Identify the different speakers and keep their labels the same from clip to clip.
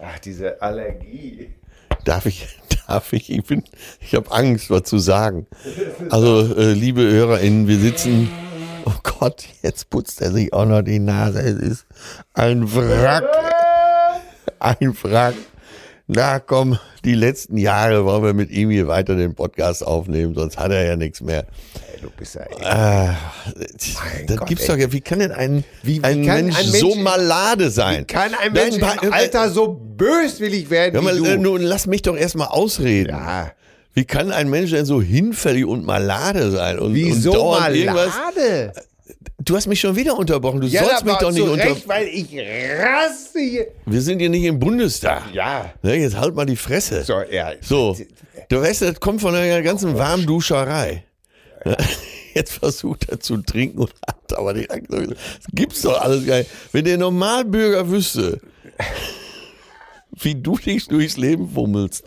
Speaker 1: Ach, diese Allergie.
Speaker 2: Darf ich, darf ich, ich bin, ich habe Angst, was zu sagen. Also, äh, liebe HörerInnen, wir sitzen, oh Gott, jetzt putzt er sich auch noch die Nase. Es ist ein Wrack. Ein Wrack. Na komm, die letzten Jahre wollen wir mit ihm hier weiter den Podcast aufnehmen, sonst hat er ja nichts mehr.
Speaker 1: Ey, du bist ja echt.
Speaker 2: Äh,
Speaker 1: Mein
Speaker 2: das
Speaker 1: Gott,
Speaker 2: gibt's
Speaker 1: ey.
Speaker 2: doch ja. Wie kann denn ein,
Speaker 1: Wie- wie
Speaker 2: ein,
Speaker 1: kann
Speaker 2: Mensch
Speaker 1: ein
Speaker 2: so
Speaker 1: Mensch-
Speaker 2: malade sein?
Speaker 1: Kann ein
Speaker 2: Nein,
Speaker 1: Mensch
Speaker 2: bei-
Speaker 1: im Alter so böswillig werden
Speaker 2: Hör mal,
Speaker 1: wie
Speaker 2: äh,
Speaker 1: du?
Speaker 2: nun lass mich doch erstmal ausreden.
Speaker 1: Ja.
Speaker 2: Wie kann ein Mensch denn so hinfällig und malade sein? Und,
Speaker 1: Wieso
Speaker 2: und dauernd irgendwas?
Speaker 1: malade?
Speaker 2: Du hast mich schon wieder unterbrochen. Du sollst mich doch nicht
Speaker 1: zu
Speaker 2: unter.
Speaker 1: Recht, weil ich raste hier.
Speaker 2: Wir sind hier nicht im Bundestag.
Speaker 1: Ja.
Speaker 2: Ne, jetzt halt mal die Fresse.
Speaker 1: So, Oh, ja.
Speaker 2: So, du weißt, das kommt von einer ganzen Warmduscherei. Jetzt versucht er zu trinken und hat aber die Angst. Das gibt's doch alles gar nicht. Wenn der Normalbürger wüsste, wie du dich durchs Leben fummelst.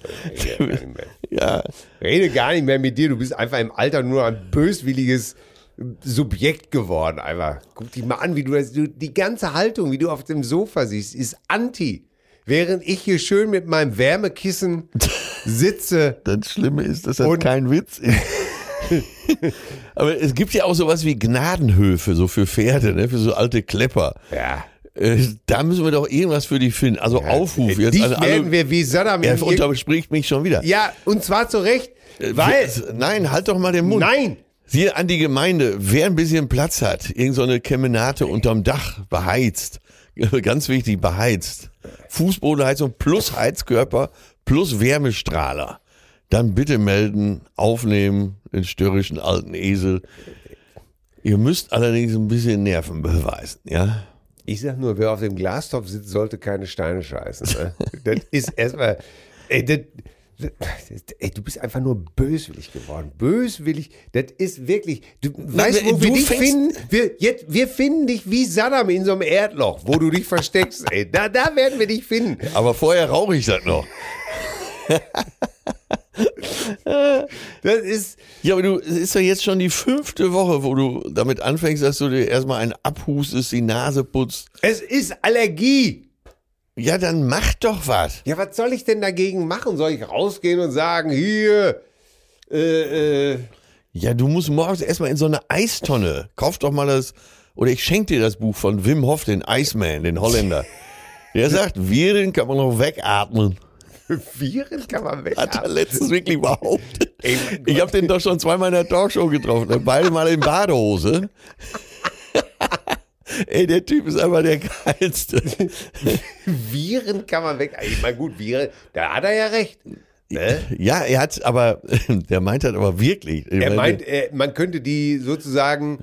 Speaker 2: Ja,
Speaker 1: Rede gar nicht mehr mit dir, du bist einfach im Alter nur ein böswilliges Subjekt geworden, einfach. Guck dich mal an, wie du das, du, die ganze Haltung, wie du auf dem Sofa siehst, ist anti. Während ich hier schön mit meinem Wärmekissen sitze.
Speaker 2: das Schlimme ist, dass das
Speaker 1: Und-
Speaker 2: kein Witz ist. Aber es gibt ja auch sowas wie Gnadenhöfe, so für Pferde, ne? für so alte Klepper.
Speaker 1: Ja.
Speaker 2: Äh, Da müssen wir doch irgendwas für die finden. Also Aufruf jetzt.
Speaker 1: Dich
Speaker 2: an alle-
Speaker 1: werden wir wie Saddam in
Speaker 2: er
Speaker 1: irgendein-
Speaker 2: unterspricht mich schon wieder.
Speaker 1: Ja, und zwar zu Recht, weil.
Speaker 2: Äh, Wir- Nein, halt doch mal den Mund.
Speaker 1: Nein!
Speaker 2: Hier an die Gemeinde, wer ein bisschen Platz hat, irgend so eine Kemenate unterm Dach, beheizt. Ganz wichtig, beheizt. Fußbodenheizung plus Heizkörper plus Wärmestrahler. Dann bitte melden, aufnehmen, den störrischen alten Esel. Ihr müsst allerdings ein bisschen Nerven beweisen, ja?
Speaker 1: Ich sag nur, wer auf dem Glastopf sitzt, sollte keine Steine scheißen. Ne? das ist erstmal. Ey, das, das, ey, du bist einfach nur böswillig geworden. Böswillig, das ist wirklich. Du weißt, wo
Speaker 2: du
Speaker 1: wir dich
Speaker 2: fängst-
Speaker 1: finden? Wir, jetzt, wir finden dich wie Saddam in so einem Erdloch, wo du dich versteckst. Ey, da, da werden wir dich finden.
Speaker 2: Aber vorher rauche ich das noch.
Speaker 1: Das ist.
Speaker 2: Ja, aber du, es ist ja jetzt schon die fünfte Woche, wo du damit anfängst, dass du dir erstmal einen abhustest, die Nase putzt.
Speaker 1: Es ist Allergie.
Speaker 2: Ja, dann mach doch was.
Speaker 1: Ja, was soll ich denn dagegen machen? Soll ich rausgehen und sagen, hier. Äh, äh,
Speaker 2: Ja, du musst morgens erstmal in so eine Eistonne. Kauf doch mal das, oder ich schenke dir das Buch von Wim Hof, den Iceman, den Holländer. Der sagt, Viren kann man noch wegatmen.
Speaker 1: Viren kann man
Speaker 2: Hat er
Speaker 1: weghaben.
Speaker 2: letztens wirklich behauptet. Ich habe den doch schon zweimal in der Talkshow getroffen. ne? Beide mal in Badehose. Ey, der Typ ist einfach der geilste.
Speaker 1: Viren kann man weg. Ich meine, gut, Viren, da hat er ja recht. Ne?
Speaker 2: Ja, er hat halt aber, der meint das aber wirklich. Ich
Speaker 1: Er
Speaker 2: meine,
Speaker 1: meint, äh, man könnte die sozusagen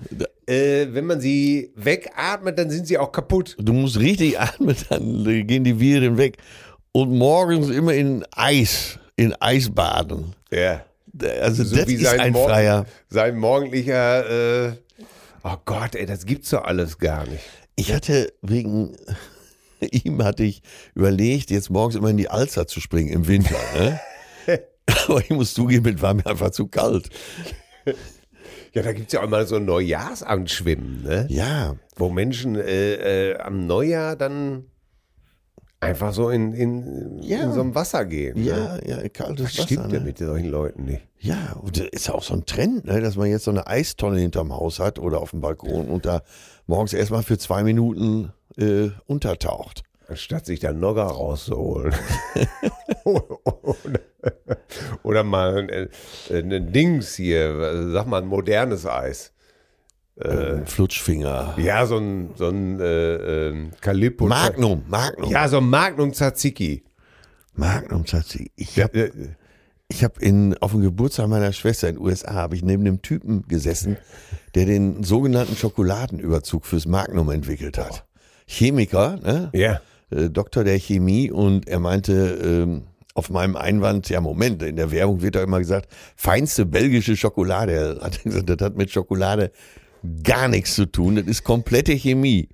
Speaker 1: äh, wenn man sie wegatmet, dann sind sie auch kaputt.
Speaker 2: Du musst richtig atmen, dann gehen die Viren weg. Und morgens immer in Eis, in Eis baden.
Speaker 1: Ja.
Speaker 2: Also das ist ein
Speaker 1: Mor-
Speaker 2: Freier.
Speaker 1: sein morgendlicher. Äh, oh Gott, ey, das gibt's doch alles gar nicht.
Speaker 2: Ich hatte wegen ihm hatte ich überlegt, jetzt morgens immer in die Alster zu springen im Winter. Ne? Aber ich muss zugeben, es war mir einfach zu kalt.
Speaker 1: Ja, da gibt's ja auch mal so ein Neujahrsanschwimmen, ne?
Speaker 2: Ja,
Speaker 1: Wo Menschen äh, äh, am Neujahr dann einfach so in, in,
Speaker 2: Ja.
Speaker 1: in so einem Wasser gehen. Ne?
Speaker 2: ja, ja, kaltes
Speaker 1: Das
Speaker 2: Wasser.
Speaker 1: stimmt ja
Speaker 2: ne?
Speaker 1: mit solchen Leuten nicht.
Speaker 2: Ja, und das ist ja auch so ein Trend, ne, dass man jetzt so eine Eistonne hinterm Haus hat oder auf dem Balkon und da morgens erstmal für zwei Minuten äh, untertaucht.
Speaker 1: Anstatt sich dann Nogger rauszuholen. oder, oder mal ein, äh, ein Dings hier, sag mal ein modernes Eis.
Speaker 2: Äh, Flutschfinger.
Speaker 1: Ja, so ein, so ein äh, ähm, Kalippo.
Speaker 2: Magnum, Magnum.
Speaker 1: Ja, so ein Magnum Tzatziki.
Speaker 2: Magnum tatsächlich. Ich
Speaker 1: Ja,
Speaker 2: hab
Speaker 1: äh,
Speaker 2: Ich habe in auf dem Geburtstag meiner Schwester in den USA habe ich neben einem Typen gesessen, der den sogenannten Schokoladenüberzug fürs Magnum entwickelt hat. Chemiker, ne?
Speaker 1: ja.
Speaker 2: äh, Doktor der Chemie und er meinte ähm, auf meinem Einwand, ja Moment, in der Werbung wird doch immer gesagt, feinste belgische Schokolade. Er hat gesagt, das hat mit Schokolade gar nichts zu tun, das ist komplette Chemie.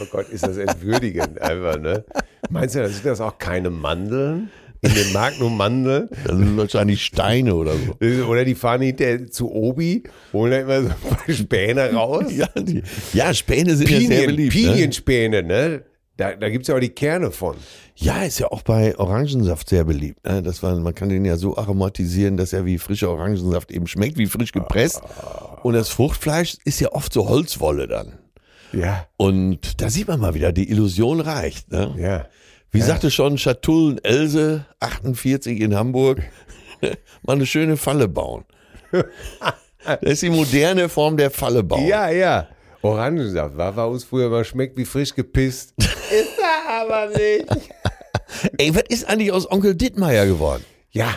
Speaker 1: Oh Gott, ist das entwürdigend einfach, ne? Meinst du, da sind das auch keine Mandeln? In den Magnum Mandeln?
Speaker 2: Das sind wahrscheinlich Steine oder so.
Speaker 1: Oder die fahren hinterher zu Obi, holen da immer so ein paar Späne raus.
Speaker 2: Ja, die, ja Späne sind ja sehr
Speaker 1: Pinien,
Speaker 2: beliebt. ne?
Speaker 1: Pinienspäne, ne? Da, da gibt es ja auch die Kerne von.
Speaker 2: Ja, ist ja auch bei Orangensaft sehr beliebt. Ne? Das war, man kann den ja so aromatisieren, dass er wie frischer Orangensaft eben schmeckt, wie frisch gepresst. Und das Fruchtfleisch ist ja oft so Holzwolle dann.
Speaker 1: Ja.
Speaker 2: Und da sieht man mal wieder, die Illusion reicht. Ne?
Speaker 1: Ja.
Speaker 2: Wie sagte schon Schatullen Else, 48 in Hamburg, mal eine schöne Falle bauen. Das ist die moderne Form der Falle bauen.
Speaker 1: Ja, ja. Orangensaft war bei uns früher mal schmeckt wie frisch gepisst. ist er aber nicht.
Speaker 2: Ey, was ist eigentlich aus Onkel Dittmeier geworden?
Speaker 1: Ja.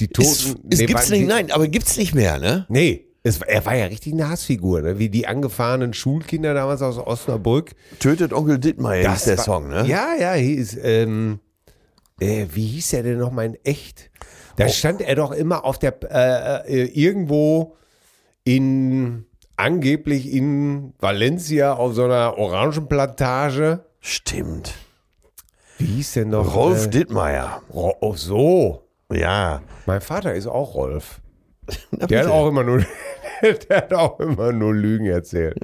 Speaker 1: Die Toten.
Speaker 2: Ist, ist,
Speaker 1: nee,
Speaker 2: gibt's
Speaker 1: warten,
Speaker 2: nicht,
Speaker 1: die-
Speaker 2: nein, aber gibt's nicht mehr, ne?
Speaker 1: Nee, es, war- er war ja richtig eine Hassfigur, ne? wie die angefahrenen Schulkinder damals aus Osnabrück.
Speaker 2: Tötet Onkel Dittmeier ist der
Speaker 1: war-
Speaker 2: Song, ne?
Speaker 1: Ja, ja, hieß, ähm, äh, wie hieß er denn nochmal in echt?
Speaker 2: Oh.
Speaker 1: Da stand er doch immer auf der, äh, äh, irgendwo in, angeblich in Valencia auf so einer Orangenplantage.
Speaker 2: Stimmt.
Speaker 1: Wie hieß denn noch?
Speaker 2: Rolf
Speaker 1: äh,
Speaker 2: Dittmeier.
Speaker 1: Ro oh, so.
Speaker 2: Ja.
Speaker 1: Mein Vater ist auch Rolf. Der hat auch immer nur, der hat auch immer nur Lügen erzählt.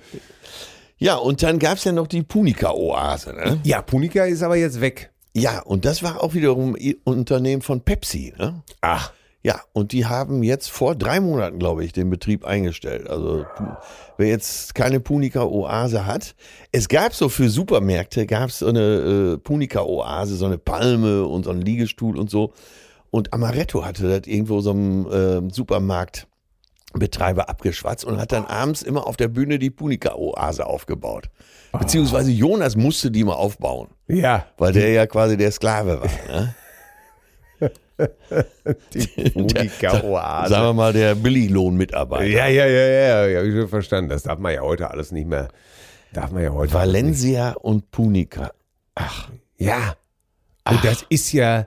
Speaker 2: Ja, und dann gab's ja noch die Punika-Oase. Ne?
Speaker 1: Ja, Punica ist aber jetzt weg.
Speaker 2: Ja, und das war auch wiederum ein Unternehmen von Pepsi. Ne?
Speaker 1: Ach.
Speaker 2: Ja, und die haben jetzt vor drei Monaten, glaube ich, den Betrieb eingestellt. Also Pu- wer jetzt keine Punika-Oase hat, es gab so für Supermärkte, gab's so eine äh, Punika-Oase, so eine Palme und so einen Liegestuhl und so. Und Amaretto hatte das irgendwo so einem äh, Supermarkt. Betreiber abgeschwatzt und hat dann abends immer auf der Bühne die Punika-Oase aufgebaut. Beziehungsweise Jonas musste die mal aufbauen,
Speaker 1: Ja.
Speaker 2: weil der ja quasi der Sklave war. Ne?
Speaker 1: Die Punica-Oase.
Speaker 2: Sagen wir mal der Billiglohnmitarbeiter.
Speaker 1: Ja, ja, ja, ja, ja, hab ich schon verstanden. Das darf man ja heute alles nicht mehr. Darf man ja heute. alles
Speaker 2: Valencia und Punika.
Speaker 1: nicht. Ja. Und das ist ja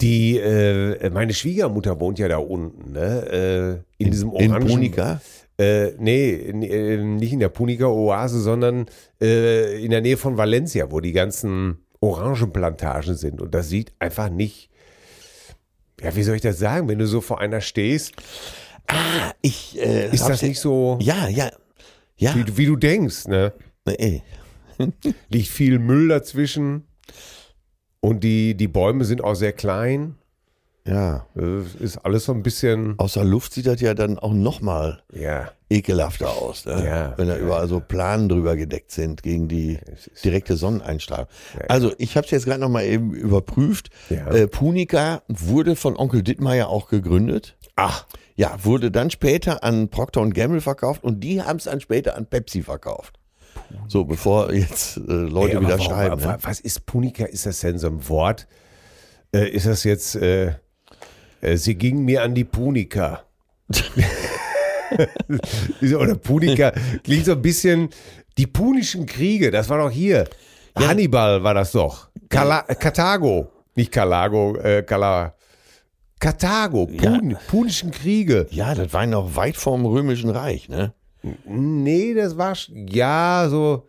Speaker 1: die, äh, meine Schwiegermutter wohnt ja da unten, ne? Äh, in, diesem
Speaker 2: In
Speaker 1: orangen.
Speaker 2: Punika?
Speaker 1: Äh, nee, in, äh, nicht in der Punica-Oase, sondern äh, in der Nähe von Valencia, wo die ganzen Orangenplantagen sind. Und das sieht einfach nicht. Ja, wie soll ich das sagen? Wenn du so vor einer stehst,
Speaker 2: Ah, ich. Äh,
Speaker 1: ist
Speaker 2: hab's-
Speaker 1: das nicht so,
Speaker 2: Ja, ja. Ja.
Speaker 1: wie, du- wie du denkst, ne?
Speaker 2: Nee.
Speaker 1: liegt viel Müll dazwischen. Und die, die Bäume sind auch sehr klein.
Speaker 2: Ja.
Speaker 1: Äh, Ist alles so ein bisschen.
Speaker 2: Aus der Luft sieht das ja dann auch nochmal
Speaker 1: Ja,
Speaker 2: ekelhafter aus. Ne?
Speaker 1: Ja.
Speaker 2: Wenn da überall so Planen drüber gedeckt sind gegen die direkte Sonneneinstrahlung. Also, ich habe es jetzt gerade nochmal eben überprüft.
Speaker 1: Ja.
Speaker 2: Äh, Punika wurde von Onkel Dittmeier auch gegründet.
Speaker 1: Ah.
Speaker 2: Ach. Ja, wurde dann später an Procter Gamble verkauft und die haben es dann später an Pepsi verkauft. So, bevor jetzt äh, Leute
Speaker 1: aber
Speaker 2: wieder
Speaker 1: warum-
Speaker 2: schreiben. Ne?
Speaker 1: wa- Was ist Punika? Ist das denn so ein Wort? Äh, ist das jetzt. Äh, äh, sie ging mir an die Punika. Oder Punika. Klingt so ein bisschen die punischen Kriege, das war doch hier. Hannibal war das doch. Kala Karthago. Nicht Kalago, äh, Kala. Karthago, Pun, punischen Kriege.
Speaker 2: Ja, das war noch weit vorm Römischen Reich, ne?
Speaker 1: Nee, das war sch- ja so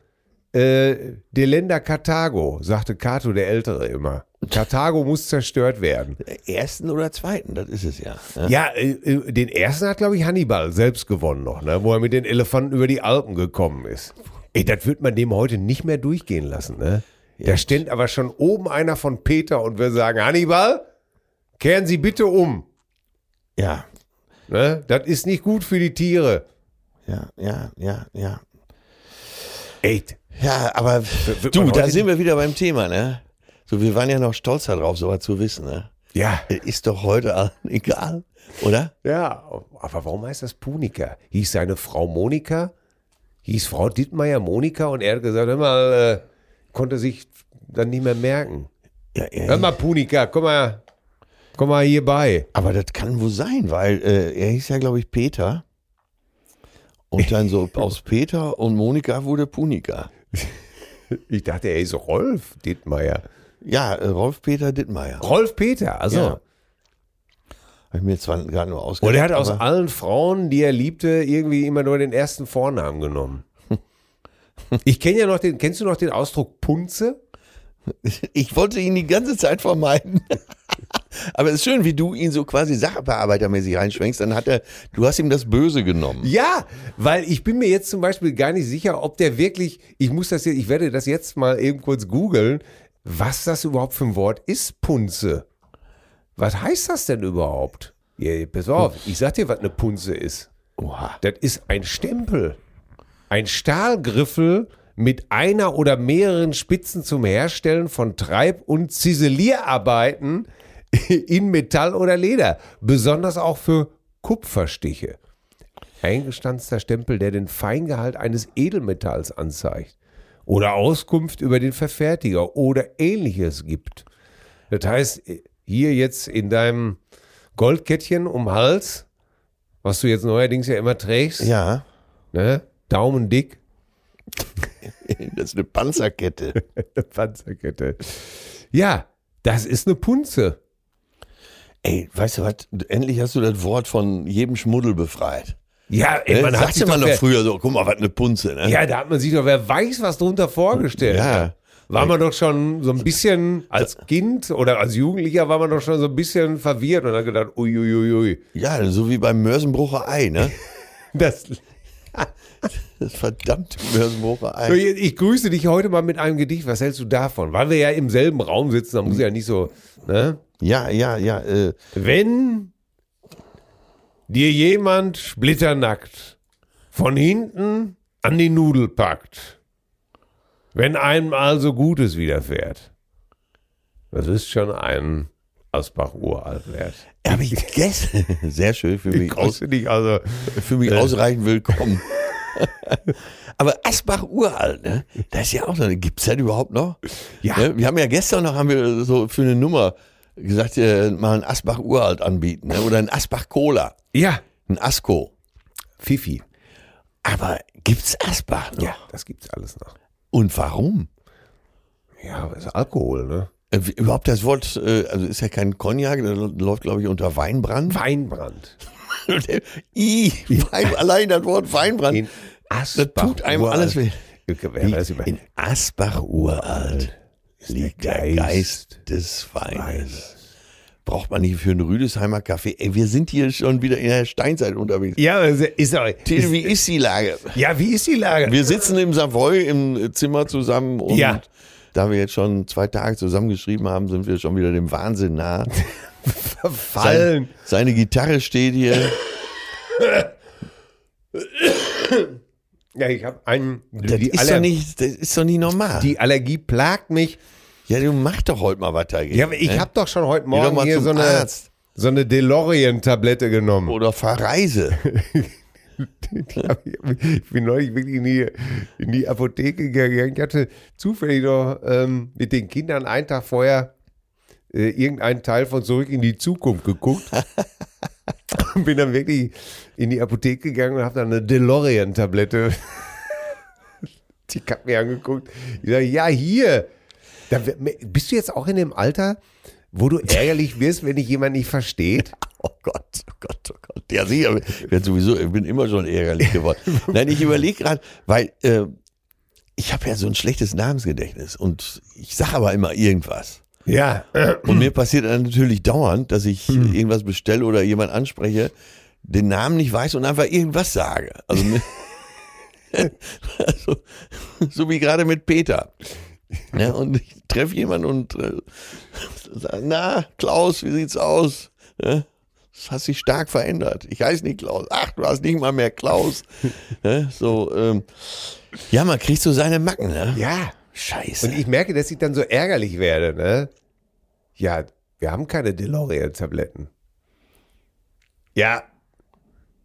Speaker 1: äh, der Länder Karthago, sagte Cato der Ältere immer. Karthago muss zerstört werden.
Speaker 2: Ersten oder zweiten, das ist es ja. Ne?
Speaker 1: Ja, äh, äh, den ersten hat, glaube ich, Hannibal selbst gewonnen noch, ne? wo er mit den Elefanten über die Alpen gekommen ist. Ey, das wird man dem heute nicht mehr durchgehen lassen. Ne? Da steht aber schon oben einer von Peter und wir sagen, Hannibal, kehren Sie bitte um.
Speaker 2: Ja,
Speaker 1: Ne? Das ist nicht gut für die Tiere.
Speaker 2: ja, ja, ja, ja.
Speaker 1: Ey,
Speaker 2: Ja, aber
Speaker 1: wird
Speaker 2: du,
Speaker 1: man
Speaker 2: da
Speaker 1: heute
Speaker 2: sind wir wieder beim Thema, ne? So, wir waren ja noch stolz darauf, sowas zu wissen, ne?
Speaker 1: ja.
Speaker 2: Es Ist doch heute allen egal, oder?
Speaker 1: Ja, aber warum heißt das Punika? Hieß seine Frau Monika? Hieß Frau Dittmeier Monika und er hat gesagt, hör mal, äh, konnte sich dann nicht mehr merken.
Speaker 2: Ja,
Speaker 1: Hör
Speaker 2: ja,
Speaker 1: mal, Punika, komm mal, komm mal hier bei.
Speaker 2: aber das kann wohl sein, weil äh, er hieß ja, glaube ich, Peter. Und dann so aus Peter und Monika wurde Punika.
Speaker 1: Ich dachte, er ist Rolf Dittmeier.
Speaker 2: Ja, äh, Rolf Peter Dittmeier.
Speaker 1: Rolf Peter, also.
Speaker 2: Ja. Habe ich mir jetzt zwar gerade nur ausgedacht.
Speaker 1: Und er Oh, hat aus
Speaker 2: aber-
Speaker 1: allen Frauen, die er liebte, irgendwie immer nur den ersten Vornamen genommen. Ich kenne ja noch den, kennst du noch den Ausdruck Punze?
Speaker 2: Ich wollte ihn die ganze Zeit vermeiden. Aber es ist schön, wie du ihn so quasi sachbearbeitermäßig reinschwenkst. Dann hat er, du hast ihm das Böse genommen.
Speaker 1: Ja, weil ich bin mir jetzt zum Beispiel gar nicht sicher, ob der wirklich, ich muss das jetzt, ich werde das jetzt mal eben kurz googeln, was das überhaupt für ein Wort ist, Punze. Was heißt das denn überhaupt? Ja, pass auf, ich sag dir, was eine Punze ist.
Speaker 2: Oha.
Speaker 1: Das ist ein Stempel. Ein Stahlgriffel mit einer oder mehreren Spitzen zum Herstellen von Treib- und Ziselierarbeiten in Metall oder Leder, besonders auch für Kupferstiche. Eingestanzter Stempel, der den Feingehalt eines Edelmetalls anzeigt oder Auskunft über den Verfertiger oder ähnliches gibt. Das heißt, hier jetzt in deinem Goldkettchen um Hals, was du jetzt neuerdings ja immer trägst,
Speaker 2: Ja,
Speaker 1: ne? Daumen dick,
Speaker 2: das ist eine Panzerkette.
Speaker 1: Panzerkette. Ja, das ist eine Punze.
Speaker 2: Ey, weißt du was? Endlich hast du das Wort von jedem Schmuddel befreit.
Speaker 1: Ja, ey,
Speaker 2: Ne?
Speaker 1: man hat
Speaker 2: Sagte
Speaker 1: sich
Speaker 2: man
Speaker 1: doch,
Speaker 2: doch
Speaker 1: wer,
Speaker 2: früher so, guck mal, was eine Punze, ne?
Speaker 1: ja, da hat man sich doch, wer weiß, was drunter vorgestellt.
Speaker 2: Ja.
Speaker 1: hat. War man doch schon so ein bisschen als Kind oder als Jugendlicher war man doch schon so ein bisschen verwirrt und hat gedacht, uiuiui,
Speaker 2: Ja, so wie beim Mörsenbrucher Ei, ne?
Speaker 1: das
Speaker 2: Das verdammte Mörsenbrucher
Speaker 1: So,
Speaker 2: Ei.
Speaker 1: Ich ich grüße dich heute mal mit einem Gedicht. Was hältst du davon? Weil wir ja im selben Raum sitzen, da muss ich ja nicht so. Ne?
Speaker 2: Ja, ja, ja, äh,
Speaker 1: Wenn dir jemand splitternackt von hinten an die Nudel packt, wenn einem also Gutes widerfährt, das ist schon ein Asbach uralt wert.
Speaker 2: hab ich gestern, sehr schön für mich aus,
Speaker 1: Grüße dich also.
Speaker 2: für mich ausreichend willkommen. Aber Asbach uralt, ne? Das ist ja auch noch, gibt's das überhaupt noch?
Speaker 1: Ja.
Speaker 2: Ne? Wir haben ja gestern noch, haben wir so für eine Nummer gesagt, äh, mal ein Asbach uralt anbieten, ne? Oder ein Asbach Cola,
Speaker 1: Ja,
Speaker 2: ein Asco.
Speaker 1: Fifi.
Speaker 2: Aber gibt's Asbach noch?
Speaker 1: Ja, das gibt's alles noch.
Speaker 2: Und warum?
Speaker 1: Ja, aber ist Alkohol, ne?
Speaker 2: Äh, wie- Überhaupt das Wort, äh, also ist ja kein Cognac, das läuft glaube ich unter Weinbrand.
Speaker 1: Weinbrand.
Speaker 2: I, Wein, allein das Wort Weinbrand,
Speaker 1: In
Speaker 2: das
Speaker 1: Asbach.
Speaker 2: tut einem alles weh.
Speaker 1: Wer weiß über
Speaker 2: In Asbach uralt liegt der Geist des Weines. Braucht man nicht für einen Rüdesheimer Kaffee. Ey, wir sind hier schon wieder in der Steinzeit unterwegs.
Speaker 1: Ja, ist, ist, doch-
Speaker 2: Till, wie ist die Lage?
Speaker 1: ja, wie ist die Lage?
Speaker 2: Wir sitzen im Savoy im Zimmer zusammen und
Speaker 1: Ja.
Speaker 2: da wir jetzt schon zwei Tage zusammen geschrieben haben, sind wir schon wieder dem Wahnsinn nah.
Speaker 1: Verfallen.
Speaker 2: Seine Gitarre steht hier.
Speaker 1: Ja, ich habe einen.
Speaker 2: Das,
Speaker 1: Die,
Speaker 2: ist, doch
Speaker 1: Aller
Speaker 2: nicht, das ist doch nicht normal.
Speaker 1: die Allergie plagt mich.
Speaker 2: ja, du mach doch heute mal was dagegen.
Speaker 1: Ja, aber ich
Speaker 2: ne?
Speaker 1: habe doch schon heute
Speaker 2: Geh doch
Speaker 1: Morgen
Speaker 2: mal
Speaker 1: hier
Speaker 2: zum
Speaker 1: so eine,
Speaker 2: Arzt
Speaker 1: so eine DeLorean-Tablette genommen.
Speaker 2: oder verreise.
Speaker 1: Ich bin neulich wirklich in die, in die Apotheke gegangen. Ich hatte zufällig noch ähm, mit den Kindern einen Tag vorher äh, irgendeinen Teil von Zurück in die Zukunft geguckt. Und bin dann wirklich in die Apotheke gegangen und habe dann eine DeLorean-Tablette. Die hat mir angeguckt. Ich sage, ja, hier. Da, w- bist du jetzt auch in dem Alter, wo du ärgerlich wirst, wenn dich jemand nicht versteht?
Speaker 2: Oh Gott, oh Gott, oh Gott. Ja, sicher. Ich bin sowieso, ich bin immer schon ärgerlich geworden. Nein, ich überlege gerade, weil äh, ich habe ja so ein schlechtes Namensgedächtnis und ich sage aber immer irgendwas.
Speaker 1: Ja.
Speaker 2: Und mir passiert dann natürlich dauernd, dass ich
Speaker 1: Hm.
Speaker 2: irgendwas bestelle oder jemand anspreche, den Namen nicht weiß und einfach irgendwas sage. Also, mir- also so wie gerade mit Peter. Ja, und ich treffe jemanden und äh, sage, na, Klaus, wie sieht's aus? Ja, das hat sich stark verändert. Ich heiße nicht Klaus. Ach, du hast nicht mal mehr Klaus. Ja, so, ähm, ja, man kriegt so seine Macken, ne?
Speaker 1: Ja.
Speaker 2: Scheiße.
Speaker 1: Und ich merke, dass ich dann so ärgerlich werde, ne? Ja, wir haben keine DeLorean-Tabletten. Ja.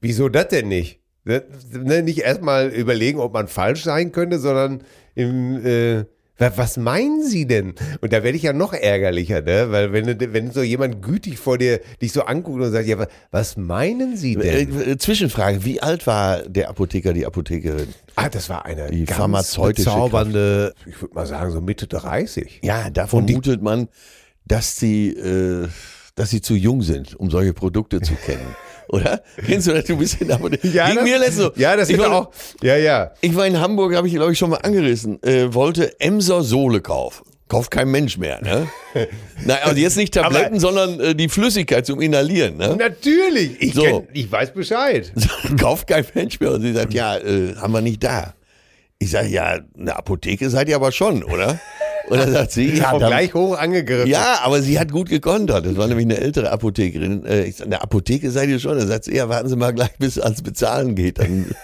Speaker 1: Wieso das denn nicht? Ne, ne, Nicht erstmal überlegen, ob man falsch sein könnte, sondern im, äh, wa- was meinen Sie denn? Und da werde ich ja noch ärgerlicher, ne? Weil wenn, du- wenn so jemand gütig vor dir dich so anguckt und sagt, ja, wa- was meinen Sie denn?
Speaker 2: Äh, äh, Zwischenfrage, wie alt war der Apotheker, die Apothekerin?
Speaker 1: Ah, das war eine
Speaker 2: die
Speaker 1: ganz
Speaker 2: pharmazeutische
Speaker 1: bezaubernde, ich würde mal sagen, so Mitte 30.
Speaker 2: Ja, da vermutet man, dass sie, äh, dass sie zu jung sind, um solche Produkte zu kennen. Oder? Kennst du das? Du bist in der Apotheke. Ging mir letztens so.
Speaker 1: ja, das
Speaker 2: ich
Speaker 1: hätte
Speaker 2: war,
Speaker 1: auch. Ja, ja.
Speaker 2: Ich war in Hamburg, habe ich glaube ich schon mal angerissen, äh, wollte Emser Sohle kaufen. Kauft kein Mensch mehr, ne? Nein, also jetzt nicht Tabletten,
Speaker 1: Aber-
Speaker 2: sondern äh, die Flüssigkeit zum Inhalieren, ne?
Speaker 1: Natürlich, ich,
Speaker 2: So.
Speaker 1: kenn, ich weiß Bescheid.
Speaker 2: kauft kein Mensch mehr. Und sie sagt, ja, äh, haben wir nicht da. Ich sage, ja, eine Apotheke seid ihr aber schon, oder? Und dann sagt sie, ja,
Speaker 1: auch
Speaker 2: dann,
Speaker 1: gleich hoch angegriffen.
Speaker 2: ja, aber sie hat gut gekontert. Das war nämlich eine ältere Apothekerin. Äh, ich sag, eine Apotheke seid ihr schon. Dann sagt sie, ja, warten Sie mal gleich, bis es ans Bezahlen geht. Dann,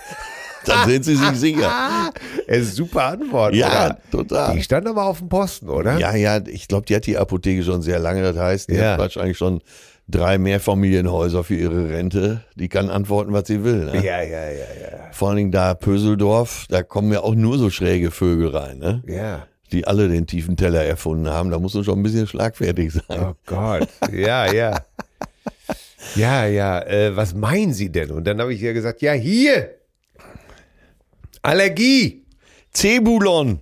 Speaker 2: dann sind Sie sich sicher.
Speaker 1: Ah, es ist super Antwort.
Speaker 2: Ja,
Speaker 1: oder?
Speaker 2: total.
Speaker 1: Die stand aber auf dem Posten, oder?
Speaker 2: Ja, ja, ich glaube, die hat die Apotheke schon sehr lange. Das heißt, die
Speaker 1: Ja.
Speaker 2: hat wahrscheinlich schon drei Mehrfamilienhäuser für ihre Rente. Die kann antworten, was sie will. Ne?
Speaker 1: ja, ja, ja. Ja.
Speaker 2: Vor allen Dingen da Pöseldorf, da kommen ja auch nur so schräge Vögel rein, ne?
Speaker 1: ja.
Speaker 2: die alle den tiefen Teller erfunden haben. Da musst du schon ein bisschen schlagfertig sein.
Speaker 1: Oh Gott. Ja, ja. Ja, ja. Äh, was meinen Sie denn? Und dann habe ich ja gesagt, ja, hier. Allergie.
Speaker 2: Cebulon,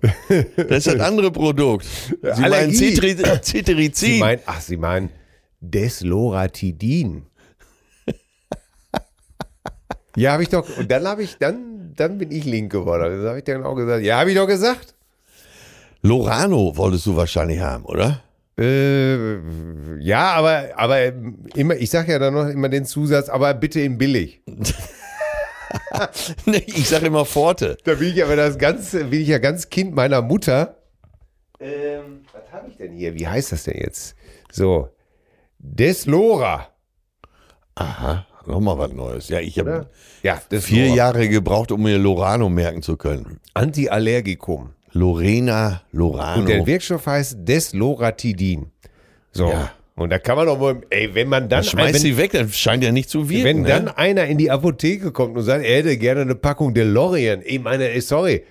Speaker 2: das ist das andere Produkt. Sie meinen
Speaker 1: Allergie.
Speaker 2: Cetri- Cetirizin.
Speaker 1: Sie meinen, ach, Sie meinen Desloratidin. ja, habe ich doch. Und dann habe ich, dann, dann bin ich link geworden. Also, Das habe ich dann auch gesagt. Ja, habe ich doch gesagt.
Speaker 2: Lorano wolltest du wahrscheinlich haben, oder?
Speaker 1: Äh, ja, aber, aber immer, ich sage ja dann noch immer den Zusatz, aber bitte in billig.
Speaker 2: Nee, ich sage immer Forte.
Speaker 1: Da bin ich aber das ganze, bin ich ja ganz Kind meiner Mutter. Ähm, was habe ich denn hier? Wie heißt das denn jetzt? So. Deslora.
Speaker 2: Aha, nochmal was Neues. Ja, ich habe
Speaker 1: Oder? Ja, Deslora.
Speaker 2: vier Jahre gebraucht, um mir Lorano merken zu können.
Speaker 1: Antiallergikum.
Speaker 2: Lorena Lorano.
Speaker 1: Und der Wirkstoff heißt Desloratidin. So.
Speaker 2: Ja.
Speaker 1: Und da kann man doch mal, ey, wenn man dann,
Speaker 2: Dann schmeißt
Speaker 1: wenn,
Speaker 2: sie weg, dann scheint ja nicht zu wirken.
Speaker 1: wenn
Speaker 2: ne?
Speaker 1: dann einer in die Apotheke kommt und sagt, er hätte gerne eine Packung DeLorean, ich meine, ey, sorry,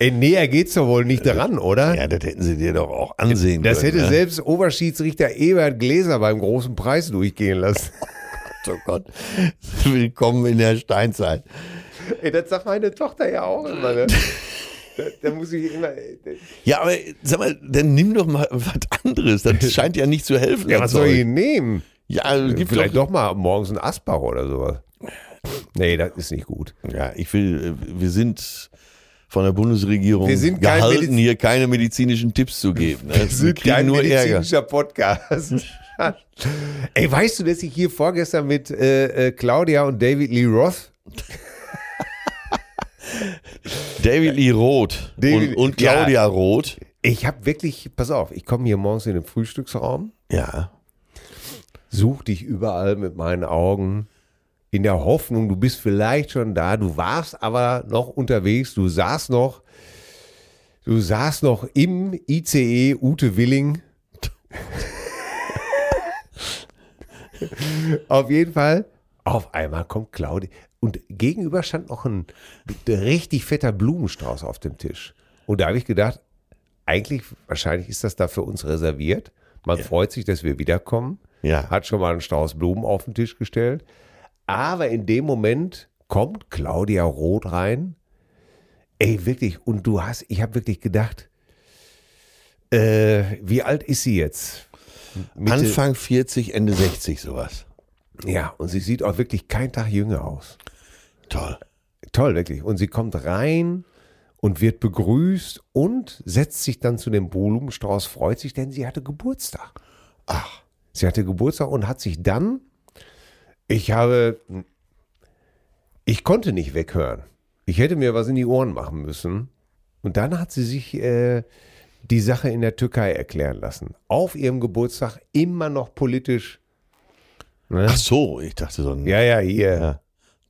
Speaker 1: ey, näher geht's doch wohl nicht dran, oder?
Speaker 2: ja, das hätten sie dir doch auch ansehen
Speaker 1: das
Speaker 2: können.
Speaker 1: hätte
Speaker 2: ne?
Speaker 1: selbst Oberschiedsrichter Ebert Gläser beim großen Preis durchgehen lassen.
Speaker 2: Oh Gott. Willkommen in der Steinzeit.
Speaker 1: ey, das sagt meine Tochter ja auch immer, ne? Da, da muss ich immer.
Speaker 2: Ja, aber sag mal, dann nimm doch mal was anderes. Das scheint ja nicht zu helfen.
Speaker 1: Ja,
Speaker 2: das
Speaker 1: was soll ich
Speaker 2: Zeug.
Speaker 1: denn nehmen?
Speaker 2: Ja, gibt
Speaker 1: Vielleicht
Speaker 2: doch.
Speaker 1: doch mal morgens ein Asbach oder sowas. Nee, das ist nicht gut.
Speaker 2: Ja, ich will, äh, wir sind von der Bundesregierung
Speaker 1: Wir sind kein
Speaker 2: gehalten,
Speaker 1: Mediz-
Speaker 2: hier keine medizinischen Tipps zu geben. Ne? Wir kriegen
Speaker 1: kein
Speaker 2: nur Ärger.
Speaker 1: medizinischer Podcast. Ey, weißt du, dass ich hier vorgestern mit äh, äh, Claudia und David Lee Roth,
Speaker 2: David Lee Roth
Speaker 1: David-
Speaker 2: und, und
Speaker 1: Ja.
Speaker 2: Claudia Roth.
Speaker 1: ich habe wirklich, pass auf, ich komme hier morgens in den Frühstücksraum,
Speaker 2: Ja.
Speaker 1: such dich überall mit meinen Augen in der Hoffnung, du bist vielleicht schon da, du warst aber noch unterwegs, du saßt noch, du saßt noch im ICE Ute Willing. auf jeden Fall, auf einmal kommt Claudia und gegenüber stand noch ein richtig fetter Blumenstrauß auf dem Tisch. Und da habe ich gedacht, eigentlich, wahrscheinlich ist das da für uns reserviert. Man freut sich, dass wir wiederkommen
Speaker 2: Ja.
Speaker 1: hat schon mal einen Strauß Blumen auf den Tisch gestellt. Aber in dem Moment kommt Claudia Roth rein. Ey, wirklich. Und du hast, ich habe wirklich gedacht, äh, wie alt ist sie jetzt? Mitte-
Speaker 2: Anfang 40, Ende 60 sowas.
Speaker 1: Ja, und sie sieht auch wirklich keinen Tag jünger aus.
Speaker 2: Toll.
Speaker 1: Ne? Toll, wirklich. Und sie kommt rein und wird begrüßt und setzt sich dann zu dem Blumenstrauß, freut sich, denn sie hatte Geburtstag. Ach. Sie hatte Geburtstag und hat sich dann, ich habe, ich konnte nicht weghören. Ich hätte mir was in die Ohren machen müssen. Und dann hat sie sich äh, die Sache in der Türkei erklären lassen. Auf ihrem Geburtstag immer noch politisch. Ne?
Speaker 2: Ach so, ich dachte so ein
Speaker 1: Ja, ja, hier.
Speaker 2: Ja.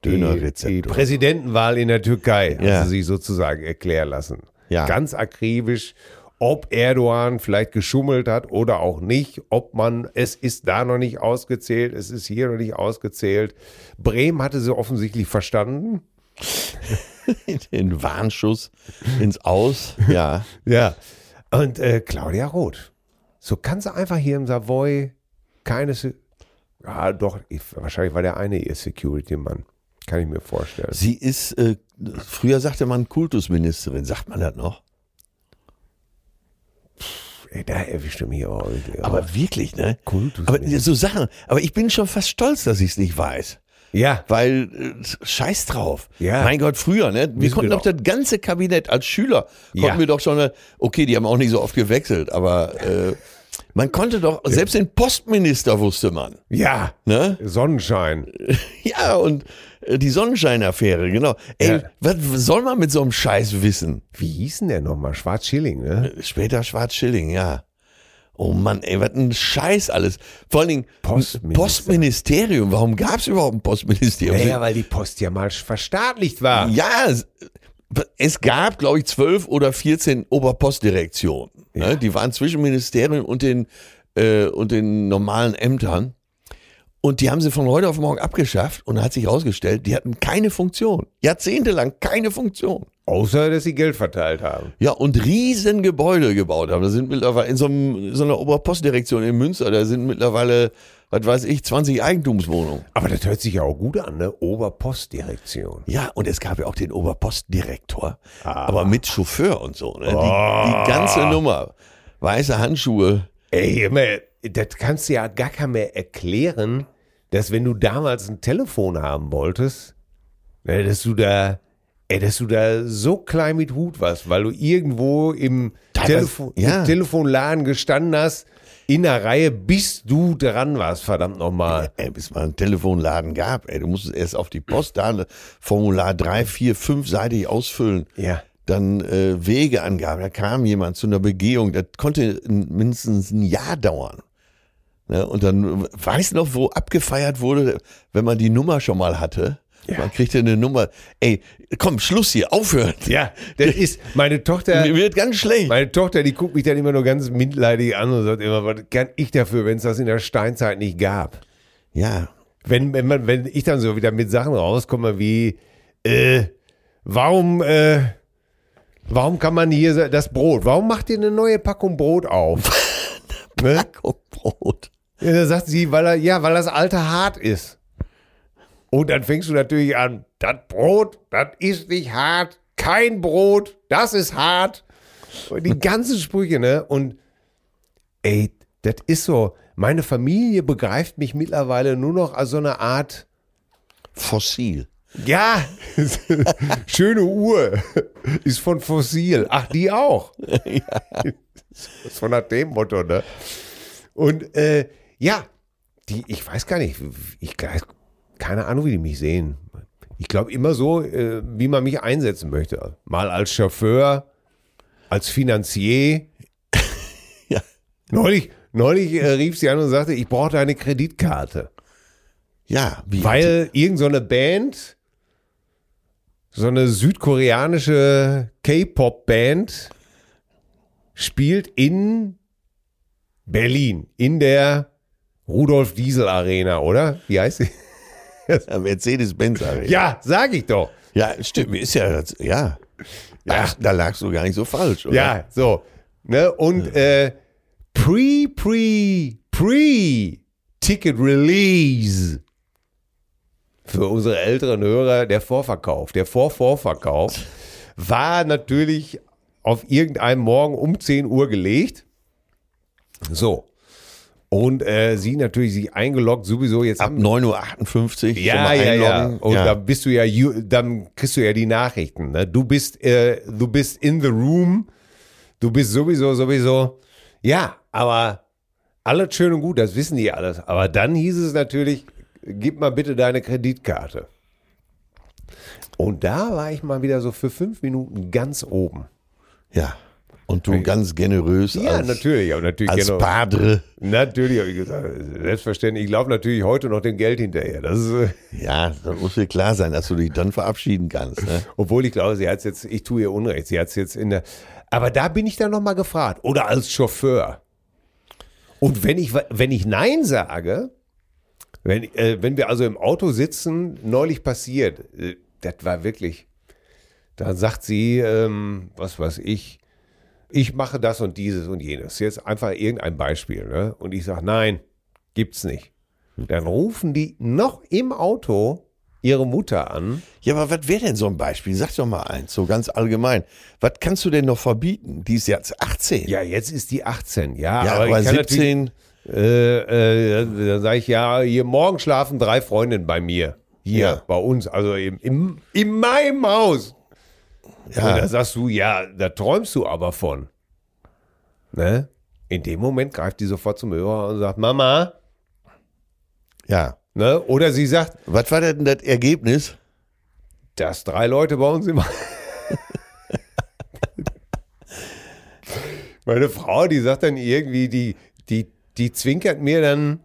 Speaker 1: Die, die
Speaker 2: Dönerrezept. oder-
Speaker 1: Präsidentenwahl in der Türkei
Speaker 2: Ja.
Speaker 1: hat sie sich sozusagen erklären lassen.
Speaker 2: Ja.
Speaker 1: Ganz akribisch, ob Erdogan vielleicht geschummelt hat oder auch nicht, ob man, es ist da noch nicht ausgezählt, es ist hier noch nicht ausgezählt. Bremen hatte sie offensichtlich verstanden.
Speaker 2: Den Warnschuss ins Aus. Ja.
Speaker 1: Ja. Und äh, Claudia Roth. So kann sie einfach hier im Savoy keine. Se ja, doch, ich, wahrscheinlich war der eine ihr Security-Mann. Kann ich mir vorstellen.
Speaker 2: Sie ist, äh, früher sagte man Kultusministerin, sagt man das noch?
Speaker 1: Ey, da erwischt du mich aber. wirklich.
Speaker 2: Aber wirklich, ne? Aber
Speaker 1: Kultusministerin.
Speaker 2: so Sachen. Aber ich bin schon fast stolz, dass ich es nicht weiß.
Speaker 1: ja.
Speaker 2: Weil äh, Scheiß drauf.
Speaker 1: Ja.
Speaker 2: Mein Gott, früher, ne? Wir
Speaker 1: Wissen
Speaker 2: konnten
Speaker 1: wir
Speaker 2: doch das ganze Kabinett als Schüler konnten
Speaker 1: Ja.
Speaker 2: wir doch schon. äh, Okay, die haben auch nicht so oft gewechselt, aber äh, man konnte doch selbst den Postminister wusste man,
Speaker 1: Ja.
Speaker 2: ne?
Speaker 1: Sonnenschein.
Speaker 2: Ja und äh, die Sonnenscheinaffäre, genau. Ey,
Speaker 1: Ja.
Speaker 2: was soll man mit so einem Scheiß wissen?
Speaker 1: Wie hieß denn der nochmal? Schwarzschilling, ne?
Speaker 2: Später Schwarzschilling, ja. Oh Mann, ey, was ein Scheiß alles. Vor allen Dingen
Speaker 1: Postminister.
Speaker 2: Postministerium. Warum gab es überhaupt ein Postministerium?
Speaker 1: Naja, weil die Post ja mal verstaatlicht war.
Speaker 2: Äh, Ja, es- es gab, glaube ich, zwölf oder 14 Oberpostdirektionen. Ne? Die waren zwischen Ministerien und den, äh, und den normalen Ämtern. Und die haben sie von heute auf morgen abgeschafft und hat sich herausgestellt, die hatten keine Funktion. Jahrzehntelang keine Funktion.
Speaker 1: Außer, dass sie Geld verteilt haben.
Speaker 2: Ja, und riesen Gebäude gebaut haben. Da sind mittlerweile in so, einem, so einer Oberpostdirektion in Münster, da sind mittlerweile, was weiß ich, 20 Eigentumswohnungen.
Speaker 1: Aber das hört sich ja auch gut an, ne? Oberpostdirektion.
Speaker 2: Ja, und es gab ja auch den Oberpostdirektor,
Speaker 1: Ah.
Speaker 2: aber mit Chauffeur und so. Ne? Die, die ganze Nummer. Weiße Handschuhe.
Speaker 1: Ey, Junge, das kannst du ja gar keiner mehr erklären, dass wenn du damals ein Telefon haben wolltest, ne, dass du da, ey, dass du da so klein mit Hut warst, weil du irgendwo im,
Speaker 2: Teilweise-
Speaker 1: Telefo
Speaker 2: ja.
Speaker 1: im Telefonladen gestanden hast, in der Reihe, bis du dran warst, verdammt nochmal.
Speaker 2: Ey, bis mal einen Telefonladen gab. Ey, du musstest erst auf die Post da ein Formular 3, 4, 5 seitig ausfüllen.
Speaker 1: Ja.
Speaker 2: Dann äh, Wegeangaben. Da kam jemand zu einer Begehung. Das konnte n- mindestens ein Jahr dauern. Ne? Und dann weiß noch, wo abgefeiert wurde, wenn man die Nummer schon mal hatte.
Speaker 1: Ja.
Speaker 2: Man kriegte eine Nummer. Ey, komm, Schluss hier, aufhören.
Speaker 1: Ja, das ist, meine Tochter,
Speaker 2: Mir wird ganz schlecht.
Speaker 1: Meine Tochter, die guckt mich dann immer nur ganz mitleidig an und sagt immer, was kann ich dafür, wenn es das in der Steinzeit nicht gab?
Speaker 2: Ja.
Speaker 1: Wenn, wenn, man, wenn ich dann so wieder mit Sachen rauskomme wie, äh, warum, äh, warum kann man hier sa- das Brot, warum macht ihr eine neue Packung Brot auf? ne?
Speaker 2: Brot.
Speaker 1: ja, dann sagt sie, weil er, ja, weil das alte hart ist. Und dann fängst du natürlich an, das Brot, das ist nicht hart, kein Brot, das ist hart. Und die ganzen Sprüche, ne? Und ey, das ist so, meine Familie begreift mich mittlerweile nur noch als so eine Art,
Speaker 2: Fossil.
Speaker 1: ja, schöne Uhr. Ist von Fossil. Ach, die auch. Ist von dem Motto, ne? Und äh, ja, die, ich weiß gar nicht, ich weiß keine Ahnung, wie die mich sehen. Ich glaube immer so, äh, wie man mich einsetzen möchte. Mal als Chauffeur, als Finanzier.
Speaker 2: Ja.
Speaker 1: Neulich, neulich äh, rief sie an und sagte, ich brauche deine Kreditkarte.
Speaker 2: Ja, wie
Speaker 1: Weil irgendeine so eine Band, so eine südkoreanische K-Pop-Band, spielt in Berlin, in der Rudolf Diesel Arena, oder? Wie heißt sie?
Speaker 2: Ja, Mercedes-Benz Arena.
Speaker 1: Ja, sag ich doch.
Speaker 2: ja, stimmt. Ist ja, das- ja. Ach, da lagst du gar nicht so falsch, oder?
Speaker 1: Ja, so. Ne? Und äh, pre, pre, pre Ticket Release für unsere älteren Hörer der Vorverkauf, der Vorvorverkauf, war natürlich auf irgendeinem Morgen um 10 Uhr gelegt. So. Und äh, sie natürlich sich eingeloggt, sowieso jetzt
Speaker 2: Ab
Speaker 1: haben-
Speaker 2: 9.58 Uhr schon
Speaker 1: ja,
Speaker 2: mal
Speaker 1: ja, ja.
Speaker 2: einloggen.
Speaker 1: Und
Speaker 2: Ja.
Speaker 1: da bist du ja, ju- dann kriegst du ja die Nachrichten. Ne? Du bist, äh, du bist in the room. Du bist sowieso, sowieso. Ja, aber alles schön und gut, das wissen die alles. Aber dann hieß es natürlich, gib mal bitte deine Kreditkarte. Und da war ich mal wieder so für fünf Minuten ganz oben.
Speaker 2: ja. Und du ganz generös
Speaker 1: Ja,
Speaker 2: als,
Speaker 1: natürlich, aber natürlich
Speaker 2: als
Speaker 1: genau.
Speaker 2: Padre.
Speaker 1: Natürlich habe ich gesagt, selbstverständlich. Ich laufe natürlich heute noch dem Geld hinterher. Das ist, äh,
Speaker 2: Ja, da muss dir klar sein, dass du dich dann verabschieden kannst. Ne?
Speaker 1: Obwohl ich glaube, sie hat jetzt, ich tue ihr Unrecht, sie hat es jetzt in der. Aber da bin ich dann nochmal gefragt. Oder als Chauffeur. Und wenn ich, wenn ich Nein sage, wenn, äh, wenn wir also im Auto sitzen, neulich passiert, äh, das war wirklich. Da sagt sie, ähm, was weiß ich, ich mache das und dieses und jenes. Jetzt einfach irgendein Beispiel. Ne? Und ich sage, nein, gibt's nicht. Dann rufen die noch im Auto ihre Mutter an.
Speaker 2: Ja, aber was wäre denn so ein Beispiel? Sag doch mal eins, so ganz allgemein. Was kannst du denn noch verbieten? Die ist jetzt 18.
Speaker 1: Ja, jetzt ist die 18, ja.
Speaker 2: ja aber,
Speaker 1: ich kann
Speaker 2: 17.
Speaker 1: natürlich, Äh, äh, dann sage ich, ja, hier morgen schlafen drei Freundinnen bei mir. Hier,
Speaker 2: Ja.
Speaker 1: bei uns, also im, im, in meinem Haus. Und da
Speaker 2: Ja,
Speaker 1: sagst du, ja, da träumst du aber von. Ne? In dem Moment greift die sofort zum Hörer und sagt, Mama.
Speaker 2: ja.
Speaker 1: Ne? Oder sie sagt,
Speaker 2: Was war denn das Ergebnis?
Speaker 1: dass drei Leute bei uns im Meine Frau, die sagt dann irgendwie, die, die, die zwinkert mir dann,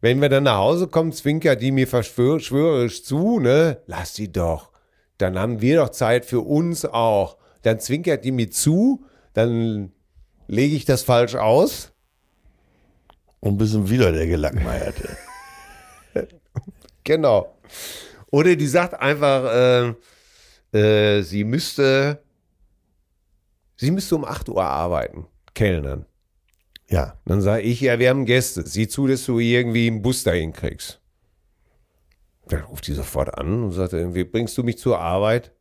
Speaker 1: wenn wir dann nach Hause kommen, zwinkert die mir verschwörerisch zu, ne? Lass sie doch. Dann haben wir doch Zeit für uns auch. Dann zwinkert die mir zu, dann lege ich das falsch aus.
Speaker 2: Und bist du wieder der Gelackmeierte.
Speaker 1: Genau. Oder die sagt einfach, ähm, äh, äh, sie müsste, sie müsste um 8 Uhr arbeiten, Kellnern.
Speaker 2: ja.
Speaker 1: Dann sage ich, ja, wir haben Gäste. Sieh zu, dass du irgendwie einen Bus dahin kriegst. Dann ruft die sofort an und sagt, irgendwie, bringst du mich zur Arbeit?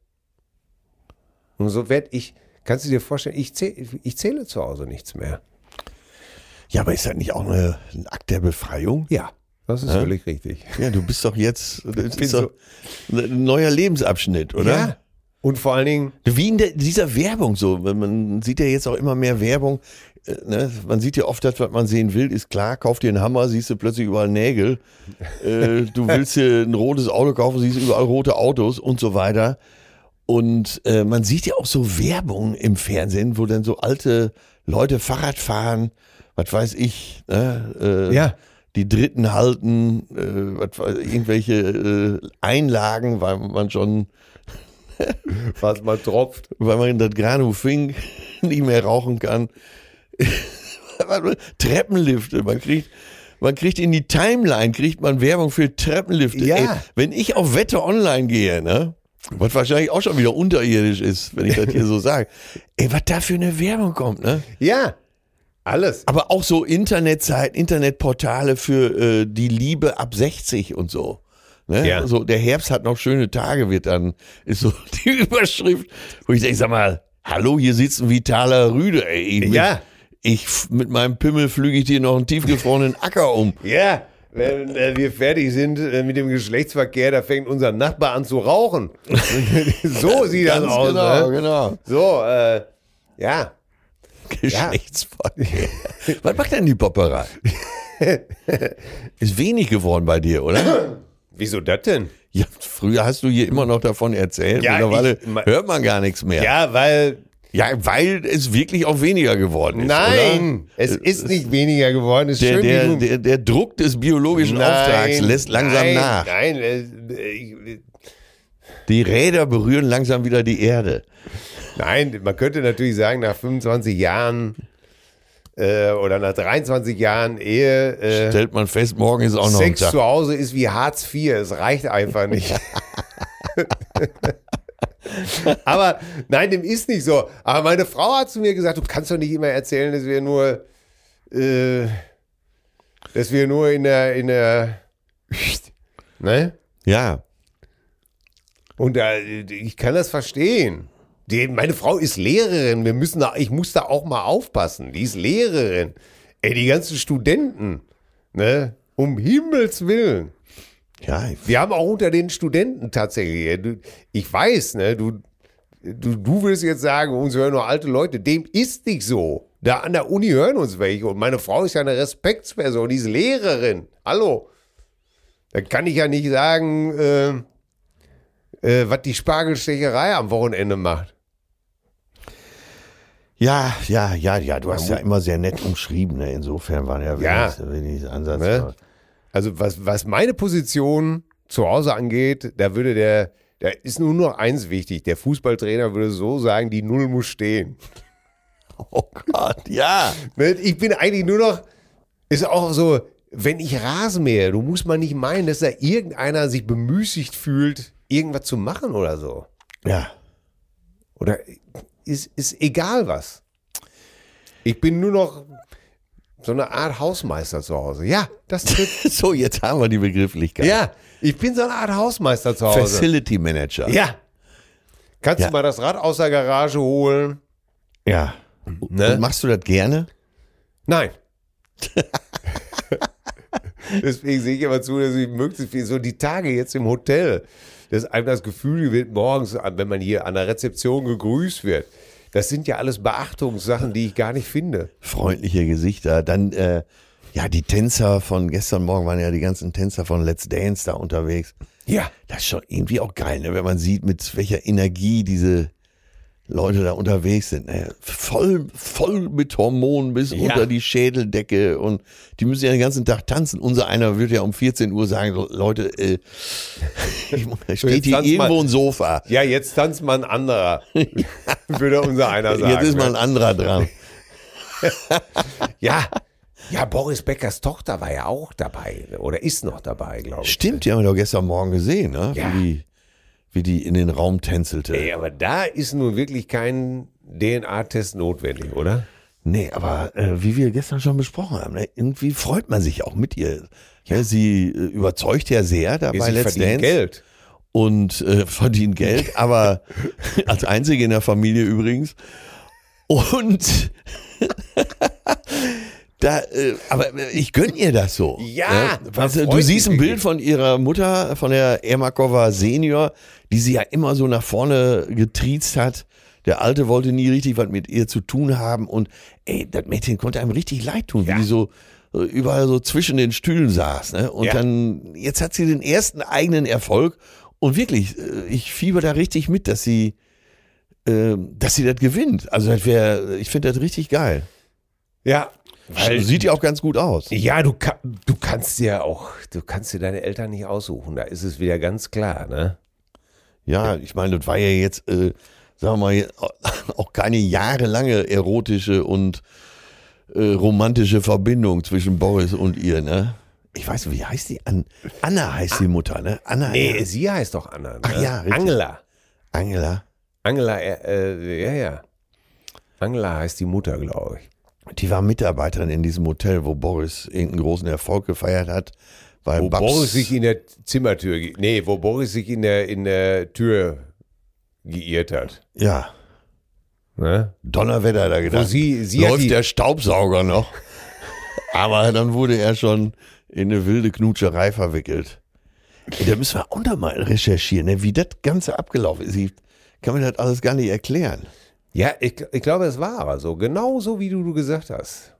Speaker 1: Und so werd ich, kannst du dir vorstellen, ich, zäh, ich zähle zu Hause nichts mehr.
Speaker 2: Ja, aber ist das nicht auch eine, ein Akt der Befreiung?
Speaker 1: Ja, das ist völlig richtig.
Speaker 2: Ja, du bist doch jetzt das
Speaker 1: bin
Speaker 2: ist doch ein neuer Lebensabschnitt, oder?
Speaker 1: Ja. Und vor allen Dingen,
Speaker 2: Wie in der, dieser Werbung so. wenn Man sieht ja jetzt auch immer mehr Werbung. äh, Ne? Man sieht ja oft das, was man sehen will, ist klar, kauf dir einen Hammer, siehst du plötzlich überall Nägel. Äh, du willst dir ein rotes Auto kaufen, siehst überall rote Autos und so weiter. Und äh, man sieht ja auch so Werbung im Fernsehen, wo dann so alte Leute Fahrrad fahren, was weiß ich, ne? äh,
Speaker 1: Ja.
Speaker 2: die Dritten halten, äh, was weiß, irgendwelche äh, Einlagen, weil man schon
Speaker 1: was man tropft.
Speaker 2: weil man das Granufing nicht mehr rauchen kann. Treppenlifte, man kriegt, man kriegt in die Timeline, kriegt man Werbung für Treppenlifte.
Speaker 1: Ja.
Speaker 2: Ey, wenn ich auf Wette online gehe, ne? Was wahrscheinlich auch schon wieder unterirdisch ist, wenn ich das hier so sage. Ey, was da für eine Werbung kommt, ne?
Speaker 1: Ja, alles.
Speaker 2: Aber auch so Internetseiten, Internetportale für äh, die Liebe ab 60 und so. Ne?
Speaker 1: Ja.
Speaker 2: So, der Herbst hat noch schöne Tage, wird dann, ist so die Überschrift, wo ich denke, sag mal, hallo, hier sitzt ein vitaler Rüde, ey. Ich,
Speaker 1: Ja.
Speaker 2: Ich, mit meinem Pimmel flüge ich dir noch einen tiefgefrorenen Acker um.
Speaker 1: Ja, wenn äh, wir fertig sind äh, mit dem Geschlechtsverkehr, da fängt unser Nachbar an zu rauchen. so sieht das
Speaker 2: Ganz
Speaker 1: aus.
Speaker 2: genau,
Speaker 1: ne?
Speaker 2: genau.
Speaker 1: So, äh, ja.
Speaker 2: Geschlechtsverkehr. Was macht denn die Popperei? ist wenig geworden bei dir, oder?
Speaker 1: Wieso das denn?
Speaker 2: Ja, früher hast du hier immer noch davon erzählt.
Speaker 1: Ja,
Speaker 2: Mittlerweile
Speaker 1: ich- ma-
Speaker 2: hört man gar nichts mehr.
Speaker 1: Ja, weil.
Speaker 2: Ja, weil es wirklich auch weniger geworden ist.
Speaker 1: Nein, es ist nicht weniger geworden. Es ist
Speaker 2: Oder? Äh, Der,
Speaker 1: schön,
Speaker 2: der,
Speaker 1: genug.
Speaker 2: der, der Druck des biologischen Auftrags lässt langsam
Speaker 1: nein,
Speaker 2: nach.
Speaker 1: Nein, äh, ich-
Speaker 2: Die Räder berühren langsam wieder die Erde.
Speaker 1: Nein, man könnte natürlich sagen, nach 25 Jahren äh, oder nach 23 Jahren Ehe. Äh,
Speaker 2: Stellt man fest, morgen ist auch noch
Speaker 1: Sex
Speaker 2: ein Tag.
Speaker 1: zu Hause ist wie Hartz IV, es reicht einfach nicht. Aber nein, dem ist nicht so. Aber meine Frau hat zu mir gesagt, du kannst doch nicht immer erzählen, dass wir nur, äh, dass wir nur in der, in der, ne?
Speaker 2: Ja.
Speaker 1: Und da, ich kann das verstehen. Die, meine Frau ist Lehrerin. Wir müssen da, ich muss da auch mal aufpassen. Die ist Lehrerin. Ey, die ganzen Studenten, ne? Um Himmels Willen.
Speaker 2: Ja, ich-
Speaker 1: Wir haben auch unter den Studenten tatsächlich. äh, Du, ich weiß, ne, du, du, du willst jetzt sagen, uns hören nur alte Leute. Dem ist nicht so. Da an der Uni hören uns welche. Und meine Frau ist ja eine Respektsperson, die ist Lehrerin. Hallo. Da kann ich ja nicht sagen, äh, äh, was die Spargelstecherei am Wochenende macht.
Speaker 2: ja, ja, ja, ja. Du hast
Speaker 1: Ja,
Speaker 2: ja immer sehr nett umschrieben. Ne? Insofern war ja
Speaker 1: Ja.
Speaker 2: wenigstens, wenigstens Ansatz.
Speaker 1: Ne? Also was, was meine Position zu Hause angeht, da würde der, da ist nur noch eins wichtig. Der Fußballtrainer würde so sagen, die Null muss stehen.
Speaker 2: Oh Gott, ja.
Speaker 1: Ne, Ich bin eigentlich nur noch, ist auch so, wenn ich Rasen mähe, du musst mal nicht meinen, dass da irgendeiner sich bemüßigt fühlt, irgendwas zu machen oder so.
Speaker 2: Ja.
Speaker 1: Oder ist, ist egal was. Ich bin nur noch so eine Art Hausmeister zu Hause. Ja, das trifft.
Speaker 2: So, jetzt haben wir die Begrifflichkeit.
Speaker 1: ja, ich bin so eine Art Hausmeister zu Hause.
Speaker 2: Facility Manager.
Speaker 1: Ja. Kannst
Speaker 2: Ja.
Speaker 1: du mal das Rad aus der Garage holen?
Speaker 2: ja.
Speaker 1: Ne?
Speaker 2: Und machst du das gerne?
Speaker 1: Nein. Deswegen sehe ich immer zu, dass ich möglichst viel, so die Tage jetzt im Hotel, dass einem das Gefühl wird, morgens, wenn man hier an der Rezeption gegrüßt wird, das sind ja alles Beachtungssachen, die ich gar nicht finde.
Speaker 2: freundliche Gesichter. Dann, äh, ja, die Tänzer von gestern Morgen waren ja die ganzen Tänzer von Let's Dance da unterwegs.
Speaker 1: Ja.
Speaker 2: Das ist schon irgendwie auch geil, ne? wenn man sieht, mit welcher Energie diese Leute da unterwegs sind. Ne? Voll, voll mit Hormonen bis unter die Schädeldecke und die müssen ja den ganzen Tag tanzen. Unser einer würde ja um 14 Uhr sagen, so, Leute, äh, steht hier
Speaker 1: tanzt mal.
Speaker 2: irgendwo ein Sofa.
Speaker 1: Ja, jetzt tanzt mal ein anderer, würde unser einer sagen. ne?
Speaker 2: Jetzt ist mal ein anderer dran.
Speaker 1: ja. Ja, Boris Beckers Tochter war ja auch dabei oder ist noch dabei, glaube ich.
Speaker 2: Stimmt, die haben wir doch gestern Morgen gesehen, ne?
Speaker 1: Ja.
Speaker 2: wie, die, wie die in den Raum tänzelte.
Speaker 1: Ey, aber da ist nun wirklich kein DNA-Test notwendig, oder?
Speaker 2: Nee, aber äh, wie wir gestern schon besprochen haben, ne, irgendwie freut man sich auch mit ihr. Ne, sie äh, überzeugt ja sehr da bei
Speaker 1: Sie
Speaker 2: Let's Dance
Speaker 1: verdienen Geld.
Speaker 2: und äh, verdient Geld, aber als einzige in der Familie übrigens. Und da, äh, aber ich gönn ihr das so.
Speaker 1: Ja,
Speaker 2: ne?
Speaker 1: man
Speaker 2: weißt du, du
Speaker 1: freut
Speaker 2: siehst
Speaker 1: sich
Speaker 2: ein Bild
Speaker 1: wirklich.
Speaker 2: von ihrer Mutter, von der Ermakova Senior, die sie ja immer so nach vorne getriezt hat. Der Alte wollte nie richtig was mit ihr zu tun haben und ey, das Mädchen konnte einem richtig leid tun,
Speaker 1: Ja.
Speaker 2: wie die so äh, überall so zwischen den Stühlen saß. Ne? Und
Speaker 1: Ja.
Speaker 2: dann, jetzt hat sie den ersten eigenen Erfolg und wirklich, äh, ich fieber da richtig mit, dass sie, äh, dass sie das gewinnt. Also das wäre, ich finde das richtig geil.
Speaker 1: Ja. Weil,
Speaker 2: Sieht ja auch ganz gut aus.
Speaker 1: ja, du, ka- du kannst dir auch, du kannst dir deine Eltern nicht aussuchen. Da ist es wieder ganz klar, ne?
Speaker 2: Ja, ich meine, das war ja jetzt, äh, sagen wir mal, auch keine jahrelange erotische und äh, romantische Verbindung zwischen Boris und ihr, ne? Ich weiß nicht, wie heißt die? An Anna heißt die Mutter, ne? Anna.
Speaker 1: Nee,
Speaker 2: ja.
Speaker 1: sie heißt doch Anna. Ne?
Speaker 2: Ach ja, richtig.
Speaker 1: Angela.
Speaker 2: Angela.
Speaker 1: Angela, äh, äh, ja, ja. Angela heißt die Mutter, glaube ich.
Speaker 2: Die war Mitarbeiterin in diesem Hotel, wo Boris irgendeinen großen Erfolg gefeiert hat. Weil
Speaker 1: Wo
Speaker 2: Babs,
Speaker 1: Boris sich in der Zimmertür, ge- nee, wo Boris sich in der, in der Tür geirrt hat.
Speaker 2: Ja,
Speaker 1: Ne?
Speaker 2: Donnerwetter da
Speaker 1: Wo
Speaker 2: gedacht.
Speaker 1: sie, sie hat
Speaker 2: läuft
Speaker 1: die,
Speaker 2: der Staubsauger noch. Aber dann wurde er schon in eine wilde Knutscherei verwickelt. Ey, Da müssen wir auch noch mal recherchieren, ne? wie das Ganze abgelaufen ist. Ich kann mir das alles gar nicht erklären.
Speaker 1: Ja, ich, gl- ich glaube, es war aber so. Genau so, wie du, du gesagt hast.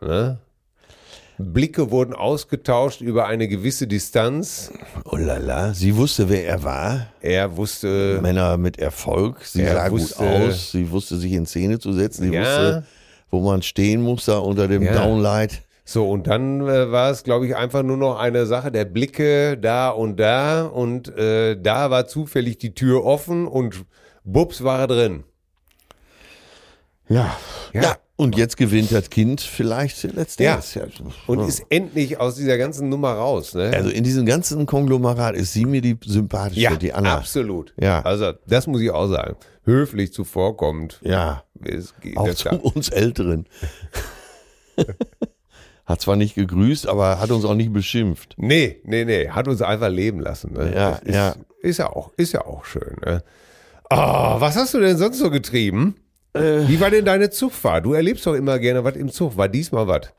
Speaker 1: Ne? Blicke wurden ausgetauscht über eine gewisse Distanz.
Speaker 2: Oh la la, sie wusste, wer er war.
Speaker 1: Er wusste,
Speaker 2: Männer mit Erfolg, sie
Speaker 1: Er
Speaker 2: sah
Speaker 1: wusste-
Speaker 2: gut aus, sie Äh. wusste, sich in Szene zu setzen, sie
Speaker 1: Ja.
Speaker 2: wusste, wo man stehen muss da unter dem
Speaker 1: Ja.
Speaker 2: Downlight.
Speaker 1: so und dann äh, war es, glaube ich, einfach nur noch eine Sache der Blicke da und da und äh, da war zufällig die Tür offen und bups war er drin.
Speaker 2: Ja.
Speaker 1: Ja.
Speaker 2: ja. Und jetzt gewinnt das Kind vielleicht letztes
Speaker 1: Ja.
Speaker 2: Jahr.
Speaker 1: Und ist endlich aus dieser ganzen Nummer raus. Ne?
Speaker 2: Also in diesem ganzen Konglomerat ist sie mir die sympathische,
Speaker 1: ja,
Speaker 2: die Anna.
Speaker 1: absolut.
Speaker 2: Ja.
Speaker 1: Also das muss ich auch sagen. Höflich zuvorkommend.
Speaker 2: Ja,
Speaker 1: Es geht-
Speaker 2: auch
Speaker 1: das
Speaker 2: zu
Speaker 1: da-
Speaker 2: uns Älteren. Hat zwar nicht gegrüßt, aber hat uns auch nicht beschimpft.
Speaker 1: Nee, nee, nee. Hat uns einfach leben lassen. Ne?
Speaker 2: Ja,
Speaker 1: Das ist,
Speaker 2: ja.
Speaker 1: Ist ja auch, ist ja auch schön. Ne? Ah, was hast du denn sonst so getrieben?
Speaker 2: Äh.
Speaker 1: Wie war denn deine Zugfahrt? Du erlebst doch immer gerne was im Zug. War diesmal was?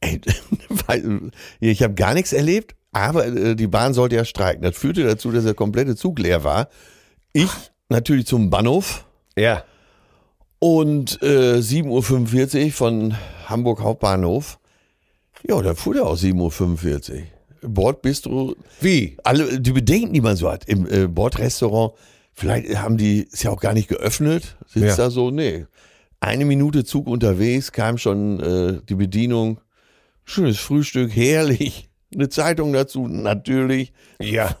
Speaker 2: Ey, weil, ich habe gar nichts erlebt, aber äh, die Bahn sollte ja streiken. Das führte dazu, dass der komplette Zug leer war. Ich natürlich zum Bahnhof
Speaker 1: Ja.
Speaker 2: und äh, 7.45 Uhr von Hamburg Hauptbahnhof. Ja, da fuhr der auch 7.45 Uhr. Bordbistro,
Speaker 1: Wie?
Speaker 2: alle die Bedenken, die man so hat im äh, Bordrestaurant, vielleicht haben die ist ja auch gar nicht geöffnet, sitzt
Speaker 1: Ja.
Speaker 2: da so, nee. Eine Minute Zug unterwegs, kam schon äh, die Bedienung, schönes Frühstück, herrlich, eine Zeitung dazu, natürlich.
Speaker 1: Ja.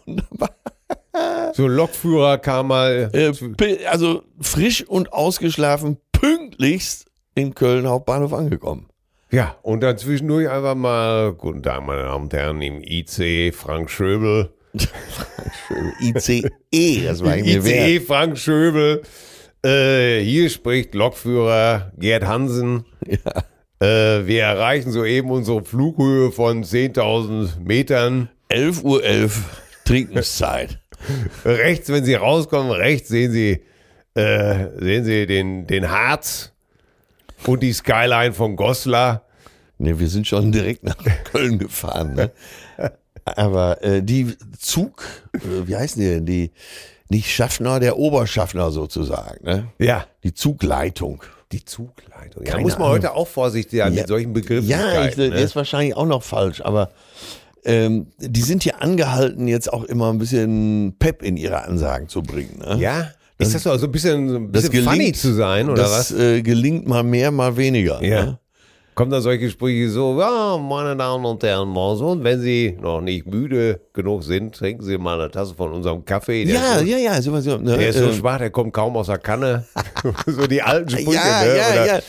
Speaker 1: So ein Lokführer kam mal.
Speaker 2: Äh, pi- also frisch und ausgeschlafen, pünktlichst in Köln Hauptbahnhof angekommen.
Speaker 1: Ja, und dann zwischendurch einfach mal, guten Tag, meine Damen und Herren, im IC Frank Schöbel.
Speaker 2: Äh, ICE, E, das war eigentlich
Speaker 1: ICE
Speaker 2: wert.
Speaker 1: Frank Schöbel. Äh, hier spricht Lokführer Gerd Hansen. Äh, wir erreichen soeben unsere Flughöhe von 10.000 Metern.
Speaker 2: 11.11 Uhr Trinkenszeit.
Speaker 1: Rechts, wenn Sie rauskommen, rechts sehen Sie, äh, sehen Sie den, den Harz und die Skyline von Goslar.
Speaker 2: Ne, wir sind schon direkt nach Köln gefahren. Ne? Aber äh, die Zug, äh, wie heißen die denn? Die, nicht Schaffner, der Oberschaffner sozusagen. Ne?
Speaker 1: Ja.
Speaker 2: Die Zugleitung.
Speaker 1: Die Zugleitung. Ja,
Speaker 2: Keine
Speaker 1: muss man
Speaker 2: Ahnung.
Speaker 1: heute auch vorsichtig sein
Speaker 2: Ja.
Speaker 1: mit solchen Begriffen.
Speaker 2: Ja, ich,
Speaker 1: ne?
Speaker 2: der ist wahrscheinlich auch noch falsch, aber ähm, die sind hier angehalten, jetzt auch immer ein bisschen Pep in ihre Ansagen zu bringen. Ne?
Speaker 1: ja. Ist das so so ein bisschen, so ein
Speaker 2: Das
Speaker 1: bisschen funny zu sein oder
Speaker 2: das,
Speaker 1: was?
Speaker 2: Äh, gelingt mal mehr, mal weniger.
Speaker 1: Ja.
Speaker 2: Ne?
Speaker 1: Kommen da solche Sprüche so, ja, meine Damen und Herren, morgen so, und wenn Sie noch nicht müde genug sind, trinken Sie mal eine Tasse von unserem Kaffee. Der
Speaker 2: Ja,
Speaker 1: ist so,
Speaker 2: ja, ja, so, so, ne?
Speaker 1: Der ist so
Speaker 2: äh,
Speaker 1: schwach, der kommt kaum aus der Kanne. so die alten Sprüche.
Speaker 2: ja,
Speaker 1: ne?
Speaker 2: ja,
Speaker 1: Oder-
Speaker 2: ja.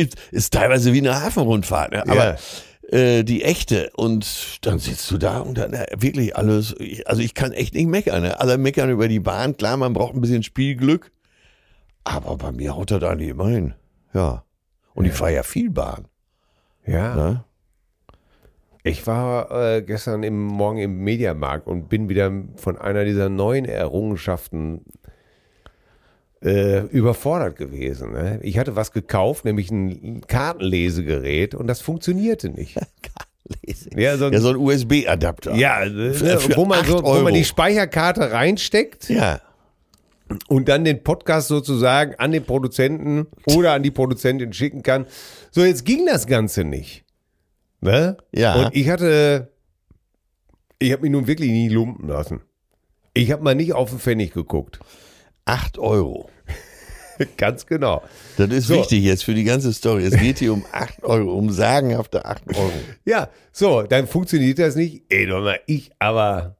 Speaker 2: Ist- Ist teilweise wie eine Hafenrundfahrt, ne? aber äh, die echte. Und dann sitzt du da und dann äh, wirklich alles. ich- Also ich kann echt nicht meckern. Ne? Alle meckern über die Bahn. Klar, man braucht ein bisschen Spielglück. Aber bei mir haut er da nicht immer hin. Ja. Und ich fahre ja viel Bahn.
Speaker 1: Ja.
Speaker 2: Ne?
Speaker 1: Ich war äh, gestern im Morgen im Mediamarkt und bin wieder von einer dieser neuen Errungenschaften äh, überfordert gewesen. Ne? Ich hatte was gekauft, nämlich ein Kartenlesegerät und das funktionierte nicht. Ja, so ein,
Speaker 2: Ja, so ein USB-Adapter.
Speaker 1: ja, ne,
Speaker 2: für
Speaker 1: wo, man so,
Speaker 2: acht
Speaker 1: wo
Speaker 2: Euro.
Speaker 1: man die Speicherkarte reinsteckt
Speaker 2: Ja.
Speaker 1: und dann den Podcast sozusagen an den Produzenten oder an die Produzentin schicken kann. So, jetzt ging das Ganze nicht. Ne?
Speaker 2: Ja.
Speaker 1: Und ich hatte, ich habe mich nun wirklich nie lumpen lassen. Ich habe mal nicht auf den Pfennig geguckt.
Speaker 2: Acht Euro.
Speaker 1: Ganz genau.
Speaker 2: Das ist
Speaker 1: So.
Speaker 2: wichtig jetzt für die ganze Story. Es geht hier um acht Euro, um sagenhafte acht Euro.
Speaker 1: Ja, so, dann funktioniert das nicht. Ey, doch mal, ich aber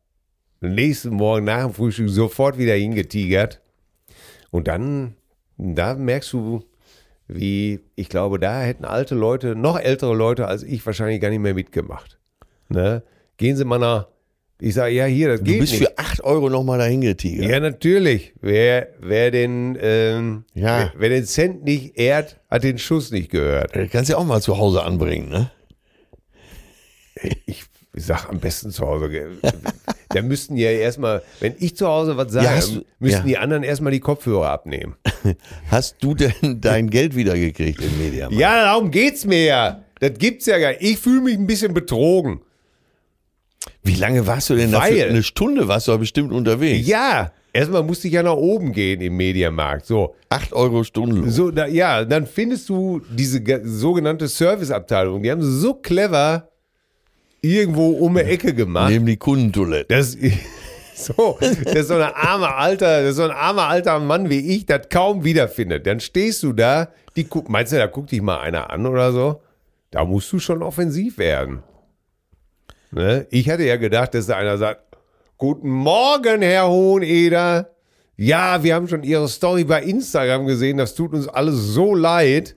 Speaker 1: am nächsten Morgen nach dem Frühstück sofort wieder hingetigert. Und dann, da merkst du, wie, ich glaube, da hätten alte Leute, noch ältere Leute als ich wahrscheinlich gar nicht mehr mitgemacht. Ne? Gehen Sie mal nach, ich sage, ja, hier, das
Speaker 2: Du
Speaker 1: geht
Speaker 2: bist
Speaker 1: nicht.
Speaker 2: für acht Euro nochmal dahin getigert.
Speaker 1: Ja, natürlich. Wer, wer, den, ähm,
Speaker 2: Ja.
Speaker 1: wer, wer den Cent nicht ehrt, hat den Schuss nicht gehört.
Speaker 2: Das Äh, kannst du ja auch mal zu Hause anbringen, ne?
Speaker 1: Ich sag am besten zu Hause. ge- da müssten ja erstmal, wenn ich zu Hause was sage,
Speaker 2: Ja, hast du-
Speaker 1: müssten
Speaker 2: ja.
Speaker 1: die anderen erstmal die Kopfhörer abnehmen.
Speaker 2: Hast du denn dein Geld wiedergekriegt im Mediamarkt?
Speaker 1: Ja, darum geht's mir ja. Das gibt's ja gar nicht. Ich fühle mich ein bisschen betrogen.
Speaker 2: Wie lange warst du denn
Speaker 1: Weil-
Speaker 2: dafür? Eine Stunde warst du doch bestimmt unterwegs.
Speaker 1: Ja, erstmal musste ich ja nach oben gehen im Mediamarkt. So,
Speaker 2: Acht Euro Stundenlohn.
Speaker 1: so da, ja, dann findest du diese ge- sogenannte Serviceabteilung. Die haben sie so clever irgendwo um die Ecke gemacht.
Speaker 2: Neben die Kundentoilette.
Speaker 1: Das so, das ist so ein armer alter, das ist so ein armer alter Mann wie ich, das kaum wiederfindet. Dann stehst du da, die guck, meinst du, da guckt dich mal einer an oder so? Da musst du schon offensiv werden. Ne? Ich hatte ja gedacht, dass da einer sagt: Guten Morgen, Herr Hoheneder. Ja, wir haben schon Ihre Story bei Instagram gesehen. Das tut uns alles so leid.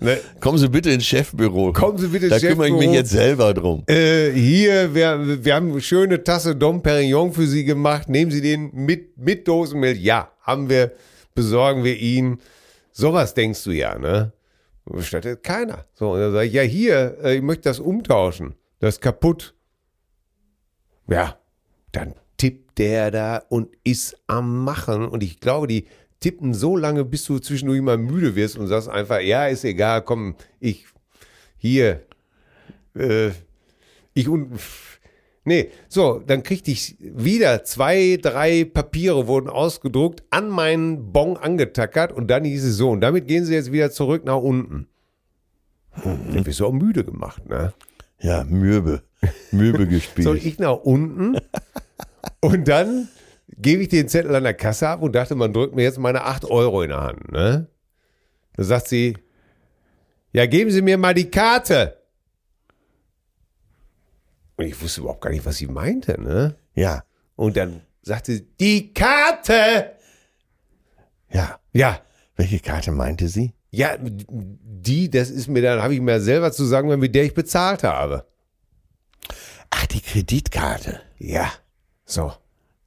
Speaker 1: ne?
Speaker 2: Kommen Sie bitte ins Chefbüro.
Speaker 1: Kommen Sie bitte ins
Speaker 2: Da kümmere ich
Speaker 1: Chefbüro.
Speaker 2: mich jetzt selber drum.
Speaker 1: Äh, hier, wir, wir haben eine schöne Tasse Dom Perignon für Sie gemacht. Nehmen Sie den mit, mit Dosenmilch. Ja, haben wir, besorgen wir Ihnen. Sowas denkst du ja, ne? Bestattet keiner. So, und dann sage ich, ja, hier, äh, ich möchte das umtauschen. Das ist kaputt. Ja, dann tippt der da und ist am Machen. Und ich glaube, die tippen so lange, bis du zwischendurch mal müde wirst und sagst einfach, ja, ist egal, komm, ich, hier, äh, ich und, nee, so, dann kriegte ich wieder zwei, drei Papiere wurden ausgedruckt, an meinen Bon angetackert und dann hieß es so, und damit gehen sie jetzt wieder zurück nach unten. Hm, Dann bist du auch müde gemacht, ne?
Speaker 2: Ja, Mürbe. Mürbe gespielt.
Speaker 1: Soll ich nach unten? Und dann gebe ich den Zettel an der Kasse ab und dachte, man drückt mir jetzt meine 8 Euro in die Hand. Ne? Dann sagt sie, ja, geben Sie mir mal die Karte. Und ich wusste überhaupt gar nicht, was sie meinte. Ne?
Speaker 2: Ja,
Speaker 1: Und dann sagte sie, die Karte.
Speaker 2: ja.
Speaker 1: Ja,
Speaker 2: Welche Karte meinte sie?
Speaker 1: ja, die, das ist mir dann, habe ich mir selber zu sagen, mit der ich bezahlt habe.
Speaker 2: Ach, die Kreditkarte.
Speaker 1: Ja, so.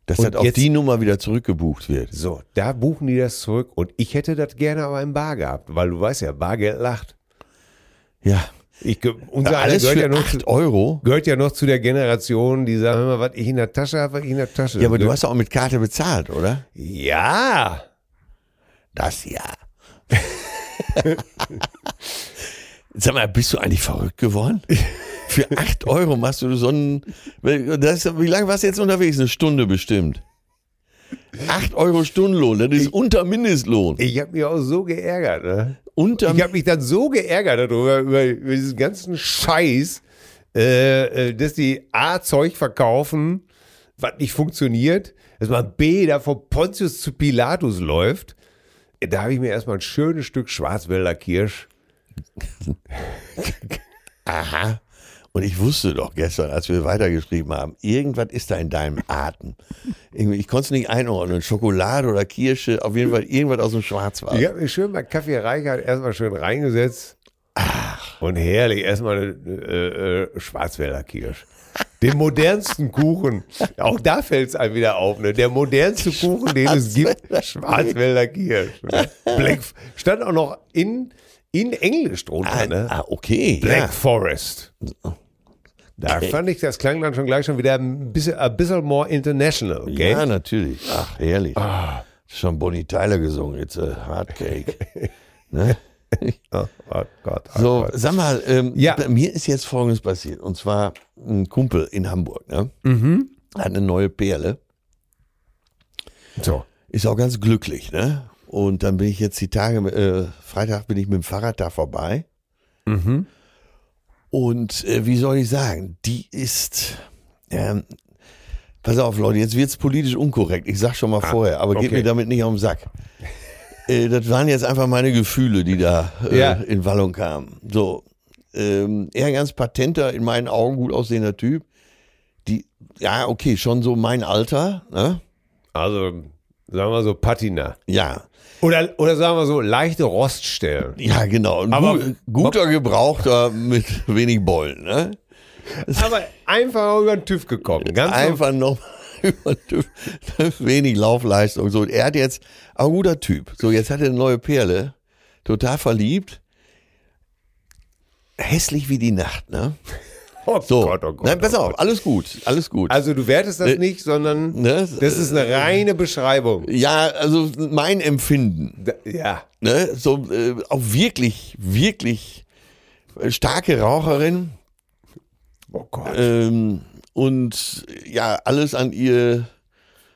Speaker 2: Dass
Speaker 1: Und
Speaker 2: das auf
Speaker 1: jetzt-
Speaker 2: die Nummer wieder zurückgebucht wird.
Speaker 1: So, da buchen die das zurück und ich hätte das gerne aber im Bar gehabt, weil du weißt ja, Bargeld lacht.
Speaker 2: Ja.
Speaker 1: Ich, ge- unser
Speaker 2: ja
Speaker 1: einer
Speaker 2: alles
Speaker 1: gehört,
Speaker 2: für
Speaker 1: ja noch,
Speaker 2: 8 Euro.
Speaker 1: gehört ja noch zu der Generation, die sagt, hör mal, was ich in der Tasche habe, was ich in der Tasche
Speaker 2: Ja, aber du
Speaker 1: Gehört-
Speaker 2: hast auch mit Karte bezahlt, oder?
Speaker 1: Ja,
Speaker 2: Das ja. Sag mal, bist du eigentlich verrückt geworden? Für 8 Euro machst du so einen. Das, wie lange warst du jetzt unterwegs? Eine Stunde bestimmt. 8 Euro Stundenlohn, das ist unter Mindestlohn.
Speaker 1: ich habe mich auch so geärgert. Ne?
Speaker 2: unter
Speaker 1: Ich habe mich dann so geärgert darüber, über, über diesen ganzen Scheiß, äh, äh, dass die A Zeug verkaufen, was nicht funktioniert, dass man B da von Pontius zu Pilatus läuft. Da habe ich mir erstmal ein schönes Stück Schwarzwälder Kirsch.
Speaker 2: Aha. Und ich wusste doch gestern, als wir weitergeschrieben haben, irgendwas ist da in deinem Atem. Irgendwie, Ich konnte es nicht einordnen. Schokolade oder Kirsche, auf jeden Fall irgendwas aus dem Schwarzwald.
Speaker 1: Ich habe mir schön bei Kaffee Reichert erstmal schön reingesetzt. Und herrlich, erstmal eine äh, äh, Schwarzwälder Kirsch. Den modernsten Kuchen. Auch da fällt es einem wieder auf. Ne? Der modernste Kuchen, den es gibt. Schwarzwälder Kirsch. Ne? Black, stand auch noch in, in Englisch drunter.
Speaker 2: Ah,
Speaker 1: Ne?
Speaker 2: ah, okay.
Speaker 1: Black
Speaker 2: Ja.
Speaker 1: Forest. Da fand ich, das klang dann schon gleich schon wieder ein bisschen, a bisschen more international. Okay?
Speaker 2: ja, natürlich. Ach, herrlich. Schon Bonnie Tyler gesungen. It's a Hardcake. ne?
Speaker 1: Oh, oh Gott. Oh
Speaker 2: So,
Speaker 1: Gott.
Speaker 2: sag mal, ähm,
Speaker 1: Ja.
Speaker 2: bei mir ist jetzt Folgendes passiert. Und zwar ein Kumpel in Hamburg ne? hat eine neue Perle.
Speaker 1: so.
Speaker 2: ist auch ganz glücklich, ne? Und dann bin ich jetzt die Tage, äh, Freitag bin ich mit dem Fahrrad da vorbei.
Speaker 1: Mhm.
Speaker 2: Und äh, wie soll ich sagen, die ist, ähm, pass auf Leute, jetzt wird's politisch unkorrekt. Ich sag schon mal vorher, aber geht
Speaker 1: Ah, okay.
Speaker 2: mir damit nicht auf den Sack. Äh, das waren jetzt einfach meine Gefühle, die da äh,
Speaker 1: Ja.
Speaker 2: in Wallung kamen. So, ähm, er ein ganz patenter, in meinen Augen gut aussehender Typ. Die, ja, okay, schon so mein Alter, ne?
Speaker 1: Also, sagen wir mal so, Patina.
Speaker 2: Ja.
Speaker 1: Oder, oder sagen wir so, leichte Roststellen.
Speaker 2: Ja, genau. Ein
Speaker 1: Aber-
Speaker 2: gu- guter Gebrauchter mit wenig Beulen. Ne?
Speaker 1: Aber einfach über den TÜV gekommen. Ganz
Speaker 2: Einfach noch über wenig Laufleistung. So, er hat jetzt auch ein guter Typ. So, jetzt hat er eine neue Perle. Total verliebt. Hässlich wie die Nacht, ne?
Speaker 1: oh
Speaker 2: So.
Speaker 1: Gott, oh Gott.
Speaker 2: Nein, Äh, pass
Speaker 1: oh
Speaker 2: auf,
Speaker 1: Gott.
Speaker 2: alles gut, alles gut.
Speaker 1: Also du wertest das nicht, sondern
Speaker 2: ne?
Speaker 1: das ist eine reine Beschreibung.
Speaker 2: ja, also mein Empfinden.
Speaker 1: Da- Ja.
Speaker 2: ne, so äh, auch wirklich, wirklich äh, starke Raucherin.
Speaker 1: Oh Gott.
Speaker 2: Ähm, und ja, alles an ihr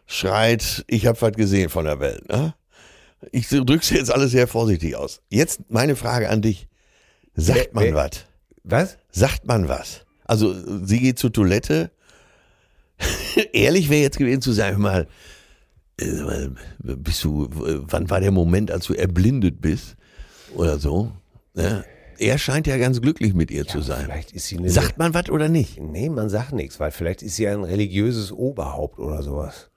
Speaker 2: schreit, ich habe was gesehen von der Welt. Ne? Ich drück's jetzt alles sehr vorsichtig aus. Jetzt meine Frage an dich. Sagt
Speaker 1: Wer-
Speaker 2: man
Speaker 1: wer-
Speaker 2: was?
Speaker 1: Was?
Speaker 2: Sagt man was? Also äh, sie geht zur Toilette. Ehrlich wäre jetzt gewesen zu sagen, hör mal, äh, bist du, äh, wann war der Moment, als du erblindet bist? Oder so. Ne? Er scheint ja ganz glücklich mit ihr zu sein.
Speaker 1: Vielleicht ist sie eine.
Speaker 2: Sagt man was oder nicht?
Speaker 1: nee, man sagt nichts, weil vielleicht ist sie ein religiöses Oberhaupt oder sowas.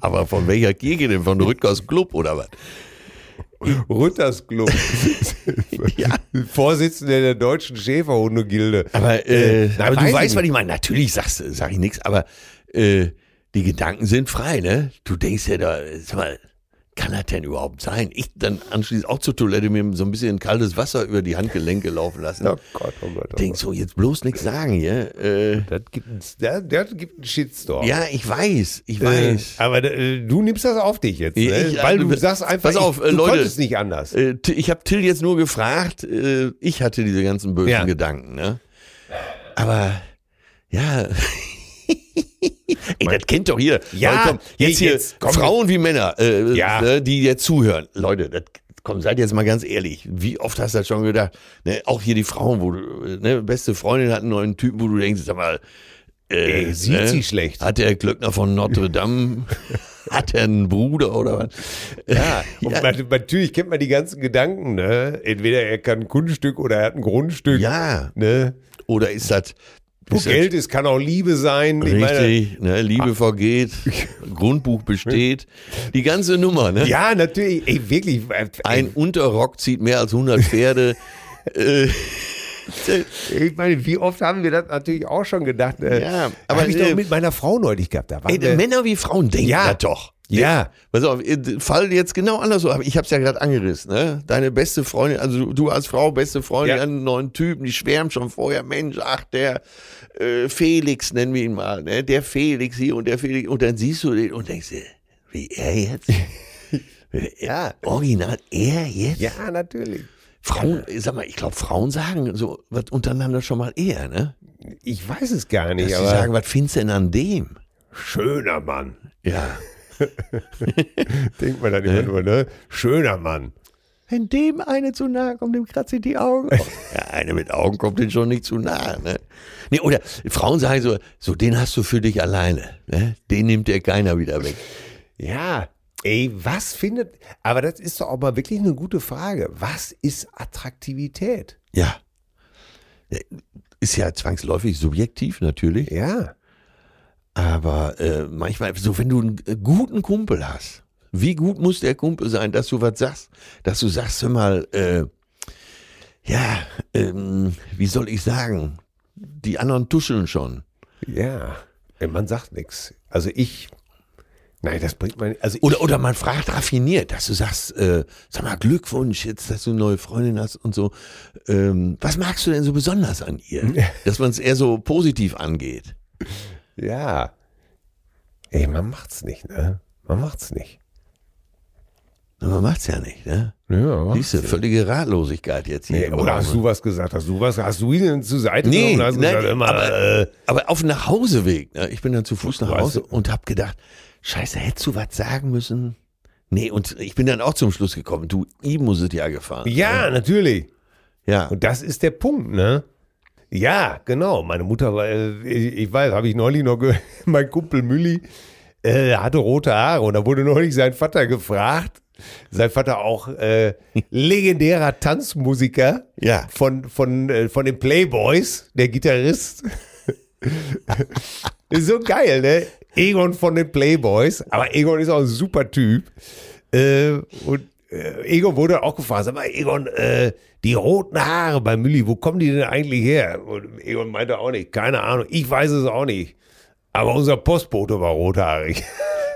Speaker 2: Aber von welcher Kirche denn? Von Rüttgers Club oder was?
Speaker 1: Rütters Club. Vorsitzender der deutschen Schäferhundegilde.
Speaker 2: Aber, äh,
Speaker 1: Nein,
Speaker 2: aber
Speaker 1: weiß
Speaker 2: du
Speaker 1: ich
Speaker 2: weißt, was
Speaker 1: nicht.
Speaker 2: ich meine. Natürlich sagst, sag ich nichts, aber äh, die Gedanken sind frei, ne? Du denkst ja da, sag mal, kann das denn überhaupt sein? Ich dann anschließend auch zur Toilette mir so ein bisschen kaltes Wasser über die Handgelenke laufen lassen.
Speaker 1: Oh Gott, oh Gott. Oh
Speaker 2: Denk
Speaker 1: Gott.
Speaker 2: so, jetzt bloß nichts sagen hier. Äh,
Speaker 1: Das gibt, ein- das, das gibt einen Shitstorm.
Speaker 2: ja, ich weiß, ich weiß.
Speaker 1: Äh, aber äh, du nimmst das auf dich jetzt,
Speaker 2: Ich-
Speaker 1: ne?
Speaker 2: ich-
Speaker 1: weil du
Speaker 2: äh,
Speaker 1: sagst einfach,
Speaker 2: pass auf,
Speaker 1: ich,
Speaker 2: äh,
Speaker 1: du
Speaker 2: Leute.
Speaker 1: konntest nicht anders.
Speaker 2: Äh, T- ich habe Till jetzt nur gefragt, äh, ich hatte diese ganzen bösen
Speaker 1: Ja.
Speaker 2: Gedanken, ne? Aber ja. Ey, das kennt doch jeder.
Speaker 1: Ja,
Speaker 2: Leute, komm,
Speaker 1: ey,
Speaker 2: jetzt hier
Speaker 1: jetzt, komm.
Speaker 2: Frauen wie Männer, äh,
Speaker 1: Ja.
Speaker 2: ne, die jetzt zuhören. Leute, das, komm, seid jetzt mal ganz ehrlich. Wie oft hast du das schon gedacht? Ne, auch hier die Frauen, wo du, äh, ne, beste Freundin hat einen neuen Typen, wo du denkst, sag mal, äh, ah,
Speaker 1: Ey, sieht sie schlecht.
Speaker 2: Hat der Glöckner von Notre Dame, hat er einen Bruder oder was?
Speaker 1: Ja, um und Man, natürlich kennt man die ganzen Gedanken, ne? Entweder er kann ein Kunststück oder er hat ein Grundstück.
Speaker 2: Ja.
Speaker 1: Ne?
Speaker 2: Oder ist das
Speaker 1: Wo Geld Ah. ist, kann auch Liebe sein. Ich meine,
Speaker 2: richtig? ne, Liebe vergeht, Grundbuch besteht, die ganze Nummer. Ne?
Speaker 1: ja, natürlich, ey, wirklich. äh, Ey,
Speaker 2: Ein Unterrock zieht mehr als 100 Pferde. äh,
Speaker 1: ich meine, wie oft haben wir das natürlich auch schon gedacht. Äh,
Speaker 2: Ja, aber,
Speaker 1: Hab ich
Speaker 2: äh,
Speaker 1: doch mit meiner Frau neulich gehabt. Da waren
Speaker 2: ey,
Speaker 1: wir,
Speaker 2: Männer wie Frauen denken
Speaker 1: Ja.
Speaker 2: das doch.
Speaker 1: Ja.
Speaker 2: Pass auf, äh, Fall jetzt genau andersrum. Aber Ich habe es ja gerade angerissen. Ne? Deine beste Freundin, also du- du als Frau, beste Freundin,
Speaker 1: Ja.
Speaker 2: hat einen neuen Typen, die schwärmt schon vorher. Mensch, ach, der äh, Felix, nennen wir ihn mal. Ne? Der Felix hier und der Felix. Und dann siehst du den und denkst dir, wie er jetzt? ja, original, er jetzt?
Speaker 1: ja, natürlich.
Speaker 2: Frauen, sag mal, ich glaube, Frauen sagen so was untereinander schon mal eher, ne?
Speaker 1: Ich weiß es gar
Speaker 2: Dass
Speaker 1: nicht,
Speaker 2: sie
Speaker 1: aber
Speaker 2: sagen, was findest du denn an dem?
Speaker 1: schöner Mann.
Speaker 2: Ja.
Speaker 1: Denkt man dann immer nur, ne? Schöner Mann.
Speaker 2: Wenn dem eine zu nahe kommt, dem kratzt sie die Augen aus. Ja, eine mit Augen kommt den schon nicht zu nahe. Ne? Nee, oder Frauen sagen so, so den hast du für dich alleine. Ne? Den nimmt dir keiner wieder weg.
Speaker 1: Ja. Ey, was findet. Aber das ist doch auch mal wirklich eine gute Frage. Was ist Attraktivität?
Speaker 2: Ja. Ist ja zwangsläufig subjektiv natürlich.
Speaker 1: Ja.
Speaker 2: Aber äh, manchmal, so wenn du einen äh, guten Kumpel hast, wie gut muss der Kumpel sein, dass du was sagst? Dass du sagst, hör mal, äh, ja, ähm, wie soll ich sagen? Die anderen tuscheln schon.
Speaker 1: Ja. Ey, Man sagt nichts. Also ich. Nein, das bringt man. Also
Speaker 2: Oder, oder man fragt raffiniert, dass du sagst, äh, sag mal, Glückwunsch jetzt, dass du eine neue Freundin hast und so. Ähm, was magst du denn so besonders an ihr? Dass man es eher so positiv angeht.
Speaker 1: ich, ja. Ey, man macht's nicht, ne? Man macht's nicht.
Speaker 2: Aber Man macht's ja nicht, ne?
Speaker 1: Ja.
Speaker 2: Siehst du, völlige Ratlosigkeit jetzt hier.
Speaker 1: Nee,
Speaker 2: im
Speaker 1: oder
Speaker 2: Raum.
Speaker 1: hast du was gesagt? Hast du was? Hast du ihn zur Seite
Speaker 2: Nee,
Speaker 1: genommen? und Hast
Speaker 2: nein,
Speaker 1: gesagt, immer,
Speaker 2: aber,
Speaker 1: äh,
Speaker 2: aber auf dem Nachhauseweg. Ne? Ich bin dann zu Fuß nach
Speaker 1: Weißt
Speaker 2: Hause
Speaker 1: du?
Speaker 2: und habe gedacht, scheiße, hättest du was sagen müssen? Nee, und ich bin dann auch zum Schluss gekommen, du, ihm muss es ja gefahren.
Speaker 1: ja, natürlich.
Speaker 2: Ja.
Speaker 1: Und das ist der Punkt, ne? Ja, genau. Meine Mutter, war, äh, ich ich weiß, habe ich neulich noch gehört, mein Kumpel Mülli äh, hatte rote Haare und da wurde neulich sein Vater gefragt. Sein Vater auch äh, legendärer Tanzmusiker
Speaker 2: Ja.
Speaker 1: von, von, äh, von den Playboys, der Gitarrist. Ist so geil, ne? Egon von den Playboys. Aber Egon ist auch ein super Typ. Äh, und äh, Egon wurde auch gefragt, sag mal, Egon, äh, die roten Haare bei Mülli, wo kommen die denn eigentlich her? Und Egon meinte auch nicht, keine Ahnung, ich weiß es auch nicht. Aber unser Postbote war rothaarig.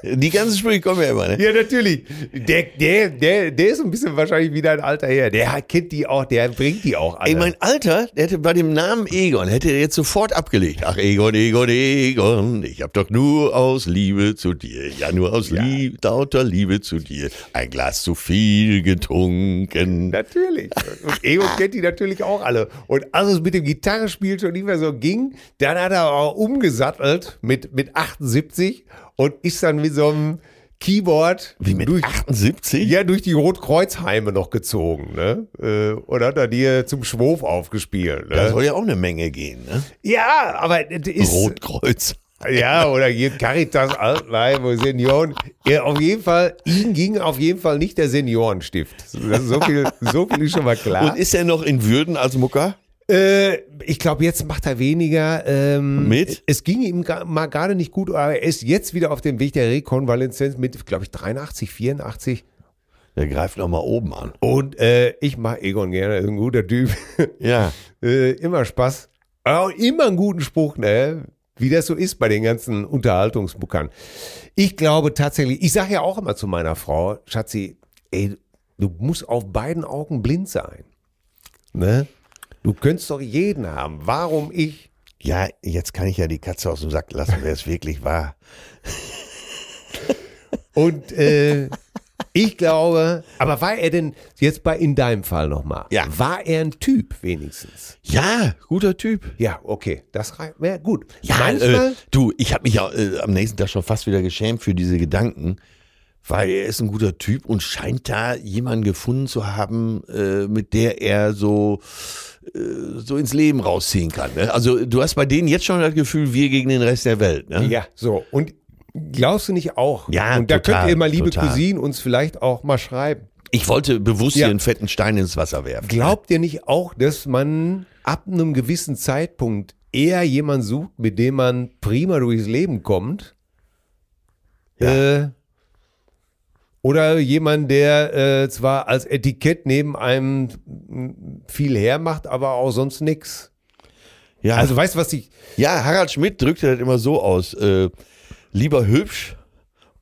Speaker 2: Die ganzen Sprüche kommen ja immer, ne?
Speaker 1: ja, natürlich. Der, der, der, der ist ein bisschen wahrscheinlich wieder ein alter Herr. Der kennt die auch, der bringt die auch alle.
Speaker 2: Ey, mein Alter, der hätte bei dem Namen Egon, hätte er jetzt sofort abgelegt. Ach, Egon, Egon, Egon, ich hab doch nur aus Liebe zu dir, ja, nur aus
Speaker 1: Ja.
Speaker 2: Lieb, lauter Liebe zu dir, ein Glas zu viel getrunken.
Speaker 1: Natürlich. Und Ego kennt die natürlich auch alle. Und als es mit dem Gitarrespiel schon nicht mehr so ging, dann hat er auch umgesattelt mit, mit 78 und ist dann mit so einem Keyboard
Speaker 2: Wie mit
Speaker 1: durch,
Speaker 2: 78?
Speaker 1: ja, durch die Rotkreuzheime noch gezogen. Ne? Äh, Und hat dann hier zum Schwof aufgespielt.
Speaker 2: Da
Speaker 1: Ne?
Speaker 2: soll ja auch eine Menge gehen, ne?
Speaker 1: Ja, aber es ist.
Speaker 2: Rotkreuz.
Speaker 1: Ja, oder hier Caritas Altenheim und Senioren. Ja, auf jeden Fall, ihnen ging auf jeden Fall nicht der Seniorenstift. So viel, so viel ist schon mal klar.
Speaker 2: Und ist er noch in Würden als Mucker?
Speaker 1: Äh, ich glaube, jetzt macht er weniger. Ähm,
Speaker 2: Mit?
Speaker 1: Es ging ihm ga- mal gerade nicht gut, aber er ist jetzt wieder auf dem Weg der Rekonvaleszenz mit, glaube ich, 83, 84.
Speaker 2: Der greift noch mal oben an.
Speaker 1: Und äh, ich mag Egon gerne, ist ein guter Typ.
Speaker 2: Ja.
Speaker 1: äh, immer Spaß. Aber auch immer einen guten Spruch, ne? wie das so ist bei den ganzen Unterhaltungsmuckern. Ich glaube tatsächlich, ich sage ja auch immer zu meiner Frau, Schatzi, ey, du musst auf beiden Augen blind sein. Ne? Du könntest doch jeden haben. Warum ich?
Speaker 2: Ja, jetzt kann ich ja die Katze aus dem Sack lassen, wer es wirklich war.
Speaker 1: Und äh, ich glaube, aber war er denn jetzt bei in deinem Fall nochmal?
Speaker 2: Ja.
Speaker 1: War er ein Typ wenigstens?
Speaker 2: Ja, guter Typ.
Speaker 1: Ja, okay, das reicht. Ja, gut.
Speaker 2: Ja,
Speaker 1: Manchmal,
Speaker 2: äh, du, ich habe mich ja äh, am nächsten Tag schon fast wieder geschämt für diese Gedanken, weil er ist ein guter Typ und scheint da jemanden gefunden zu haben, äh, mit der er so äh, so ins Leben rausziehen kann. Ne? Also du hast bei denen jetzt schon das Gefühl, wir gegen den Rest der Welt. Ne?
Speaker 1: ja, so. Und glaubst du nicht auch?
Speaker 2: Ja,
Speaker 1: Und da
Speaker 2: total,
Speaker 1: könnt ihr mal, liebe
Speaker 2: total.
Speaker 1: Cousinen, uns vielleicht auch mal schreiben.
Speaker 2: Ich wollte bewusst
Speaker 1: Ja.
Speaker 2: hier einen fetten Stein ins Wasser werfen.
Speaker 1: Glaubt ihr nicht auch, dass man ab einem gewissen Zeitpunkt eher jemanden sucht, mit dem man prima durchs Leben kommt? Äh, oder jemand, der äh, zwar als Etikett neben einem mm, viel hermacht, aber auch sonst nix.
Speaker 2: ja.
Speaker 1: Also weißt du, was ich...
Speaker 2: Ja, Harald Schmidt drückte das immer so aus: äh, lieber hübsch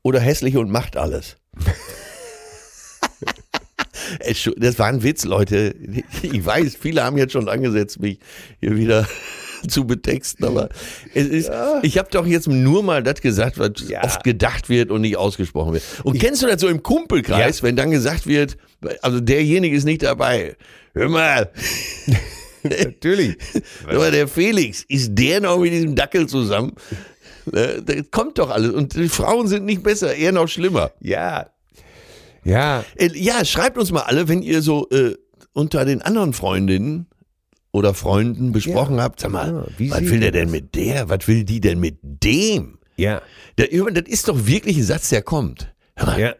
Speaker 2: oder hässlich und macht alles. Entschu- Das war ein Witz, Leute. Ich weiß, viele haben jetzt schon angesetzt, mich hier wieder zu betexten, aber es ist, ich habe doch jetzt nur mal das gesagt, was
Speaker 1: Ja.
Speaker 2: oft gedacht wird und nicht ausgesprochen wird. Und kennst du das so im Kumpelkreis, wenn dann gesagt wird, also derjenige ist nicht dabei. Hör mal,
Speaker 1: Natürlich.
Speaker 2: aber der Felix, ist der noch mit diesem Dackel zusammen? Ne, Das kommt doch alles. Und die Frauen sind nicht besser, eher noch schlimmer.
Speaker 1: ja. Ja.
Speaker 2: Äh, Ja, schreibt uns mal alle, wenn ihr so äh, unter den anderen Freundinnen oder Freunden besprochen
Speaker 1: Ja.
Speaker 2: habt, sag mal,
Speaker 1: Ja, wie
Speaker 2: was
Speaker 1: sieht
Speaker 2: will der
Speaker 1: das?
Speaker 2: denn mit der? Was will die denn mit dem?
Speaker 1: Ja.
Speaker 2: Der, das ist doch wirklich ein Satz, der kommt. Hör mal,
Speaker 1: Ja.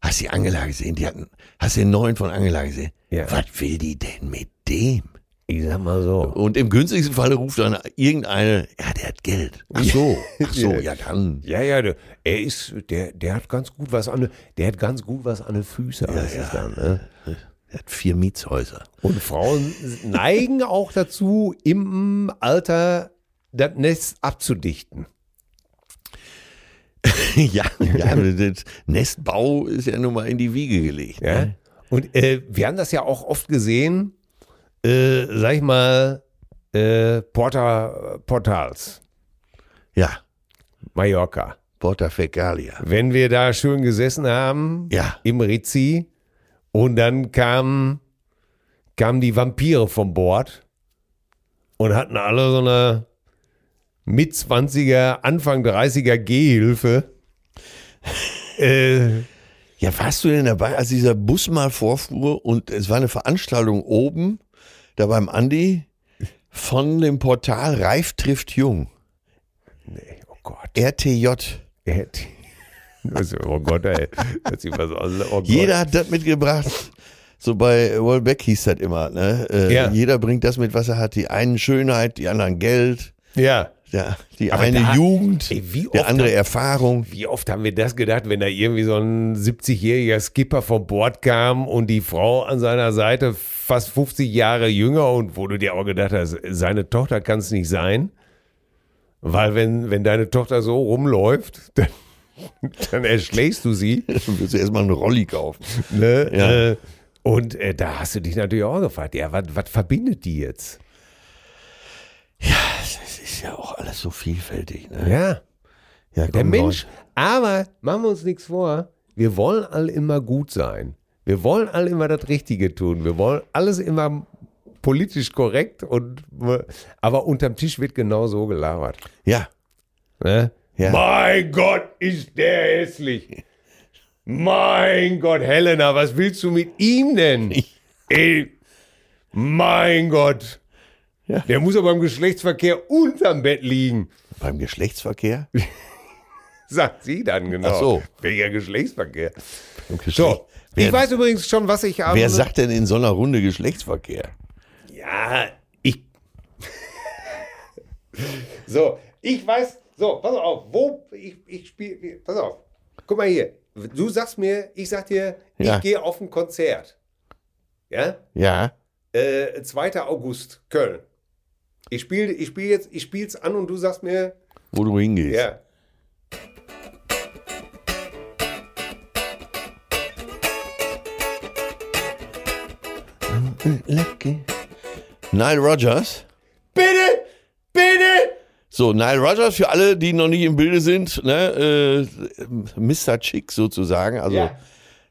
Speaker 2: hast du die Angela gesehen? Die hatten, hast du den neuen von Angela gesehen?
Speaker 1: Ja.
Speaker 2: Was will die denn mit dem?
Speaker 1: Ich sag mal so.
Speaker 2: Und im günstigsten Falle ruft dann irgendeine, ja, der hat Geld. Ach so, ach so, ja dann.
Speaker 1: Ja, ja, der, er ist, der, der hat ganz gut was an, der hat ganz gut was an den Füßen. heißt es dann, ne?
Speaker 2: Der hat vier Mietshäuser.
Speaker 1: Und Frauen neigen auch dazu, im Alter das Nest abzudichten.
Speaker 2: ja, ja, das Nestbau ist ja nun mal in die Wiege gelegt.
Speaker 1: Ja?
Speaker 2: Ne?
Speaker 1: Und äh, wir haben das ja auch oft gesehen, äh, sag ich mal, äh, Porta, Portals,
Speaker 2: Ja,
Speaker 1: Mallorca.
Speaker 2: Porta Fecalia.
Speaker 1: Wenn wir da schön gesessen haben,
Speaker 2: Ja,
Speaker 1: im Rizzi, und dann kamen, kamen die Vampire von Bord und hatten alle so eine mit 20er, Anfang 30er Gehhilfe. äh,
Speaker 2: Ja, warst du denn dabei, als dieser Bus mal vorfuhr und es war eine Veranstaltung oben, da beim Andi, von dem Portal Reif trifft Jung,
Speaker 1: oh Gott.
Speaker 2: RTJ.
Speaker 1: Er hätte- Also, oh Gott, ey. Das sieht was aus. Oh Gott.
Speaker 2: Jeder hat das mitgebracht. So bei Wallbeck hieß das immer, ne? Äh,
Speaker 1: Ja.
Speaker 2: Jeder bringt das mit, was er hat. Die einen Schönheit, die anderen Geld,
Speaker 1: Ja.
Speaker 2: der, die
Speaker 1: Aber
Speaker 2: eine
Speaker 1: da-
Speaker 2: Jugend,
Speaker 1: Ey, wie
Speaker 2: der
Speaker 1: oft
Speaker 2: andere Erfahrung.
Speaker 1: Wie oft haben wir das gedacht, wenn da irgendwie so ein 70-jähriger Skipper von Bord kam und die Frau an seiner Seite fast 50 Jahre jünger und wo du dir auch gedacht hast, seine Tochter kann es nicht sein. Weil wenn, wenn deine Tochter so rumläuft, dann, dann erschlägst du sie.
Speaker 2: Dann willst du erstmal einen Rolli kaufen.
Speaker 1: Ne?
Speaker 2: Ja.
Speaker 1: Äh, Und äh, da hast du dich natürlich auch gefragt, ja, was was verbindet die jetzt?
Speaker 2: Das ist ja auch alles so vielfältig, ne?
Speaker 1: Ja.
Speaker 2: Ja,
Speaker 1: Der
Speaker 2: komm,
Speaker 1: Mensch.
Speaker 2: Leute.
Speaker 1: Aber machen wir uns nichts vor. Wir wollen alle immer gut sein. Wir wollen alle immer das Richtige tun. Wir wollen alles immer politisch korrekt und aber unterm Tisch wird genau so gelabert.
Speaker 2: Ja,
Speaker 1: Ne?
Speaker 2: Ja.
Speaker 1: Mein Gott, ist der hässlich. Mein Gott, Helena, was willst du mit ihm denn? Ey, mein Gott.
Speaker 2: Ja.
Speaker 1: Der muss aber im Geschlechtsverkehr unterm Bett liegen.
Speaker 2: beim Geschlechtsverkehr.
Speaker 1: Sagt sie dann genau.
Speaker 2: Ach so.
Speaker 1: Welcher Geschlechtsverkehr?
Speaker 2: Im Geschlecht-
Speaker 1: So,
Speaker 2: Wer,
Speaker 1: ich weiß übrigens schon, was ich habe.
Speaker 2: wer sagt denn in so einer Runde Geschlechtsverkehr?
Speaker 1: Ja, ich. so, ich weiß. So, pass auf, wo ich, ich spiele. Pass auf. Guck mal hier. Du sagst mir, ich sag dir,
Speaker 2: Ja.
Speaker 1: ich gehe auf ein Konzert. Ja?
Speaker 2: Ja.
Speaker 1: Äh, 2. August, Köln. Ich spiele ich spiel jetzt, ich spiel's an und du sagst mir,
Speaker 2: wo du hingehst.
Speaker 1: ja.
Speaker 2: Lucky. Nile Rogers.
Speaker 1: Bitte, bitte!
Speaker 2: So, Nile Rogers, für alle, die noch nicht im Bilde sind, ne, äh, Mr. Chick sozusagen, also
Speaker 1: Ja.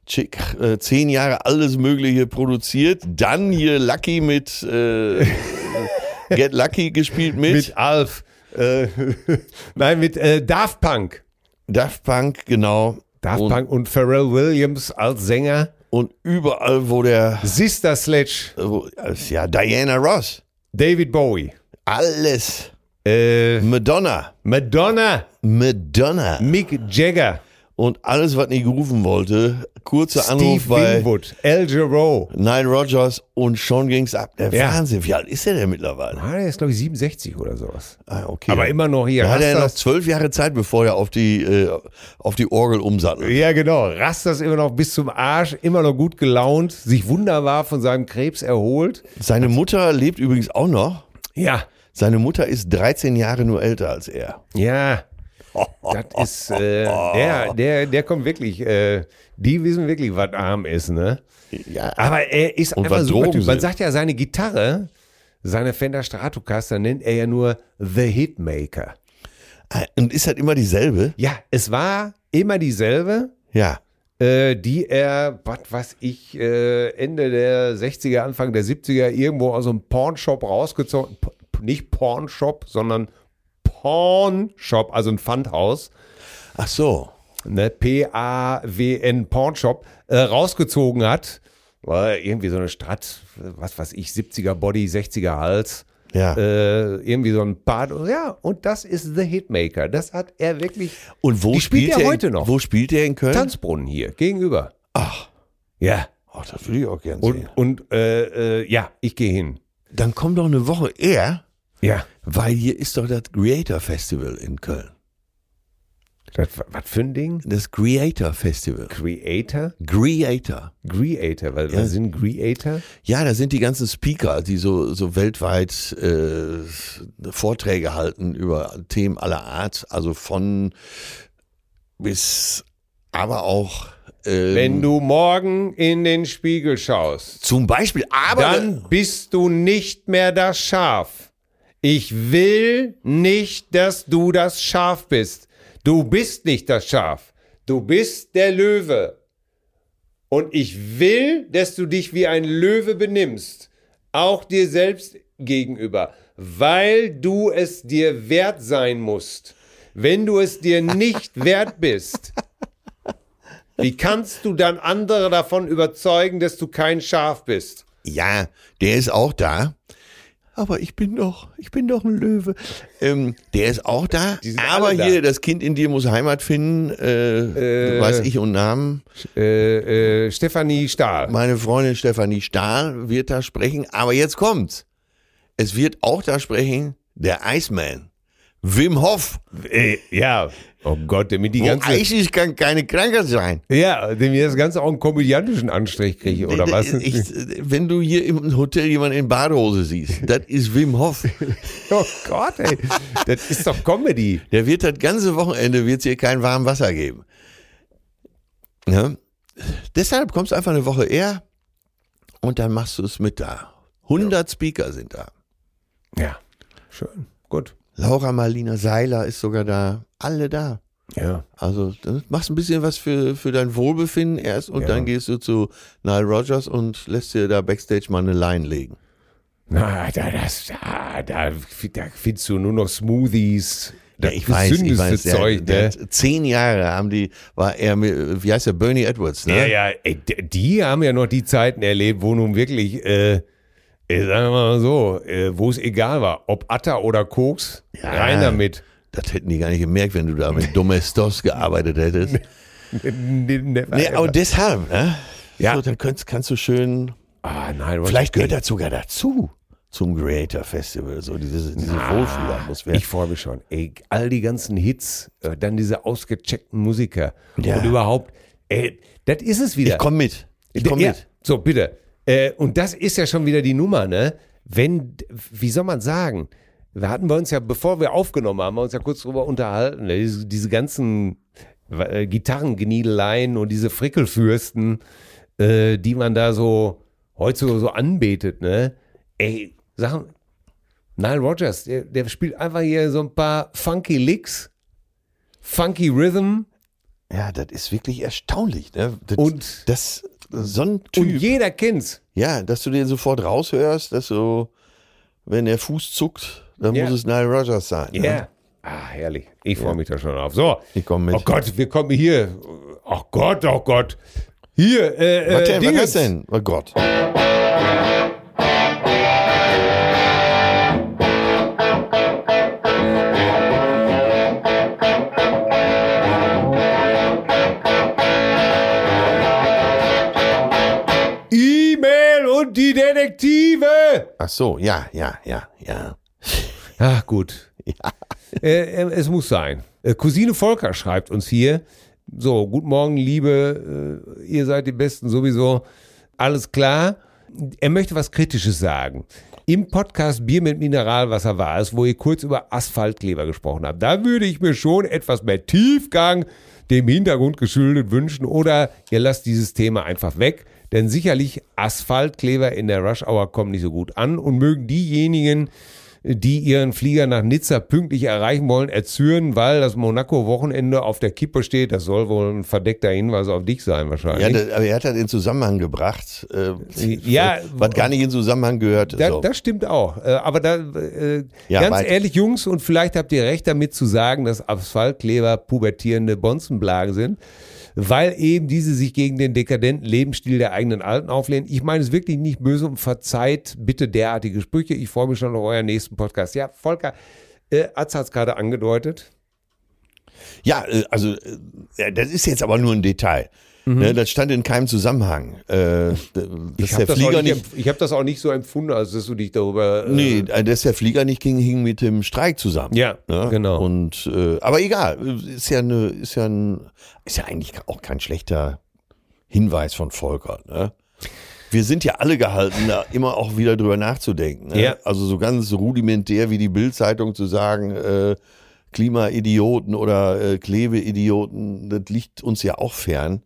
Speaker 2: Chick, äh, zehn Jahre alles Mögliche produziert, dann hier Lucky mit äh, Get Lucky gespielt mit,
Speaker 1: Mit Alf. Äh, Nein, mit äh, Daft Punk.
Speaker 2: Daft Punk, genau.
Speaker 1: Daft
Speaker 2: und,
Speaker 1: Punk und Pharrell Williams als Sänger.
Speaker 2: und überall, wo der,
Speaker 1: Sister Sledge,
Speaker 2: wo, äh, ja, Diana Ross,
Speaker 1: David Bowie,
Speaker 2: alles.
Speaker 1: äh,
Speaker 2: Madonna,
Speaker 1: Madonna,
Speaker 2: Madonna.
Speaker 1: Mick Jagger,
Speaker 2: Und alles, was nie gerufen wollte, kurzer Anruf
Speaker 1: Steve
Speaker 2: bei
Speaker 1: Winwood, El Giro.
Speaker 2: Nile Rogers und schon ging's ab. Der
Speaker 1: Ja.
Speaker 2: Wahnsinn, wie alt ist der denn mittlerweile?
Speaker 1: Ah, der ist, glaube ich, 67 oder sowas.
Speaker 2: Ah, okay.
Speaker 1: Aber immer noch hier.
Speaker 2: Da hat er ja noch
Speaker 1: Rastas-
Speaker 2: zwölf Jahre Zeit, bevor er auf die, äh, auf die Orgel umsattelt.
Speaker 1: ja, genau. Rastas immer noch bis zum Arsch, immer noch gut gelaunt, sich wunderbar von seinem Krebs erholt.
Speaker 2: Seine Mutter lebt übrigens auch noch.
Speaker 1: Ja.
Speaker 2: Seine Mutter ist 13 Jahre nur älter als er.
Speaker 1: Ja. Das ist, äh, der, der, der kommt wirklich, äh, die wissen wirklich, was arm ist, ne?
Speaker 2: Ja,
Speaker 1: Aber er ist
Speaker 2: Und
Speaker 1: einfach
Speaker 2: was
Speaker 1: super
Speaker 2: Drogen
Speaker 1: Typ. Man
Speaker 2: sind.
Speaker 1: sagt ja, seine Gitarre, seine Fender Stratocaster nennt er ja nur The Hitmaker.
Speaker 2: und ist halt immer dieselbe.
Speaker 1: Ja, es war immer dieselbe,
Speaker 2: Ja.
Speaker 1: äh, die er, was weiß ich, äh, Ende der 60er, Anfang der 70er irgendwo aus einem Pornshop rausgezogen, P p- nicht Pornshop, sondern Pornshop, also ein Pfandhaus,
Speaker 2: Ach so.
Speaker 1: ne, P-A-W-N Pornshop, äh, rausgezogen hat. War irgendwie so eine Stadt, was weiß ich, 70er Body, 60er Hals.
Speaker 2: Ja.
Speaker 1: Äh, irgendwie so ein Part. Ja, und das ist The Hitmaker. Das hat er wirklich.
Speaker 2: und wo
Speaker 1: die spielt er
Speaker 2: in-
Speaker 1: heute noch.
Speaker 2: Wo spielt er in Köln?
Speaker 1: Tanzbrunnen hier, gegenüber.
Speaker 2: Ach,
Speaker 1: Ja.
Speaker 2: ach, das würde ich auch gerne sehen.
Speaker 1: Und, und äh, äh, ja, ich gehe hin.
Speaker 2: Dann komm doch eine Woche eher,
Speaker 1: Ja.
Speaker 2: weil hier ist doch das Creator Festival in Köln.
Speaker 1: Das, was für ein Ding?
Speaker 2: Das Creator Festival.
Speaker 1: Creator?
Speaker 2: Creator.
Speaker 1: Creator. Was, was sind Creator?
Speaker 2: Ja, da sind die ganzen Speaker, die so, so weltweit äh, Vorträge halten über Themen aller Art, also von bis, aber auch ähm,
Speaker 1: Wenn du morgen in den Spiegel schaust,
Speaker 2: zum Beispiel, aber
Speaker 1: dann bist du nicht mehr das Schaf. Ich will nicht, dass du das Schaf bist. Du bist nicht das Schaf. Du bist der Löwe. Und ich will, dass du dich wie ein Löwe benimmst, auch dir selbst gegenüber, weil du es dir wert sein musst. Wenn du es dir nicht wert bist, wie kannst du dann andere davon überzeugen, dass du kein Schaf bist?
Speaker 2: ja, der ist auch da. Aber ich bin doch, ich bin doch ein Löwe. Ähm, der ist auch da.
Speaker 1: Die sind
Speaker 2: Aber
Speaker 1: alle da.
Speaker 2: hier, das Kind in dir muss Heimat finden, äh,
Speaker 1: Äh.
Speaker 2: weiß ich und Namen.
Speaker 1: äh, äh, Stefanie Stahl.
Speaker 2: Meine Freundin Stefanie Stahl wird da sprechen, aber jetzt kommt's. Es wird auch da sprechen der Iceman. Wim Hof.
Speaker 1: Äh, ja, oh Gott, damit die
Speaker 2: Wo
Speaker 1: ganze.
Speaker 2: Eis ist, kann keine Krankheit sein.
Speaker 1: ja, damit das Ganze auch einen komödiantischen Anstrich kriege, oder was?
Speaker 2: Ich, wenn du hier im Hotel jemanden in Badehose siehst, das ist Wim Hof.
Speaker 1: oh Gott, ey. Das ist doch Comedy.
Speaker 2: Der wird das ganze Wochenende wird's hier kein warmes Wasser geben. Ne? Deshalb kommst du einfach eine Woche eher und dann machst du es mit da. 100 Speaker sind da.
Speaker 1: Ja. Schön. Gut.
Speaker 2: Laura Marlina Seiler ist sogar da. Alle da.
Speaker 1: Ja.
Speaker 2: Also dann machst ein bisschen was für, für dein Wohlbefinden erst und
Speaker 1: Ja.
Speaker 2: dann gehst du zu Nile Rogers und lässt dir da Backstage mal eine Line legen.
Speaker 1: Na, da, das, da, da, da findest du nur noch Smoothies. Das gesündeste
Speaker 2: der-
Speaker 1: Zeug,
Speaker 2: der
Speaker 1: ne?
Speaker 2: hat zehn Jahre haben die, war er, mit- wie heißt der, Bernie Edwards, ne?
Speaker 1: Ja, ja, ey, d- die haben ja noch die Zeiten erlebt, wo nun wirklich, äh, äh, sagen wir mal so, äh, wo es egal war, ob Atta oder Koks,
Speaker 2: Ja.
Speaker 1: rein damit.
Speaker 2: Das hätten die gar nicht gemerkt, wenn du da mit Domestos gearbeitet hättest. Nee, aber deshalb, ne?
Speaker 1: Ja.
Speaker 2: So, dann kannst, kannst du schön,
Speaker 1: ah, nein, was-
Speaker 2: vielleicht gehört das sogar dazu, zum Creator Festival, so diese, diese Wohlfühlatmosphäre.
Speaker 1: Ich freue mich schon. Ey, all die ganzen Hits, äh, dann diese ausgecheckten Musiker
Speaker 2: Ja.
Speaker 1: und überhaupt, ey, das ist es wieder.
Speaker 2: Ich komm mit. Ich komm
Speaker 1: Ja,
Speaker 2: mit.
Speaker 1: So, bitte. Äh, und das ist ja schon wieder die Nummer, ne? Wenn, wie soll man sagen, Da hatten wir uns ja, bevor wir aufgenommen haben, haben wir uns ja kurz drüber unterhalten. ne? Diese, diese ganzen äh, Gitarrengeniedeleien und diese Frickelfürsten, äh, die man da so heutzutage so anbetet, ne? Ey, Sachen. Nile Rogers, der, der spielt einfach hier so ein paar funky Licks, funky Rhythm
Speaker 2: Ja, das ist wirklich erstaunlich. Ne? Das,
Speaker 1: Und-
Speaker 2: das so ein
Speaker 1: und
Speaker 2: Typ,
Speaker 1: jeder kennt's.
Speaker 2: ja, dass du den sofort raushörst, dass so, wenn der Fuß zuckt, dann
Speaker 1: Ja.
Speaker 2: muss es Nile Rogers sein.
Speaker 1: Ja.
Speaker 2: Ne?
Speaker 1: Ah, herrlich. Ich freue mich da schon auf. So.
Speaker 2: Ich komm mit.
Speaker 1: Oh Gott, wir kommen hier. Oh Gott, oh Gott. Hier, äh,
Speaker 2: Was,
Speaker 1: äh,
Speaker 2: denn, was
Speaker 1: Dingens.
Speaker 2: ist denn? Oh Gott.
Speaker 1: E-Mail und die Detektive.
Speaker 2: Ach so, ja, ja, ja, ja.
Speaker 1: Ach Ah, gut. Äh, äh, es muss sein. Äh, Cousine Volker schreibt uns hier. So, guten Morgen, Liebe. Äh, ihr seid die Besten sowieso. Alles klar. Er möchte was Kritisches sagen. Im Podcast Bier mit Mineralwasser war es, wo ihr kurz über Asphaltkleber gesprochen habt. Da würde ich mir schon etwas mehr Tiefgang dem Hintergrund geschuldet wünschen oder ihr lasst dieses Thema einfach weg. Denn sicherlich Asphaltkleber in der Rush Hour kommen nicht so gut an und mögen diejenigen, die ihren Flieger nach Nizza pünktlich erreichen wollen, erzürnen, weil das Monaco-Wochenende auf der Kippe steht. Das soll wohl ein verdeckter Hinweis auf dich sein,
Speaker 2: Ja,
Speaker 1: wahrscheinlich.
Speaker 2: das, aber er hat das in Zusammenhang gebracht, äh,
Speaker 1: Ja,
Speaker 2: was gar nicht in Zusammenhang gehörte.
Speaker 1: Da,
Speaker 2: so.
Speaker 1: Das stimmt auch. Äh, Aber da, äh,
Speaker 2: Ja,
Speaker 1: ganz
Speaker 2: weit-
Speaker 1: ehrlich, Jungs, und vielleicht habt ihr recht damit zu sagen, dass Asphaltkleber pubertierende Bonzenblagen sind, weil eben diese sich gegen den dekadenten Lebensstil der eigenen Alten auflehnen. Ich meine es wirklich nicht böse und verzeiht bitte derartige Sprüche. Ich freue mich schon auf euren nächsten Podcast. Ja, Volker, äh, Atz hat es gerade angedeutet.
Speaker 2: Ja, äh, also äh, ja, das ist jetzt aber nur ein Detail. Ne, das stand in keinem Zusammenhang. Äh, d- dass
Speaker 1: Mhm. hab
Speaker 2: der
Speaker 1: das, auch
Speaker 2: Flieger
Speaker 1: nicht,
Speaker 2: nicht,
Speaker 1: empf- ich hab das auch nicht so empfunden, als dass du dich darüber. Äh,
Speaker 2: nee, äh, dass der Flieger nicht ging, hing mit dem Streik zusammen.
Speaker 1: Ja,
Speaker 2: Ne?
Speaker 1: genau.
Speaker 2: Und äh, aber egal, äh, ist ja eine, ist ja ein, ist ja eigentlich auch kein schlechter Hinweis von Volker. Ne? Wir sind ja alle gehalten, da immer auch wieder drüber nachzudenken. Ne?
Speaker 1: Ja.
Speaker 2: Also so ganz rudimentär wie die Bildzeitung zu sagen. Äh, Klimaidioten oder äh, Klebeidioten, das liegt uns ja auch fern.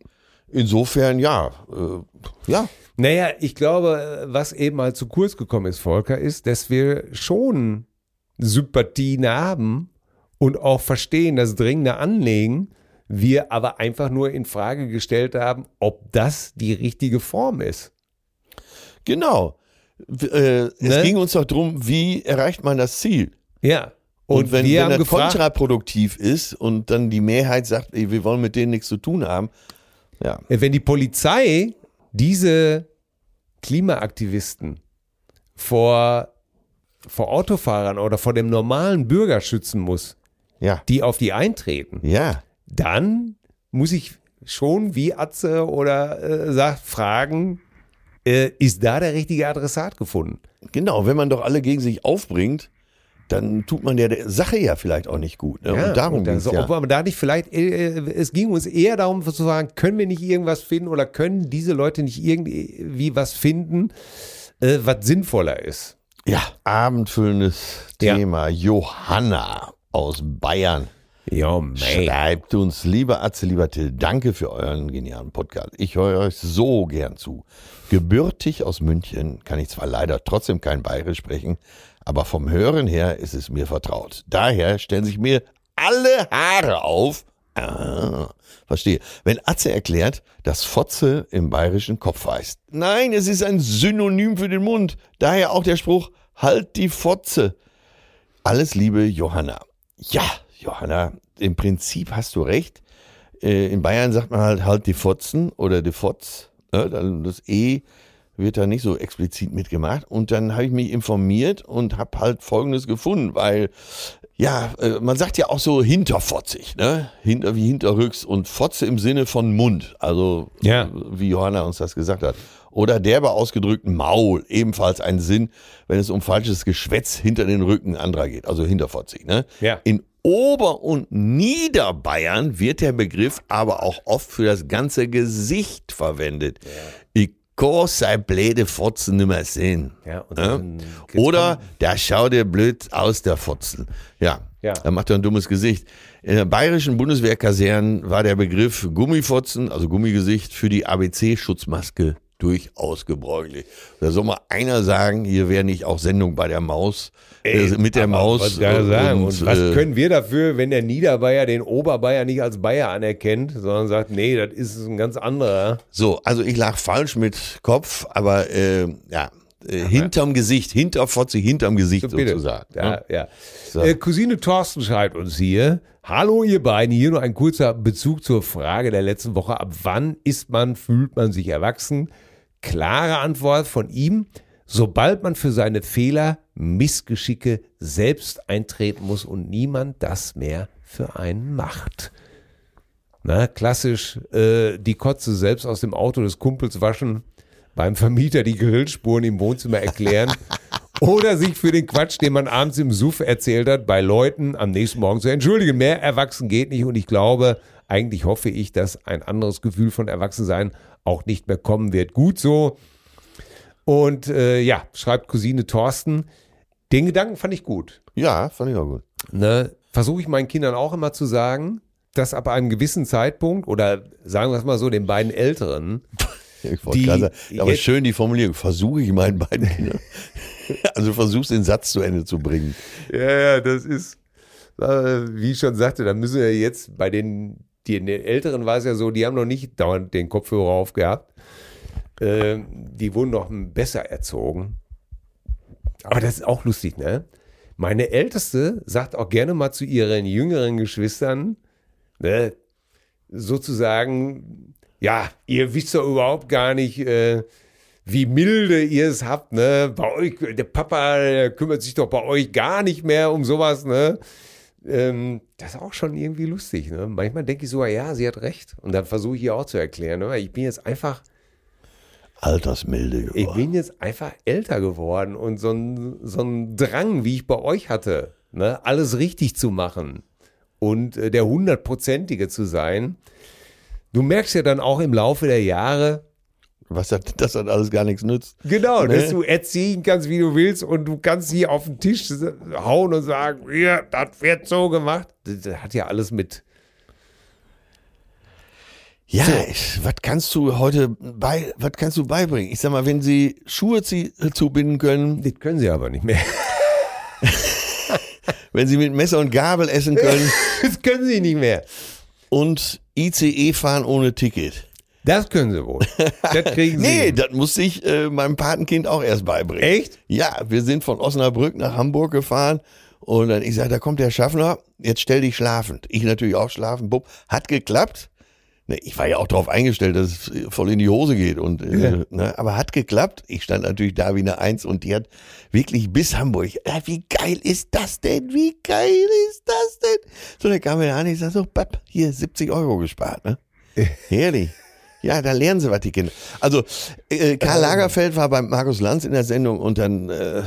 Speaker 2: Insofern ja, äh, ja,
Speaker 1: Naja, ich glaube, was eben mal zu kurz gekommen ist, Volker, ist, dass wir schon Sympathien haben und auch verstehen, das dringende Anlegen, wir aber einfach nur in Frage gestellt haben, ob das die richtige Form ist.
Speaker 2: genau. W- Äh,
Speaker 1: Ne?
Speaker 2: Es ging uns doch drum, wie erreicht man das Ziel?
Speaker 1: Ja.
Speaker 2: Und, wenn,
Speaker 1: wir
Speaker 2: wenn
Speaker 1: haben
Speaker 2: das
Speaker 1: gefragt,
Speaker 2: kontraproduktiv ist und dann die Mehrheit sagt, ey, wir wollen mit denen nichts zu tun haben, ja,
Speaker 1: wenn die Polizei diese Klimaaktivisten vor, vor Autofahrern oder vor dem normalen Bürger schützen muss,
Speaker 2: ja,
Speaker 1: die auf die eintreten,
Speaker 2: ja,
Speaker 1: dann muss ich schon wie Atze oder äh, sagt, fragen, äh, ist da der richtige Adressat gefunden?
Speaker 2: genau. Wenn man doch alle gegen sich aufbringt, dann tut man der- der Sache ja vielleicht auch nicht gut. Ne? und darum
Speaker 1: dann
Speaker 2: geht's
Speaker 1: so,
Speaker 2: ja.
Speaker 1: Ob man da nicht vielleicht, äh, äh, es ging uns eher darum zu sagen, können wir nicht irgendwas finden oder können diese Leute nicht irgendwie was finden, äh, was sinnvoller ist?
Speaker 2: Ja, abendfüllendes
Speaker 1: Ja.
Speaker 2: Thema. Johanna aus Bayern oh,
Speaker 1: Ja, mate.
Speaker 2: schreibt uns, lieber Atze, lieber Till, danke für euren genialen Podcast. Ich höre euch so gern zu. Gebürtig aus München kann ich zwar leider trotzdem kein Bayerisch sprechen, aber vom Hören her ist es mir vertraut. Daher stellen sich mir alle Haare auf. Ah, verstehe. Wenn Atze erklärt, dass Fotze im bayerischen Kopf heißt. Nein, es ist ein Synonym für den Mund. Daher auch der Spruch, halt die Fotze. Alles Liebe, Johanna. Ja, Johanna, im Prinzip hast du recht. Äh, In Bayern sagt man halt halt die Fotzen oder die Fotz. Ne? Dann Das E wird da nicht so explizit mitgemacht. Und dann habe ich mich informiert und habe halt Folgendes gefunden, weil ja, äh, man sagt ja auch so hinterfotzig, ne? Hinter wie hinterrücks und Fotze im Sinne von Mund, also
Speaker 1: Ja.
Speaker 2: wie Johanna uns das gesagt hat. Oder derbe ausgedrückt Maul, ebenfalls ein Sinn, wenn es um falsches Geschwätz hinter den Rücken anderer geht, also hinterfotzig, ne?
Speaker 1: Ja.
Speaker 2: In Ober- und Niederbayern wird der Begriff aber auch oft für das ganze Gesicht verwendet. Ich kannst sein blöde Fotzen nicht mehr sehen.
Speaker 1: Ja, und
Speaker 2: Ja? Oh,
Speaker 1: dann geht's
Speaker 2: Oder der schaut dir blöd aus, der Fotzen. Ja.
Speaker 1: Ja.
Speaker 2: Da macht er ein dummes Gesicht. In der bayerischen Bundeswehrkaserne war der Begriff Gummifotzen, also Gummigesicht, für die ABC-Schutzmaske durchaus gebräuchlich. Da soll mal einer sagen, hier wäre nicht auch Sendung bei der Maus, äh, mit der Maus.
Speaker 1: Was, soll er
Speaker 2: äh,
Speaker 1: sagen? Und, was
Speaker 2: äh,
Speaker 1: können wir dafür, wenn der Niederbayer den Oberbayer nicht als Bayer anerkennt, sondern sagt, nee, das ist ein ganz anderer.
Speaker 2: So, also ich lag falsch mit Kopf, aber äh, ja, äh, hinterm Gesicht, hinter Fotze, hinterm Gesicht
Speaker 1: Bitte.
Speaker 2: sozusagen. ne?
Speaker 1: Ja, ja. Äh, Cousine Thorsten schreibt uns hier. Hallo ihr beiden, hier nur ein kurzer Bezug zur Frage der letzten Woche. Ab wann ist man, fühlt man sich erwachsen? Klare Antwort von ihm, sobald man für seine Fehler, Missgeschicke selbst eintreten muss und niemand das mehr für einen macht. Na, klassisch äh, die Kotze selbst aus dem Auto des Kumpels waschen, beim Vermieter die Grillspuren im Wohnzimmer erklären oder sich für den Quatsch, den man abends im Suff erzählt hat, bei Leuten am nächsten Morgen zu entschuldigen. Mehr erwachsen geht nicht und ich glaube, eigentlich hoffe ich, dass ein anderes Gefühl von Erwachsensein auch nicht mehr kommen wird. Gut so. Und äh, ja, schreibt Cousine Thorsten, den Gedanken fand ich gut
Speaker 2: Ja, fand ich auch gut.
Speaker 1: ne, versuche ich meinen Kindern auch immer zu sagen, dass ab einem gewissen Zeitpunkt oder sagen wir es mal so, den beiden Älteren,
Speaker 2: Ich
Speaker 1: Die-
Speaker 2: wollte gerade sagen, aber
Speaker 1: jetzt-
Speaker 2: schön die Formulierung. Versuche ich meinen beiden Kindern. Also versuch's den Satz zu Ende zu bringen.
Speaker 1: ja, ja, das ist, äh, wie ich schon sagte, da müssen wir jetzt bei den, die, den Älteren war es ja so, die haben noch nicht dauernd den Kopfhörer aufgehabt. Ähm, die wurden noch besser erzogen. Aber das ist auch lustig, ne? Meine Älteste sagt auch gerne mal zu ihren jüngeren Geschwistern, ne, sozusagen, ja, ihr wisst doch überhaupt gar nicht, äh, wie milde ihr es habt, ne? Bei euch, der Papa der kümmert sich doch bei euch gar nicht mehr um sowas, ne? Ähm, das ist auch schon irgendwie lustig, ne? Manchmal denke ich sogar, ja, sie hat recht. Und dann versuche ich ihr auch zu erklären, ne? Ich bin jetzt einfach,
Speaker 2: Altersmilde
Speaker 1: ich
Speaker 2: geworden.
Speaker 1: bin jetzt einfach älter geworden und so ein, so ein Drang, wie ich bei euch hatte, ne? alles richtig zu machen und äh, der Hundertprozentige zu sein. Du merkst ja dann auch im Laufe der Jahre,
Speaker 2: Was hat, das hat alles gar nichts nützt.
Speaker 1: Genau,
Speaker 2: Ne?
Speaker 1: dass du erziehen kannst, wie du willst und du kannst hier auf den Tisch hauen und sagen, hier, das wird so gemacht. Das das hat ja alles mit.
Speaker 2: Ja, ich, was kannst du heute bei, was kannst du beibringen? Ich sag mal, wenn sie Schuhe zie- zubinden können,
Speaker 1: Das können sie aber nicht mehr.
Speaker 2: wenn sie mit Messer und Gabel essen können
Speaker 1: Das können sie nicht mehr.
Speaker 2: und ICE fahren ohne Ticket.
Speaker 1: Das können sie wohl. Das kriegen sie.
Speaker 2: Nee,
Speaker 1: hin.
Speaker 2: das musste ich äh, meinem Patenkind auch erst beibringen.
Speaker 1: Echt?
Speaker 2: Ja, wir sind von Osnabrück nach Hamburg gefahren und dann ich sage, da kommt der Schaffner, jetzt stell dich schlafend. Ich natürlich auch schlafen, bupp, hat geklappt. Ne, Ich war ja auch darauf eingestellt, dass es äh, voll in die Hose geht. Und, äh,
Speaker 1: Ja.
Speaker 2: ne, aber hat geklappt. Ich stand natürlich da wie eine Eins und die hat wirklich bis Hamburg. Ja, wie geil ist das denn? Wie geil ist das denn? So, dann kam er da an, ich sag so, Papp, hier 70 Euro gespart. Ne? Herrlich. Ja, da lernen sie was, die Kinder. Also, äh, Karl Lagerfeld war bei Markus Lanz in der Sendung und dann, äh,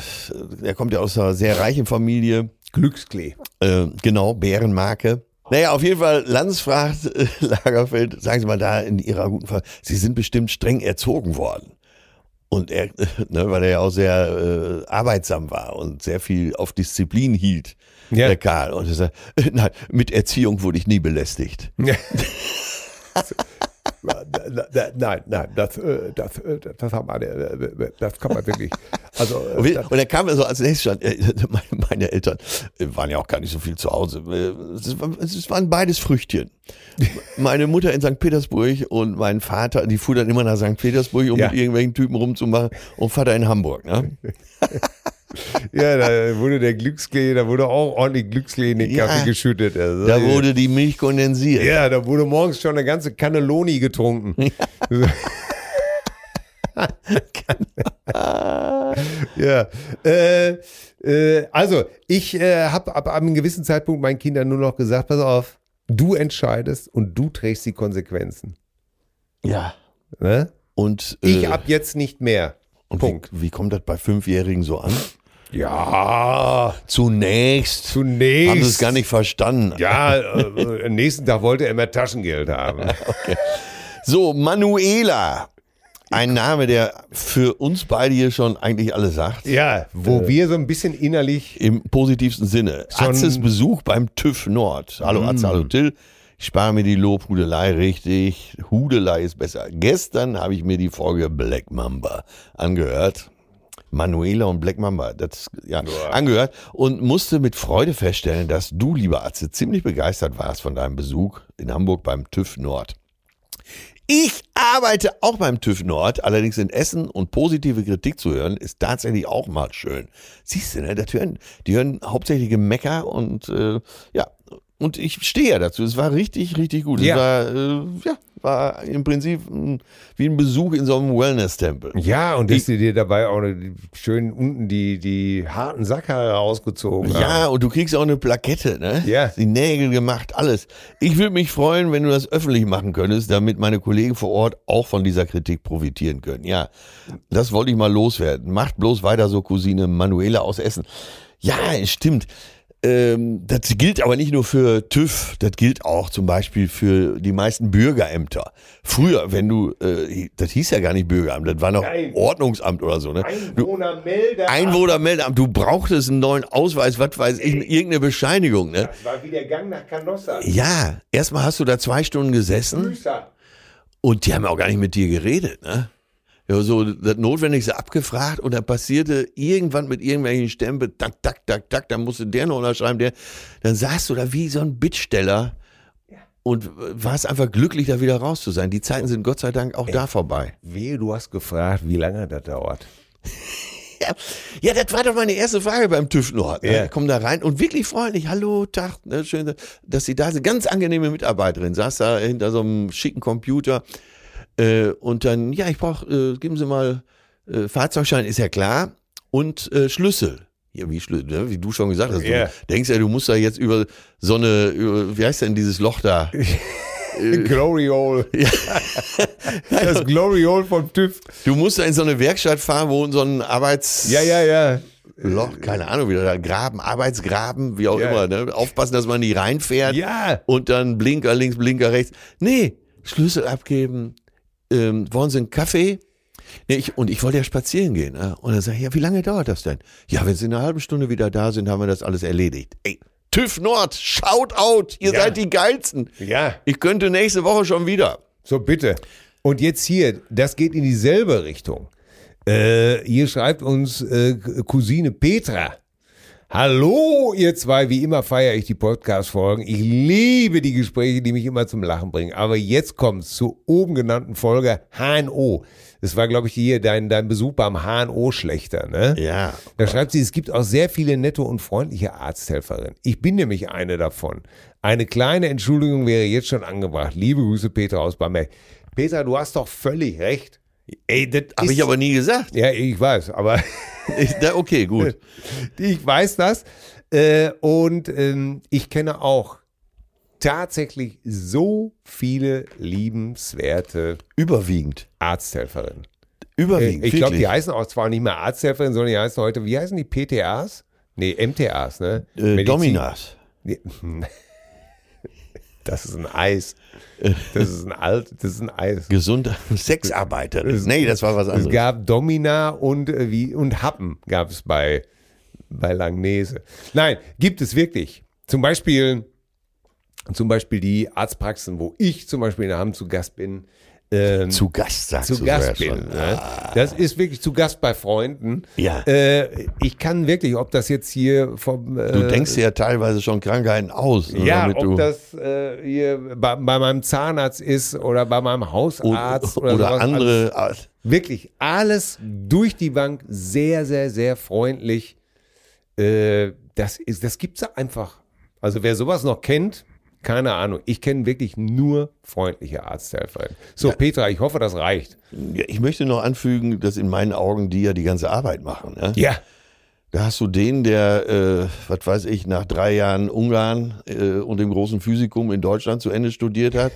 Speaker 2: er kommt ja aus einer sehr reichen Familie,
Speaker 1: Glücksklee.
Speaker 2: äh, genau, Bärenmarke. Naja, auf jeden Fall, Lanz fragt äh, Lagerfeld, sagen Sie mal da in Ihrer guten Frage, Sie sind bestimmt streng erzogen worden. Und er, ne, weil er ja auch sehr äh, arbeitsam war und sehr viel auf Disziplin hielt,
Speaker 1: Ja.
Speaker 2: der Karl. Und er sagt, äh, nein, mit Erziehung wurde ich nie belästigt.
Speaker 1: Nein, nein, das, äh, das, äh, das, haben alle, äh, das kann man wirklich. Also, äh,
Speaker 2: Und, wir,
Speaker 1: das-
Speaker 2: und dann kam er so als nächstes schon, äh, meine, meine Eltern äh, waren ja auch gar nicht so viel zu Hause. Äh, Es, war- es waren beides Früchtchen. Meine Mutter in St. Petersburg und mein Vater, die fuhr dann immer nach St. Petersburg, um
Speaker 1: Ja.
Speaker 2: mit irgendwelchen Typen rumzumachen und Vater in Hamburg. Ne?
Speaker 1: ja, da wurde der Glücksklee, da wurde auch ordentlich Glücksklee in den
Speaker 2: Ja.
Speaker 1: Kaffee geschüttet. Also,
Speaker 2: Da wurde die Milch kondensiert.
Speaker 1: Ja, da wurde morgens schon eine ganze Cannelloni getrunken. ja. Äh, äh, also, ich äh, habe ab einem gewissen Zeitpunkt meinen Kindern nur noch gesagt, pass auf, du entscheidest und du trägst die Konsequenzen.
Speaker 2: Ja.
Speaker 1: Ne?
Speaker 2: Und, äh,
Speaker 1: Ich ab jetzt nicht mehr.
Speaker 2: und wie,
Speaker 1: Punkt.
Speaker 2: wie kommt das bei Fünfjährigen so an?
Speaker 1: Ja,
Speaker 2: Zunächst,
Speaker 1: zunächst.
Speaker 2: haben sie es gar nicht verstanden.
Speaker 1: Ja, äh, am nächsten Tag wollte er mehr Taschengeld haben.
Speaker 2: So, Manuela Ein Name, der für uns beide hier schon eigentlich alles sagt.
Speaker 1: Ja, wo
Speaker 2: Äh.
Speaker 1: wir so ein bisschen innerlich.
Speaker 2: Im positivsten Sinne.
Speaker 1: Schon-
Speaker 2: Atzes Besuch beim TÜV Nord. Hallo Atze, hallo Till. Ich spare mir die Lobhudelei richtig. Hudelei ist besser. Gestern habe ich mir die Folge Black Mamba angehört. Manuela und Black Mamba, das ja, angehört und musste mit Freude feststellen, dass du, lieber Atze, ziemlich begeistert warst von deinem Besuch in Hamburg beim TÜV Nord. Ich arbeite auch beim TÜV Nord, allerdings in Essen und positive Kritik zu hören, ist tatsächlich auch mal schön. Siehst du, ne? Das hören, die hören hauptsächlich Gemecker und äh, ja, und ich stehe ja dazu. Es war richtig, richtig gut.
Speaker 1: Ja.
Speaker 2: Es war, äh, ja, war im Prinzip mm, wie ein Besuch in so einem Wellness-Tempel.
Speaker 1: Ja, und dass sie dir dabei auch schön unten die, die harten Sackhaare rausgezogen
Speaker 2: Ja, und du kriegst auch eine Plakette, ne?
Speaker 1: Ja.
Speaker 2: Die Nägel gemacht, alles. Ich würde mich freuen, wenn du das öffentlich machen könntest, damit meine Kollegen vor Ort auch von dieser Kritik profitieren können. Ja, das wollte ich mal loswerden. Macht bloß weiter so, Cousine Manuela aus Essen. Ja, es stimmt. Ähm, das gilt aber nicht nur für TÜV, das gilt auch zum Beispiel für die meisten Bürgerämter. Früher, wenn du, äh, das hieß ja gar nicht Bürgeramt, das war noch
Speaker 1: Nein.
Speaker 2: Ordnungsamt oder so, ne? Du,
Speaker 1: Einwohnermelder.
Speaker 2: Einwohnermeldeamt, du brauchtest einen neuen Ausweis, was weiß ich, irgendeine Bescheinigung, ne?
Speaker 1: Das war wie der Gang nach Canossa.
Speaker 2: Ja, erstmal hast du da zwei Stunden
Speaker 1: Mhm.
Speaker 2: gesessen und die haben auch gar nicht mit dir geredet, ne? Ja, so das Notwendigste abgefragt und da passierte irgendwann mit irgendwelchen Stempel, tak, tak, tak, tak, dann musste der noch unterschreiben, der, dann saß du da wie so ein Bittsteller und warst einfach glücklich, da wieder raus zu sein. Die Zeiten sind Gott sei Dank auch da vorbei.
Speaker 1: Wehe, du hast gefragt, wie lange das dauert.
Speaker 2: Ja, ja, das war doch meine erste Frage beim TÜV Nord. Ne?
Speaker 1: Ja.
Speaker 2: Ich Komm da rein und wirklich freundlich, hallo, Tag, ne? schön, dass Sie da sind. Ganz angenehme Mitarbeiterin, saß da hinter so einem schicken Computer äh, und dann, ja, ich brauche, äh, geben Sie mal äh, Fahrzeugschein, ist ja klar und äh, Schlüssel. Ja, wie, Schlüssel, ne? wie du schon gesagt hast,
Speaker 1: Ja.
Speaker 2: du denkst ja, du musst da jetzt über so eine, über, wie heißt denn dieses Loch da?
Speaker 1: Äh. Glory Hole. Das Glory Hole vom TÜV.
Speaker 2: Du musst da in so eine Werkstatt fahren, wo so ein Arbeits...
Speaker 1: Ja, ja, ja.
Speaker 2: Loch, keine Ahnung, wieder da Graben, Arbeitsgraben, wie auch
Speaker 1: Ja.
Speaker 2: immer. Ne? Aufpassen, dass man nicht reinfährt
Speaker 1: Ja.
Speaker 2: und dann Blinker links, Blinker rechts. Nee, Schlüssel abgeben. Ähm, wollen Sie einen Kaffee? Nee, ich, und ich wollte ja spazieren gehen. Ne? Und dann sage ich, ja, wie lange dauert das denn? Ja, wenn Sie in einer halben Stunde wieder da sind, haben wir das alles erledigt. Ey, TÜV Nord, shout out, ihr
Speaker 1: Ja.
Speaker 2: seid die Geilsten.
Speaker 1: Ja.
Speaker 2: Ich könnte nächste Woche schon wieder.
Speaker 1: So, bitte. Und jetzt hier, das geht in dieselbe Richtung. Äh, hier schreibt uns äh, Cousine Petra. Hallo, ihr zwei. Wie immer feiere ich die Podcast-Folgen. Ich liebe die Gespräche, die mich immer zum Lachen bringen. Aber jetzt kommt's zur oben genannten Folge HNO. Das war, glaube ich, hier dein, dein Besuch beim HNO schlechter, ne?
Speaker 2: Ja.
Speaker 1: Da schreibt sie, es gibt auch sehr viele nette und freundliche Arzthelferinnen. Ich bin nämlich eine davon. Eine kleine Entschuldigung wäre jetzt schon angebracht. Liebe Grüße, Peter aus Bamberg. Peter, du hast doch völlig recht. Ey, das
Speaker 2: Habe ich aber nie gesagt.
Speaker 1: Ja, ich weiß, aber
Speaker 2: Ich, na, okay, gut.
Speaker 1: ich weiß das. Äh, und ähm, ich kenne auch tatsächlich so viele liebenswerte
Speaker 2: Überwiegend.
Speaker 1: Arzthelferinnen.
Speaker 2: Überwiegend.
Speaker 1: Äh, Ich glaube,
Speaker 2: wirklich.
Speaker 1: die heißen auch zwar nicht mehr Arzthelferin, sondern die heißen heute, wie heißen die PTAs? Nee, MTAs, ne?
Speaker 2: äh,
Speaker 1: Medizin-
Speaker 2: Dominas.
Speaker 1: Nee. Das ist ein Eis. Das ist ein alt, das ist ein Eis.
Speaker 2: Gesunde Sexarbeiter.
Speaker 1: Äh,
Speaker 2: Nee, das war was
Speaker 1: Es
Speaker 2: anderes.
Speaker 1: gab Domina und äh, wie und Happen gab es bei bei Langnese. Nein, gibt es wirklich. Zum Beispiel zum Beispiel die Arztpraxen, wo ich zum Beispiel in Hamm zu Gast bin. ähm,
Speaker 2: Zu Gast, sagst
Speaker 1: zu
Speaker 2: du sogar
Speaker 1: Gast bin.
Speaker 2: schon. Ah.
Speaker 1: Ne? Das ist wirklich zu Gast bei Freunden.
Speaker 2: Ja.
Speaker 1: Äh, ich kann wirklich, ob das jetzt hier vom. Äh,
Speaker 2: Du denkst dir ja teilweise schon Krankheiten aus. ne,
Speaker 1: ja,
Speaker 2: damit
Speaker 1: ob
Speaker 2: du,
Speaker 1: das äh, hier bei, bei meinem Zahnarzt ist oder bei meinem
Speaker 2: und,
Speaker 1: Hausarzt
Speaker 2: oder,
Speaker 1: oder, sowas. Also
Speaker 2: andere. Art-
Speaker 1: Wirklich alles durch die Bank sehr, sehr, sehr freundlich. Äh, das ist, das gibt's einfach. Also wer sowas noch kennt, keine Ahnung. Ich kenne wirklich nur freundliche Arzthelfer. So, Petra, ich hoffe, das reicht.
Speaker 2: Ja, ich möchte noch anfügen, dass in meinen Augen die ja die ganze Arbeit machen. Ne?
Speaker 1: Ja.
Speaker 2: Da hast du den, der, äh, was weiß ich, nach drei Jahren Ungarn äh, und dem großen Physikum in Deutschland zu Ende studiert hat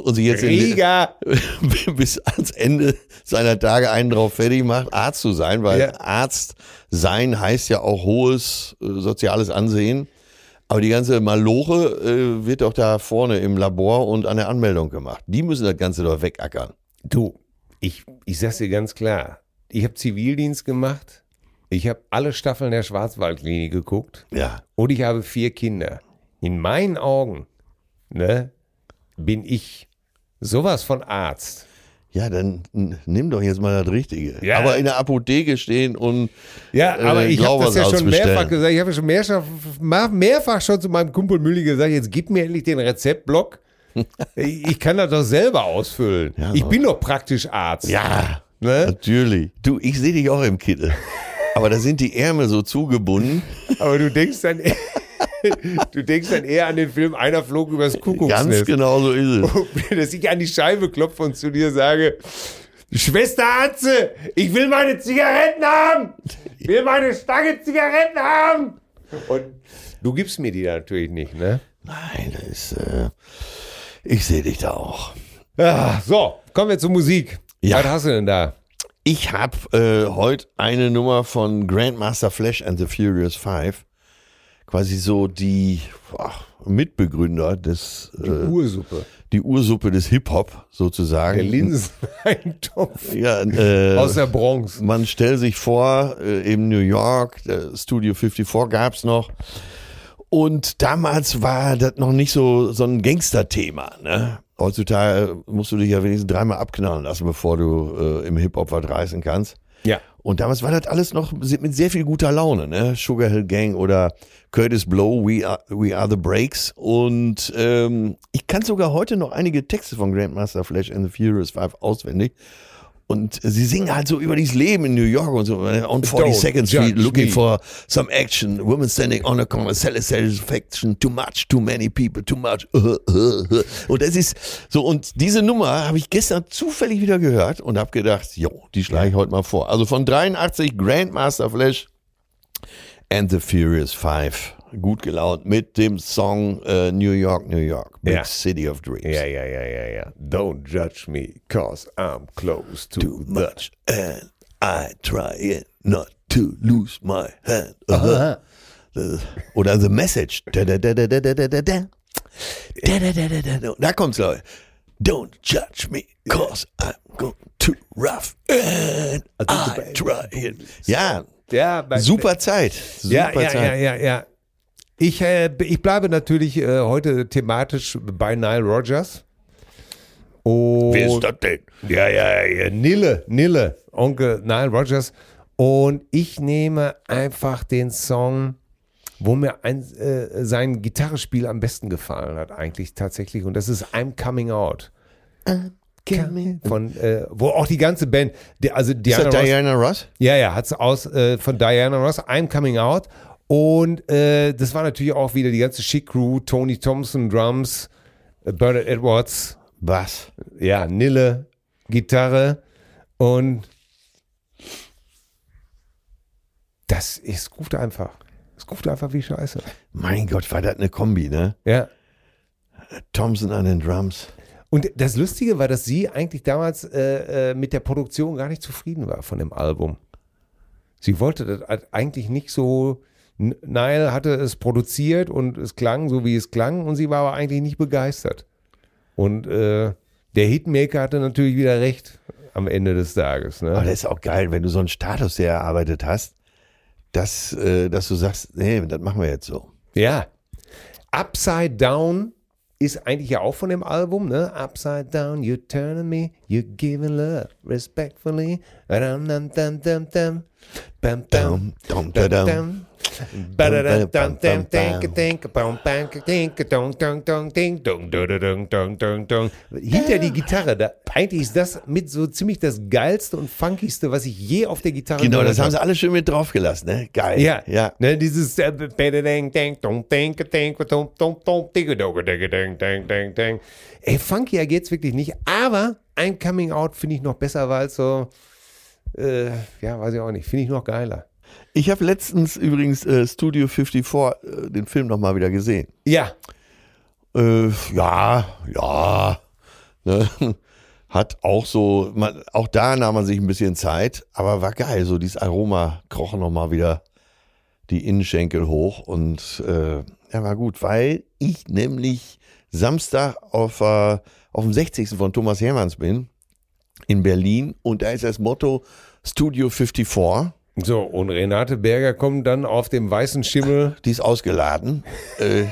Speaker 2: und sich jetzt in,
Speaker 1: Riga.
Speaker 2: bis ans Ende seiner Tage einen drauf fertig macht, Arzt zu sein, weil
Speaker 1: Ja.
Speaker 2: Arzt sein heißt ja auch hohes äh, soziales Ansehen. Aber die ganze Maloche äh, wird doch da vorne im Labor und an der Anmeldung gemacht. Die müssen das Ganze doch wegackern.
Speaker 1: Du, ich, ich sag's dir ganz klar, ich habe Zivildienst gemacht, ich habe alle Staffeln der Schwarzwaldklinik geguckt
Speaker 2: Ja.
Speaker 1: und ich habe vier Kinder. In meinen Augen ne, bin ich sowas von Arzt.
Speaker 2: Ja, dann n- nimm doch jetzt mal das Richtige.
Speaker 1: Ja.
Speaker 2: Aber in der Apotheke stehen und
Speaker 1: Ja,
Speaker 2: Äh,
Speaker 1: aber ich habe das ja
Speaker 2: Glaubensausbestellen.
Speaker 1: schon mehrfach gesagt. Ich habe schon mehrfach, ma- mehrfach schon zu meinem Kumpel Mülli gesagt, jetzt gib mir endlich den Rezeptblock. ich ich kann das doch selber ausfüllen.
Speaker 2: Ja,
Speaker 1: ich
Speaker 2: so.
Speaker 1: bin doch praktisch Arzt.
Speaker 2: ja,
Speaker 1: Ne?
Speaker 2: natürlich. Du, ich sehe dich auch im Kittel. Aber da sind die Ärmel so zugebunden.
Speaker 1: Aber du denkst dann, e- du denkst dann eher an den Film Einer flog übers
Speaker 2: Ganz
Speaker 1: Kuckucksnest.
Speaker 2: genau so ist es.
Speaker 1: Dass ich an die Scheibe klopfe und zu dir sage, Schwester Atze, ich will meine Zigaretten haben! Ich will meine Stange Zigaretten haben! Und du gibst mir die natürlich nicht, ne?
Speaker 2: Nein, das ist, äh, ich sehe dich da auch.
Speaker 1: Ah, so, kommen wir zur Musik.
Speaker 2: Ja.
Speaker 1: Was hast du denn da?
Speaker 2: Ich habe äh, heute eine Nummer von Grandmaster Flash and the Furious Five. Quasi so die boah, Mitbegründer des, äh,
Speaker 1: Ursuppe.
Speaker 2: die Ursuppe des Hip-Hop sozusagen.
Speaker 1: Der Linseneintopf
Speaker 2: Ja, äh,
Speaker 1: aus der Bronx.
Speaker 2: man stellt sich vor, äh, in New York, äh, Studio 54 gab's noch. Und damals war das noch nicht so, so ein Gangster-Thema. Ne? Heutzutage äh, musst du dich ja wenigstens dreimal abknallen lassen, bevor du äh, im Hip-Hop was reißen kannst.
Speaker 1: Ja.
Speaker 2: Und damals war das alles noch mit sehr viel guter Laune, ne? Sugar Hill Gang oder Curtis Blow, We Are, We Are the Breaks. Und ähm, ich kann sogar heute noch einige Texte von Grandmaster Flash and the Furious Five auswendig. Und sie singen halt so über dieses Leben in New York und so. äh, On 42nd
Speaker 1: judge
Speaker 2: Street, looking
Speaker 1: me.
Speaker 2: for some action. Women standing on a corner, selling satisfaction. Too much, too many people, too much. Und das ist so. Und diese Nummer habe ich gestern zufällig wieder gehört und habe gedacht, jo, die schlage ich heute mal vor. Also von 83 Grandmaster Flash and the Furious Five. Gut gelaunt mit dem Song äh, New York, New York. Big
Speaker 1: Ja.
Speaker 2: City of Dreams.
Speaker 1: Ja, ja, ja, ja, ja. Don't judge me, cause I'm close to
Speaker 2: too
Speaker 1: the...
Speaker 2: much and I try it not to lose my hand. Aha. Das- Oder The Message. Da, da, da, da, da, da, da, da, da. Da, da, da, da, da, da. da kommt's, Leute. Don't judge me, cause I'm going too rough and I try it. Ja,
Speaker 1: Ja, bei-
Speaker 2: super Zeit. Super
Speaker 1: Ja, ja,
Speaker 2: Zeit.
Speaker 1: ja, ja, ja. Ich, äh, ich bleibe natürlich äh, heute thematisch bei Nile Rogers. Und
Speaker 2: Wer ist das denn?
Speaker 1: Ja, ja, ja. Nille, Nille, Onkel Nile Rogers. Und ich nehme einfach den Song, wo mir ein, äh, sein Gitarrespiel am besten gefallen hat, eigentlich tatsächlich. Und das ist I'm Coming Out.
Speaker 2: Coming-
Speaker 1: Von, äh, wo auch die ganze Band, die, also
Speaker 2: Ist
Speaker 1: Diana
Speaker 2: das
Speaker 1: Ross,
Speaker 2: Diana Ross?
Speaker 1: ja, ja, hat's aus äh, von Diana Ross, I'm Coming Out. Und äh, das war natürlich auch wieder die ganze Chic-Crew, Tony Thompson, Drums, äh, Bernard Edwards,
Speaker 2: Was?
Speaker 1: ja, Nille, Gitarre und das ist gut einfach. Es ruft einfach wie Scheiße.
Speaker 2: Mein Gott, war das eine Kombi, ne?
Speaker 1: Ja.
Speaker 2: Thompson an den Drums.
Speaker 1: Und das Lustige war, dass sie eigentlich damals äh, äh, mit der Produktion gar nicht zufrieden war von dem Album. Sie wollte das halt eigentlich nicht so. N- Nile hatte es produziert und es klang so, wie es klang, und sie war aber eigentlich nicht begeistert. Und äh, der Hitmaker hatte natürlich wieder recht am Ende des Tages. Ne?
Speaker 2: Aber das ist auch geil, wenn du so einen Status dir erarbeitet hast, dass, äh, dass du sagst, nee, das machen wir jetzt so.
Speaker 1: Ja. Upside Down ist eigentlich ja auch von dem Album, ne? Upside Down, you turning me, you giving love, respectfully. Dum, dum, dum, dum, dum. Bam, bam.
Speaker 2: Dum, dum,
Speaker 1: Dum,
Speaker 2: da, dum.
Speaker 1: dum. Badadum, dum, dum, dink, dink, bum, bum, dink, dong, dong, dong, ding, dong, dududung, dong, dong, dong. Hinter die Gitarre, da, eigentlich ist das mit so ziemlich das geilste und funkigste, was ich je auf der Gitarre
Speaker 2: Genau,
Speaker 1: gehört
Speaker 2: das haben
Speaker 1: habe.
Speaker 2: sie alle schön mit draufgelassen, ne? Geil.
Speaker 1: Ja,
Speaker 2: ja.
Speaker 1: Ne, dieses äh, Badadang, Dang, Dong, Dang, Dang, Dong, Dong, Dong, Dingo, Dongo, Dingo, Dang, Dang, Dang, Dang. Ey, funkier geht's wirklich nicht, aber ein Coming Out finde ich noch besser, weil es so, äh, ja, weiß ich auch nicht, finde ich noch geiler.
Speaker 2: Ich habe letztens übrigens äh, Studio 54 äh, den Film nochmal wieder gesehen.
Speaker 1: Ja,
Speaker 2: Äh, ja, ja. Ne? Hat auch so, man, auch da nahm man sich ein bisschen Zeit, aber war geil. So dieses Aroma kroch nochmal wieder die Innenschenkel hoch und äh, ja, war gut, weil ich nämlich Samstag auf, äh, auf dem 60. von Thomas Hermanns bin in Berlin und da ist das Motto Studio 54.
Speaker 1: So, und Renate Berger kommt dann auf dem weißen Schimmel.
Speaker 2: Die ist ausgeladen. äh,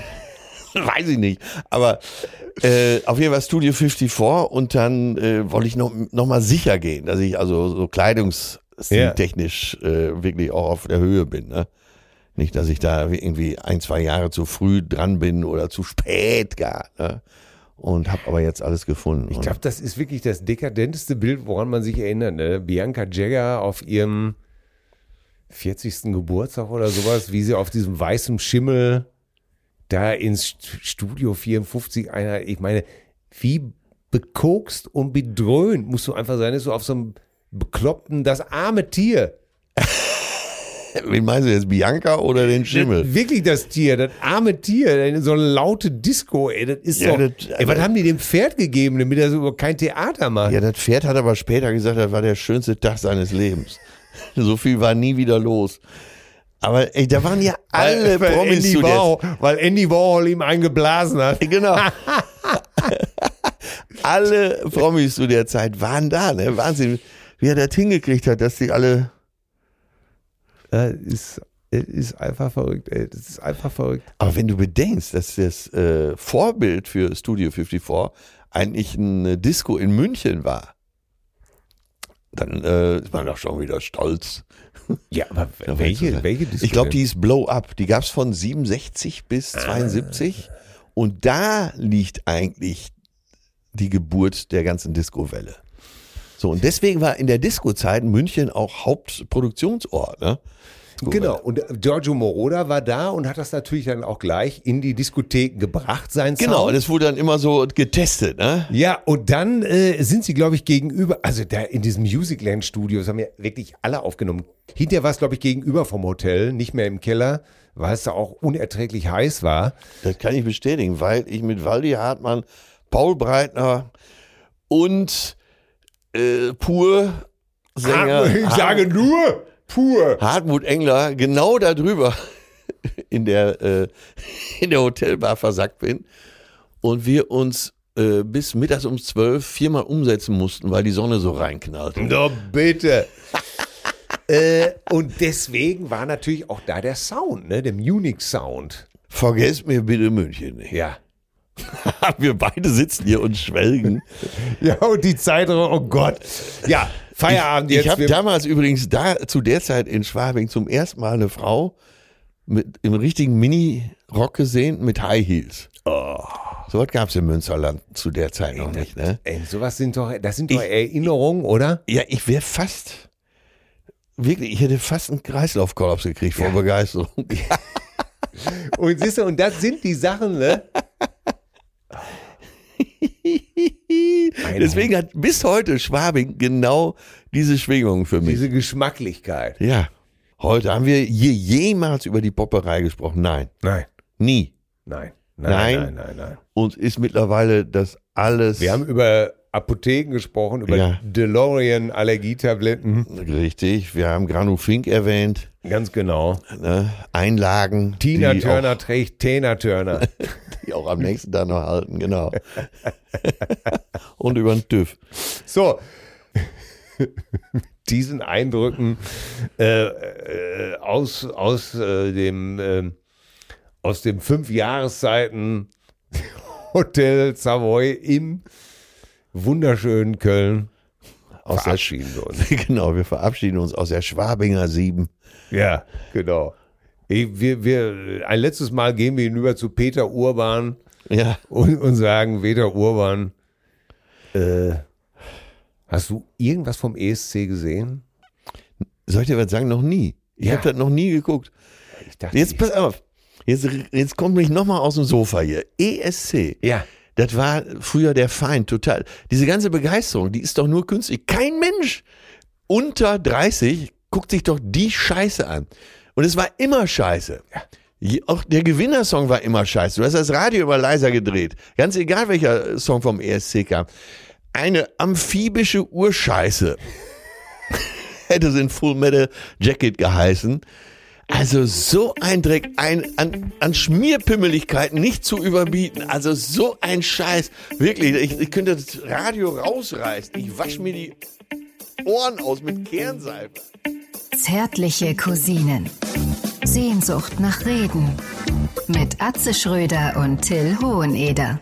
Speaker 2: weiß ich nicht. Aber äh, auf jeden Fall Studio 54 und dann äh, wollte ich noch, noch mal sicher gehen, dass ich also so kleidungstechnisch äh, wirklich auch auf der Höhe bin. Ne? Nicht, dass ich da irgendwie ein, zwei Jahre zu früh dran bin oder zu spät gar. Ne? Und habe aber jetzt alles gefunden.
Speaker 1: Ich glaube, das ist wirklich das dekadenteste Bild, woran man sich erinnert. Ne? Bianca Jagger auf ihrem 40. Geburtstag oder sowas, wie sie auf diesem weißen Schimmel da ins St- Studio 54 einer, ich meine, wie bekokst und bedröhnt musst du einfach sein, dass du auf so einem bekloppten, das arme Tier,
Speaker 2: Und wen meinst du jetzt, Bianca oder den Schimmel?
Speaker 1: wirklich das Tier, das arme Tier, so eine laute Disco, ey, das ist
Speaker 2: Ja,
Speaker 1: doch,
Speaker 2: das-
Speaker 1: ey, was haben die dem Pferd gegeben, damit er so kein Theater macht?
Speaker 2: Ja, das Pferd hat aber später gesagt, das war der schönste Tag seines Lebens. So viel war nie wieder los. Aber ey, da waren ja alle
Speaker 1: weil,
Speaker 2: Promis
Speaker 1: Andy
Speaker 2: zu der
Speaker 1: Warhol, weil Andy Warhol ihm eingeblasen hat.
Speaker 2: Genau. alle Promis zu der Zeit waren da. Ne? Wahnsinn, wie er das hingekriegt hat, dass die alle.
Speaker 1: Das ist, es ist einfach verrückt, ey, das ist einfach verrückt.
Speaker 2: Aber wenn du bedenkst, dass das äh, Vorbild für Studio 54 eigentlich ein äh, Disco in München war, dann äh, ist man doch schon wieder stolz.
Speaker 1: Ja, aber
Speaker 2: Ja,
Speaker 1: welche,
Speaker 2: weiß
Speaker 1: welche Disco
Speaker 2: Ich glaube,
Speaker 1: denn?
Speaker 2: die ist Blow Up. Die gab es von 67 bis 72. Und da liegt eigentlich die Geburt der ganzen Disco-Welle. So, und deswegen war in der Disco-Zeit München auch Hauptproduktionsort. Ne?
Speaker 1: Genau, und Giorgio Moroder war da und hat das natürlich dann auch gleich in die Diskotheken gebracht, sein
Speaker 2: Genau, und
Speaker 1: Sound.
Speaker 2: es wurde dann immer so getestet. Ne?
Speaker 1: Ja, und dann äh, sind sie, glaube ich, gegenüber, also da in diesem Musicland-Studio, das haben ja wirklich alle aufgenommen. Hinterher war es, glaube ich, gegenüber vom Hotel, nicht mehr im Keller, weil es da auch unerträglich heiß war.
Speaker 2: Das kann ich bestätigen, weil ich mit Waldi Hartmann, Paul Breitner und äh, Pur Sänger
Speaker 1: ich sage nur pur.
Speaker 2: Hartmut Engler genau darüber in der, äh, in der Hotelbar versackt bin und wir uns äh, bis mittags um zwölf viermal umsetzen mussten, weil die Sonne so reinknallte.
Speaker 1: Doch bitte. äh, und deswegen war natürlich auch da der Sound, ne? der Munich-Sound.
Speaker 2: Vergesst mir bitte München nicht.
Speaker 1: Ja.
Speaker 2: Wir beide sitzen hier und schwelgen.
Speaker 1: Ja, und die Zeit, oh Gott. Ja,
Speaker 2: Ah
Speaker 1: Feierabend
Speaker 2: Ich
Speaker 1: jetzt.
Speaker 2: habe
Speaker 1: Wir-
Speaker 2: damals übrigens da zu der Zeit in Schwabing zum ersten Mal eine Frau mit im richtigen Mini-Rock gesehen mit High Heels. So was gab es im Münsterland zu der Zeit noch nicht, ne?
Speaker 1: Ey, sowas sind doch, das sind doch Erinnerungen, oder?
Speaker 2: Ja, ich wäre fast, wirklich, ich hätte fast einen Kreislaufkollaps gekriegt vor Begeisterung.
Speaker 1: Und siehst du, und das sind die Sachen, ne?
Speaker 2: Deswegen hat bis heute Schwabing genau diese Schwingung für mich.
Speaker 1: Diese Geschmacklichkeit.
Speaker 2: ja. Heute haben wir hier jemals über die Popperei gesprochen. Nein,
Speaker 1: Nein,
Speaker 2: nie.
Speaker 1: nein,
Speaker 2: Nein.
Speaker 1: nein, nein, nein, nein.
Speaker 2: Uns ist mittlerweile das alles
Speaker 1: Wir haben über Apotheken gesprochen, über
Speaker 2: Ja.
Speaker 1: DeLorean Allergietabletten.
Speaker 2: richtig. Wir haben Granu Fink erwähnt,
Speaker 1: Ganz genau.
Speaker 2: ne? Einlagen,
Speaker 1: Tina
Speaker 2: die,
Speaker 1: Turner trägt Tina Turner.
Speaker 2: Auch, die auch am nächsten Tag noch halten, genau. Und über den TÜV.
Speaker 1: So. Diesen Eindrücken äh, äh, aus, aus, äh, dem, äh, aus dem fünf Jahreszeiten Hotel Savoy im wunderschönen Köln
Speaker 2: Aus der
Speaker 1: verabschieden wir uns.
Speaker 2: Genau, wir verabschieden uns aus der Schwabinger 7.
Speaker 1: Ja, genau. Ich, wir, wir, ein letztes Mal gehen wir hinüber zu Peter Urban
Speaker 2: Ja,
Speaker 1: und, und sagen, Peter Urban, äh, hast du irgendwas vom ESC gesehen?
Speaker 2: soll ich dir was sagen? Noch nie. Ich
Speaker 1: Ja.
Speaker 2: habe das noch nie geguckt.
Speaker 1: Ich dachte,
Speaker 2: Jetzt
Speaker 1: ich-
Speaker 2: pass auf. Jetzt, jetzt kommt mich nochmal aus dem Sofa hier. ESC.
Speaker 1: Ja.
Speaker 2: Das war früher der Feind, total. Diese ganze Begeisterung, die ist doch nur künstlich. Kein Mensch unter 30 guckt sich doch die Scheiße an. Und es war immer Scheiße. Je- Auch der Gewinnersong war immer scheiße. Du hast das Radio immer leiser gedreht. Ganz egal, welcher Song vom ESC kam. Eine amphibische Urscheiße hätte es in Full Metal Jacket geheißen. Also so ein Dreck, ein, an, an Schmierpimmeligkeiten nicht zu überbieten. Also so ein Scheiß. Wirklich, ich, ich könnte das Radio rausreißen. Ich wasche mir die Ohren aus mit Kernseife.
Speaker 3: Zärtliche Cousinen. Sehnsucht nach Reden. Mit Atze Schröder und Till Hoheneder.